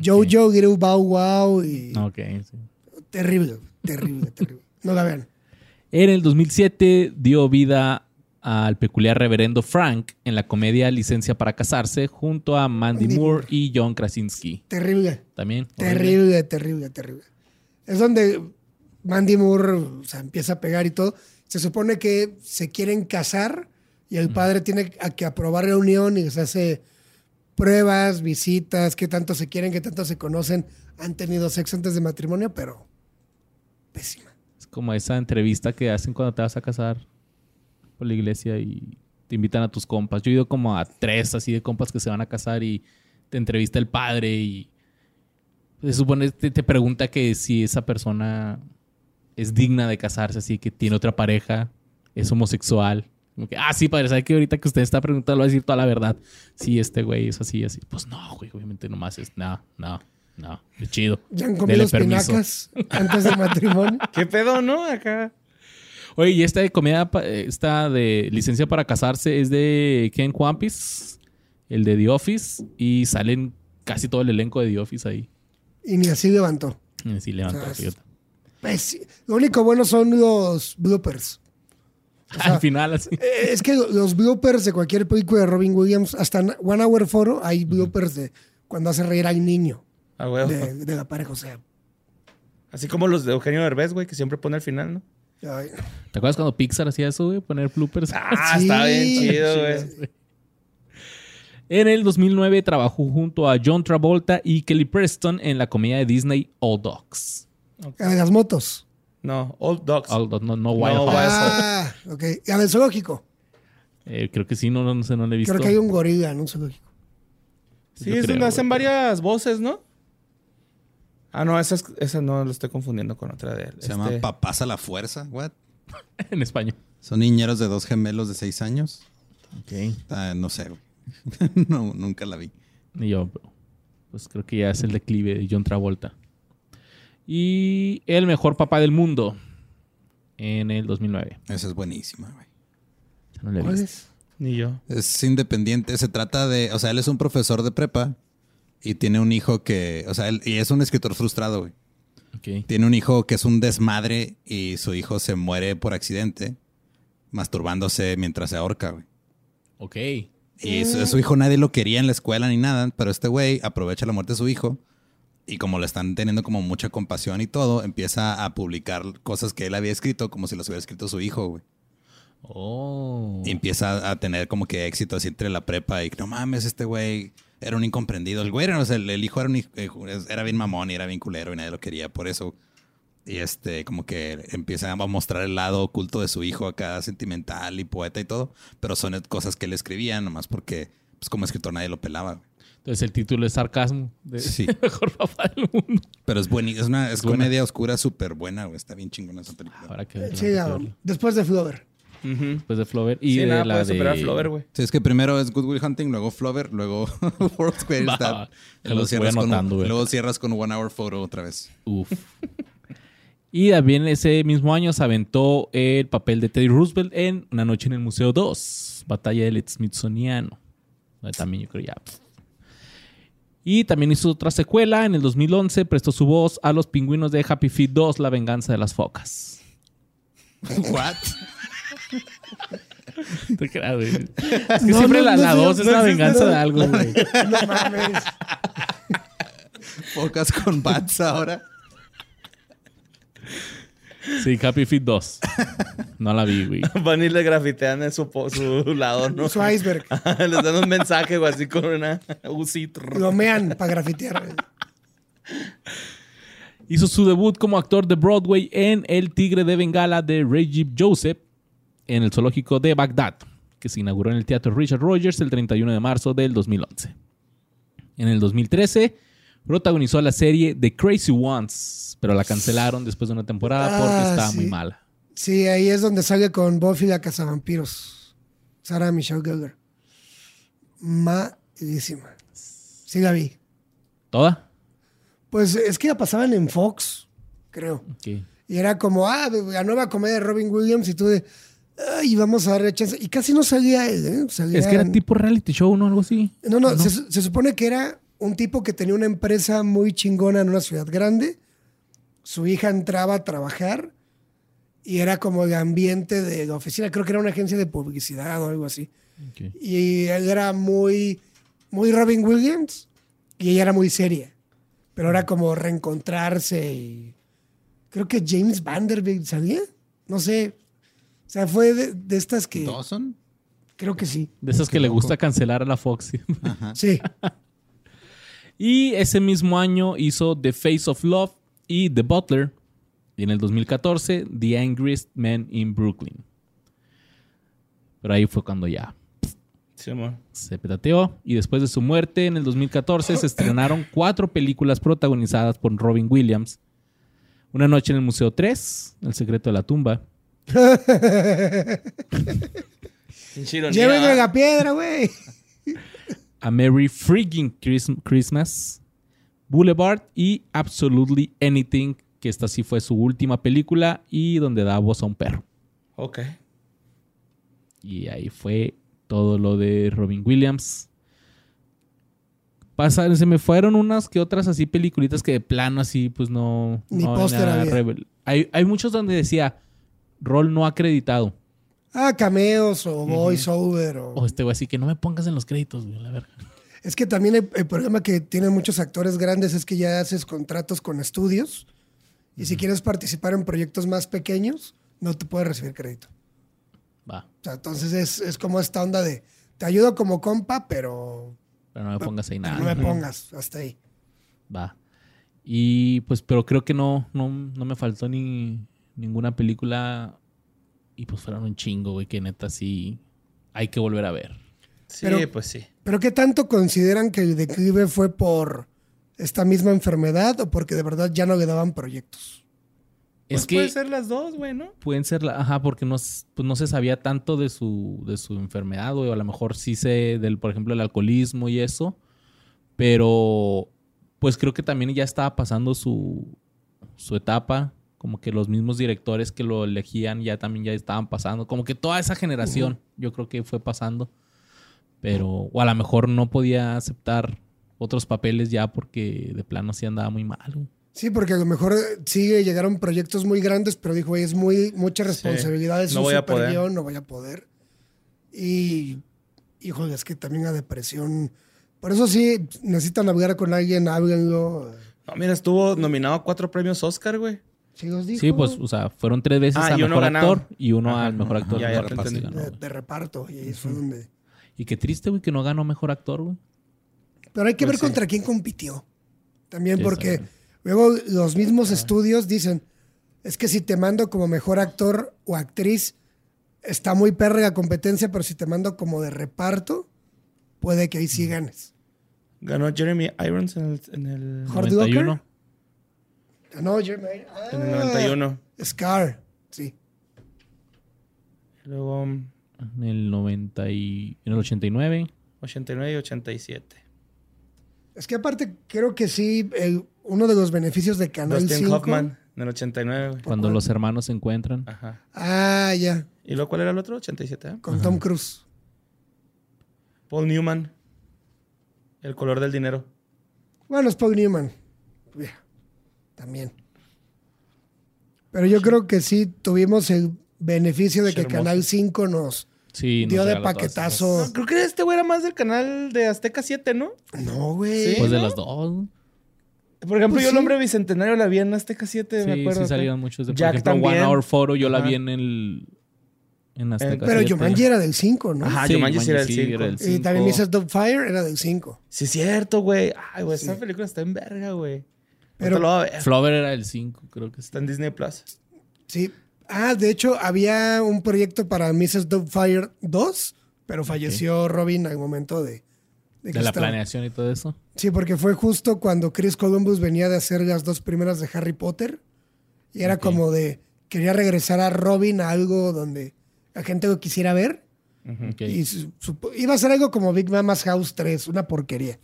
C: Jojo, Girl Bow Wow y...
A: Ok, sí.
C: Terrible, terrible, terrible. No la vean.
A: En el 2007 dio vida al peculiar reverendo Frank en la comedia Licencia para Casarse junto a Mandy
C: Mandy
A: Moore y John Krasinski.
C: Terrible.
A: También. horrible.
C: Terrible, terrible, terrible. Es donde Mandy Moore o sea, empieza a pegar y todo. Se supone que se quieren casar y el padre tiene a que aprobar la unión y se hace pruebas, visitas, qué tanto se quieren, qué tanto se conocen. Han tenido sexo antes de matrimonio, pero pésima.
A: Es como esa entrevista que hacen cuando te vas a casar por la iglesia y te invitan a tus compas. Yo he ido como a tres así de compas que se van a casar y te entrevista el padre y se supone te, te pregunta que si esa persona es digna de casarse, así que tiene otra pareja, es homosexual. Como que, ah, sí, padre, ¿sabe que ahorita que usted está preguntando, le voy a decir toda la verdad? Sí, este güey es así, así. Pues no, güey, obviamente nomás es, no, no, no, es chido.
C: Ya han
A: Dele
C: comido
A: permiso.
C: espinacas antes del matrimonio.
B: ¿Qué pedo, no? Acá.
A: Oye, y esta de comedia, pa- eh, esta de licencia para casarse es de Ken Quampis, el de The Office, y salen casi todo el elenco de The Office ahí.
C: Y ni así levantó.
A: Y Sí, levanta la
C: Ah, sí.
A: pelota.
C: Pési- Lo único bueno son los bloopers.
A: Al final, así.
C: Eh, Es que lo- los bloopers de cualquier película de Robin Williams, hasta en One Hour Photo, hay bloopers de cuando hace reír al niño
B: A huevo.
C: de, de la pareja. O sea,
B: Ah, Así como los de Eugenio Derbez, güey, que siempre pone al final, ¿no?
C: ay,
A: ¿Te acuerdas cuando Pixar hacía eso, güey? Poner bloopers.
B: Ah,
C: Sí.
B: está bien chido, güey.
A: En el 2009 trabajó junto a John Travolta y Kelly Preston en la comedia de Disney All Dogs.
C: la de las motos.
B: No, Old Dogs.
A: All Dogs, no, no Wild
B: No,
A: Hogs.
B: Wild-
C: Ah, ok. La del zoológico.
A: Eh, creo que sí, no, no, sé, no le he visto.
C: Creo que hay un gorila en un zoológico.
B: sí,
A: yo
B: es
A: creo,
B: donde hacen
A: güey.
B: varias voces, ¿no? Ah, no, esa, es- esa no lo estoy confundiendo con otra de él.
D: Se llama
B: Este,
D: Papás a la Fuerza. What?
A: En español.
D: Son niñeros de dos gemelos de seis años. Ah, no sé. güey. no, nunca la vi.
A: Y yo, pues creo que ya es el declive de John Travolta. Y El mejor papá del mundo en el 2009.
D: Esa es buenísima, güey.
A: Ya no la he
C: ¿Cuál
A: visto.
C: es?
B: Ni yo.
D: Es independiente. Se trata de. O sea, él es un profesor de prepa y tiene un hijo que. O sea, él, y es un escritor frustrado, güey.
A: Ok.
D: Tiene un hijo que es un desmadre y su hijo se muere por accidente masturbándose mientras se ahorca, güey.
A: Ok.
D: Y su, su hijo nadie lo quería en la escuela ni nada, pero este güey aprovecha la muerte de su hijo y como le están teniendo como mucha compasión y todo, empieza a publicar cosas que él había escrito como si las hubiera escrito su hijo, güey.
A: Oh.
D: Y empieza a tener como que éxito así entre la prepa y no mames, este güey era un incomprendido. El güey era, o sea, el, el hijo era, un hij- eh, era bien mamón y era bien culero y nadie lo quería por eso. Y este, como que empieza a mostrar el lado oculto de su hijo acá, sentimental y poeta y todo. Pero son e-, cosas que él escribía nomás porque, pues como escritor nadie lo pelaba. güey.
A: Entonces el título es sarcasmo. De
D: Sí.
A: El mejor papá del mundo.
D: Pero es buena, es una es
A: buena.
D: comedia oscura súper buena, güey. Está bien chingona esa película.
A: Habrá que verla,
C: Sí,
A: habrá
C: la-
A: que verla.
C: después de Flover.
B: Ujú.
A: Después de Flover. Y
B: Sí,
A: de
B: nada
A: la
B: puede
A: de...
B: superar a Flover, güey.
D: Sí, es que primero es Good Will Hunting, luego Flover, luego World Square.
A: Va,
D: está-
A: que los
D: luego,
A: voy
D: cierras con,
A: anotando, güey.
D: luego cierras con One Hour Photo otra vez.
A: Uf. y también ese mismo año se aventó el papel de Teddy Roosevelt en Una noche en el Museo 2, Batalla del Smithsoniano. Eh, También yo creo ya. pf. Y también hizo otra secuela. En el 2011 prestó su voz a los pingüinos de Happy Feet 2, La venganza de las focas.
D: ¿What?
A: Te creas, güey. Es que
C: No,
A: siempre
C: no,
A: la,
C: no,
A: la
C: no,
A: dos es
C: no
A: la
C: existe,
A: venganza
C: no.
A: de algo, güey.
C: No mames.
D: Pocas con bats ahora.
A: Sí, Happy Feet 2. No la vi, güey.
B: Van y le grafitean en su, po- su lado, ¿no?
C: Su iceberg.
B: Les dan un mensaje, güey, así con una UCI.
C: Lo mean para grafitear. güey.
A: Hizo su debut como actor de Broadway en El Tigre de Bengala de Reggie Joseph en el zoológico de Bagdad, que se inauguró en el Teatro Richard Rogers el 31 de marzo del 2011. En el 2013 protagonizó la serie The Crazy Ones, pero la cancelaron después de una temporada porque
C: Ah,
A: estaba
C: sí.
A: muy mala.
C: Sí, ahí es donde sale con Buffy la cazavampiros. Sara Michelle Gellar. Malísima. Sí, la vi.
A: ¿Toda?
C: Pues es que la pasaban en Fox, creo.
A: Ok.
C: Y era como, ah, la nueva comedia de Robin Williams y tú de, ay, vamos a darle chance. Y casi no salía él, ¿eh? Salía-
A: Es que era tipo reality show, ¿no? Algo así.
C: No, no, Se, su- se supone que era un tipo que tenía una empresa muy chingona en una ciudad grande. Su hija entraba a trabajar y era como el ambiente de la oficina. Creo que era una agencia de publicidad o algo así.
A: Ok.
C: Y él era muy, muy Robin Williams y ella era muy seria. Pero era como reencontrarse y... Creo que James Vanderbilt salía. No sé. O sea, fue de, de estas que...
D: ¿Dawson?
C: Creo que sí.
A: De esas que le gusta cancelar a la Fox.
C: Sí.
A: Y ese mismo año hizo The Face of Love y The Butler. Y en el 2014, The Angriest Man in Brooklyn. Pero ahí fue cuando ya
B: Sí, amor.
A: se petateó. Y después de su muerte, en el 2014, se estrenaron cuatro películas protagonizadas por Robin Williams. Una noche en el Museo 3, El secreto de la tumba.
B: Pinche ironía,
C: Llévenme
B: ¿va?
C: la piedra, güey.
A: A Merry Freaking Christ- Christmas, Boulevard y Absolutely Anything, que esta sí fue su última película y donde da voz a un perro.
B: Ok.
A: Y ahí fue todo lo de Robin Williams. Pasaron, se me fueron unas que otras así peliculitas que de plano así pues no...
C: Ni
A: no
C: póster
A: nada
C: había.
A: revel- Hay, hay muchos donde decía rol no acreditado.
C: Ah, cameos o voiceover. O...
A: O este güey así que no me pongas en los créditos, güey, la verga.
C: Es que también el, el problema que tienen muchos actores grandes es que ya haces contratos con estudios y si quieres participar en proyectos más pequeños, no te puedes recibir crédito.
A: Va,
C: O sea, entonces es, es como esta onda de, te ayudo como compa, pero
A: pero no me pongas ahí nada.
C: no me pongas hasta ahí.
A: Va. Y pues, pero creo que no, no, no me faltó ni ninguna película. Y pues fueron un chingo, güey, que neta sí hay que volver a ver.
B: Sí,
C: Pero-
B: pues sí.
C: ¿Pero qué tanto consideran que el declive fue por esta misma enfermedad o porque de verdad ya no le daban proyectos?
A: es
B: Pues
A: que
B: puede ser las dos, güey, ¿no?
A: pueden ser, la, ajá, porque no, s- pues no se sabía tanto de su, de su enfermedad, güey. o A lo mejor sí sé del, por ejemplo, el alcoholismo y eso. Pero pues creo que también ya estaba pasando su, su etapa. Como que los mismos directores que lo elegían ya también ya estaban pasando. Como que toda esa generación yo creo que fue pasando. Pero, o a lo mejor no podía aceptar otros papeles ya porque de plano sí andaba muy mal. güey.
C: Sí, porque a lo mejor eh, sí llegaron proyectos muy grandes, pero dijo, "Güey, es muy mucha responsabilidad, es
B: No
C: un
B: voy a poder.
C: superguión, no voy a poder. Y, híjole, es que también la depresión. Por eso sí, necesitan hablar con alguien, háblenlo. eh,
B: No, mira, estuvo nominado a cuatro premios Oscar, güey.
C: Sí, los dijo.
A: Sí, pues, o sea, fueron tres veces
B: Ah,
A: al
B: y uno
A: mejor
B: ganado.
A: actor y uno
B: Ajá,
A: al mejor actor.
B: ya, ya
A: mejor
B: te
A: actor, sí
B: entendí.
A: ganó,
C: de,
A: güey.
C: de reparto. Y ahí fue donde...
A: Y qué triste, güey, que no ganó mejor actor, güey.
C: Pero hay que ver
B: Pues sí.
C: contra quién compitió. También
A: Sí,
C: porque
A: exacto.
C: luego los mismos estudios dicen, es que si te mando como mejor actor o actriz, está muy perra la competencia, pero si te mando como de reparto, puede que ahí sí ganes.
B: Ganó Jeremy Irons en el, en el,
C: Hard Locker.
A: 91.
C: No, Jermaine. ah,
B: en el 91.
C: Scar, sí.
B: Luego um,
A: En el 90 y... En el 89.
B: 89 y 87.
C: Es que aparte creo que sí, el- uno de los beneficios de Canal
B: Dustin
C: 5.
B: Hoffman en el 89, güey.
A: Cuando los hermanos se encuentran.
B: Ajá.
C: Ah, ya,
B: ¿Y luego cuál era el otro? 87, ¿eh?
C: con Tom Cruise.
B: Paul Newman. El color del dinero.
C: Bueno, es Paul Newman. Ya, También. Pero yo creo que sí tuvimos el beneficio de que
B: Hermoso.
C: Canal 5 nos
A: Sí, nos
C: dio de
A: regaló todas esas.
C: paquetazo.
B: Creo que este güey era más del canal de Azteca 7, ¿no?
C: No,
B: Sí.
C: güey.
A: Pues de las dos.
B: Por ejemplo,
C: Pues
B: yo
C: sí.
B: el hombre bicentenario la vi en Azteca 7, me
A: Sí,
B: acuerdo.
A: sí salían muchos. De, por
B: Jack
A: ejemplo, One
B: también.
A: Hour Photo, yo la
B: Ajá.
A: vi en el. En Azteca. este,
C: Pero
A: 7.
C: Jumanji era del 5, ¿no?
B: Ajá,
A: Sí,
B: Jumanji sí era el
A: Jumanji sí era el
B: 5.
A: cinco.
C: Y también Mrs. Fire era del 5.
B: Sí, es cierto, güey. Ay, güey, esa
C: Sí.
B: película está en verga, güey.
C: Pero-
B: Pero lo va a ver.
A: Flover era el 5, creo que
B: Está
A: está.
B: en Disney Plus.
C: Sí. Ah, de hecho, había un proyecto para Mrs. Fire 2, pero falleció Robin al momento de... que
A: De la
C: estaba.
A: planeación y todo eso.
C: Sí, porque fue justo cuando Chris Columbus venía de hacer las dos primeras de Harry Potter. Y era como de. Quería regresar a Robin a algo donde la gente lo quisiera ver.
A: Ok.
C: Y su- supo- iba a ser algo como Big Mama's House 3, una porquería.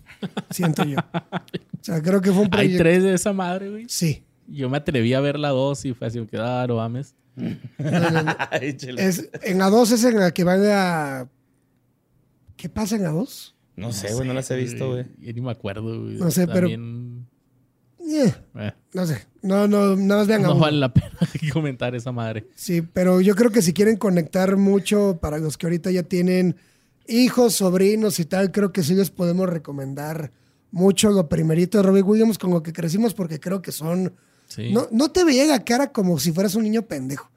C: siento yo. O sea, creo que fue un
A: Hay
C: proyecto.
A: tres de esa madre, güey.
C: Sí.
A: Yo me atreví a ver la 2 y fue así, que ah, no mames.
B: Ay, chela.
C: Es, en la 2 es en la que van a. ¿Qué pasa en la 2?
B: No sé, güey, no las he visto, güey.
A: Yo ni me acuerdo, güey.
C: No sé, pero-
A: También,
C: Eh,
A: eh,
C: no sé. No, no, nada más vean la
A: no
C: 1.
A: vale la pena comentar esa madre.
C: Sí, pero yo creo que si quieren conectar mucho para los que ahorita ya tienen hijos, sobrinos y tal, creo que sí les podemos recomendar mucho lo primerito de Robbie Williams con lo que crecimos porque creo que son...
A: Sí.
C: No, no te veía la cara como si fueras un niño pendejo.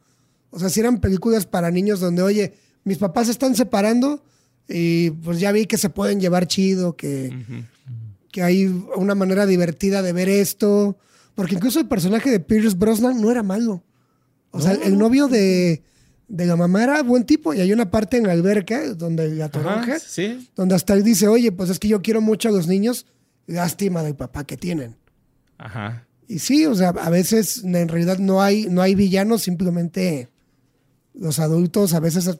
C: O sea, si eran películas para niños donde, oye, mis papás se están separando y pues ya vi que se pueden llevar chido, que que hay una manera divertida de ver esto. Porque incluso el personaje de Pierce Brosnan no era malo. O sea, el novio de, de la mamá era buen tipo. Y hay una parte en la alberca donde la toronja,
B: Ajá, sí.
C: donde hasta él dice, oye, pues es que yo quiero mucho a los niños. Lástima del papá que tienen.
B: Ajá.
C: Y sí, o sea, a veces en realidad no hay, no hay villanos, simplemente los adultos a veces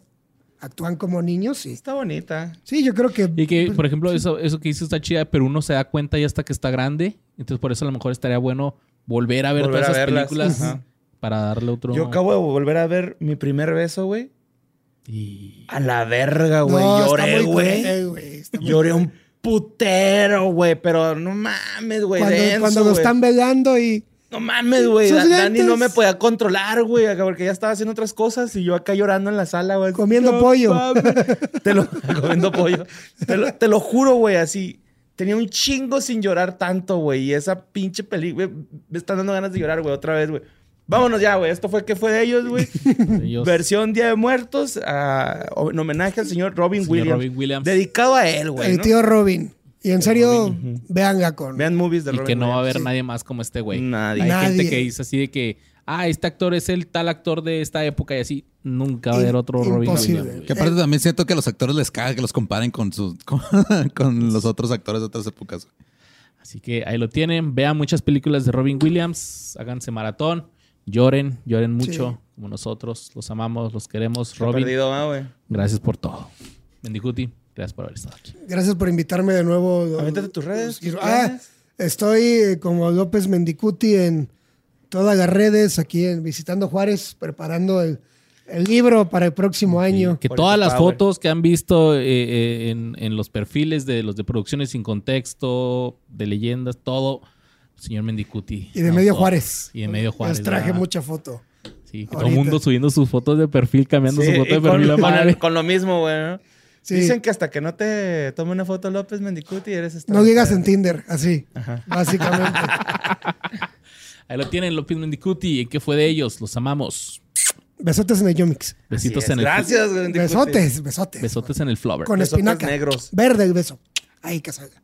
C: actúan como niños. Y,
B: Está bonita.
C: sí, yo creo que...
A: Y que,
C: pues,
A: por ejemplo, eso, eso que dices está chida, pero uno se da cuenta ya hasta que está grande. Entonces, por eso a lo mejor estaría bueno volver a ver
B: Volver
A: todas
B: a
A: esas
B: verlas,
A: películas
B: ajá.
A: para darle otro.
B: Yo acabo de volver a ver mi primer beso, güey.
A: Y...
B: A la verga,
C: no,
B: güey.
C: está
B: Lloré,
C: muy
B: güey.
C: cruel, güey, está muy
B: Lloré un putero, güey. Pero no mames, güey.
C: cuando,
B: denso,
C: cuando lo
B: güey.
C: están velando y
B: No mames, güey.
C: Sus
B: Da- Dani
C: lentes.
B: no me podía controlar, güey. acá, Porque ya estaba haciendo otras cosas y yo acá llorando en la sala, güey.
C: Comiendo
B: No
C: pollo.
B: mames. Te lo, comiendo pollo. Te lo, te lo juro, güey. Así. Tenía un chingo sin llorar tanto, güey. Y esa pinche película. Me están dando ganas de llorar, güey. Otra vez, güey. Vámonos ya, güey. Esto fue que fue de ellos, güey.
A: pues, ellos-
B: Versión Día de Muertos. ah, en homenaje al señor Robin,
A: Señor
B: Williams,
A: Robin Williams.
B: Dedicado a él, güey.
C: el
B: ¿no?
C: tío Robin. Y en serio, vean con.
B: Vean movies de
A: y
B: Robin
A: que no va a
B: Williams.
A: haber nadie más como este güey.
B: Nadie.
A: Hay gente
C: Nadie.
A: que dice así de que, ah, este actor es el tal actor de esta época y así. Nunca va a haber otro Robin
C: Imposible.
A: Williams. güey.
D: Que aparte también siento que a los actores les caga que los comparen con, sus, con, con los otros actores de otras épocas.
A: Así que ahí lo tienen. Vean muchas películas de Robin Williams. Háganse maratón. Lloren, lloren mucho, como nosotros. Los amamos, los queremos.
B: Está
A: Robin,
B: perdido, va, güey.
A: gracias por todo. Mendicuti, gracias por haber estado aquí.
C: Gracias por invitarme de nuevo.
B: Aviéntate tus redes, tus
C: Ah,
B: planes.
C: estoy eh, como López Mendicuti en todas las redes, aquí en Visitando Juárez, preparando el, el libro para el próximo año.
A: Que
B: Por
A: todas
B: eso
A: las
B: Power.
A: fotos que han visto eh, eh, en, en los perfiles de los de producciones sin contexto, de leyendas, todo, señor Mendicuti.
C: Y de Medio
A: autor.
C: Juárez.
A: Y de Medio Juárez.
C: Les traje
A: ¿verdad?
C: mucha foto.
A: Sí, que todo el
C: ahorita.
A: mundo subiendo sus fotos de perfil, cambiando
B: Sí,
A: su foto
B: y
A: de
B: con,
A: perfil. la
B: con el-
A: madre.
B: con lo mismo, güey. ¿no?
C: Sí.
B: Dicen que hasta que no te tome una foto López Mendicuti eres esta.
C: No digas en Tinder, así, básicamente.
A: Ahí lo tienen, López Mendicuti. ¿En qué fue de ellos? Los amamos.
C: Besotes en el Yomix.
A: Besitos en el
B: Gracias, güey, Mendicuti.
C: Besotes, besotes.
A: Besotes en el flower.
C: Con
B: Besotes
C: espinaca.
B: negros.
C: Verde el beso. Ahí que salga.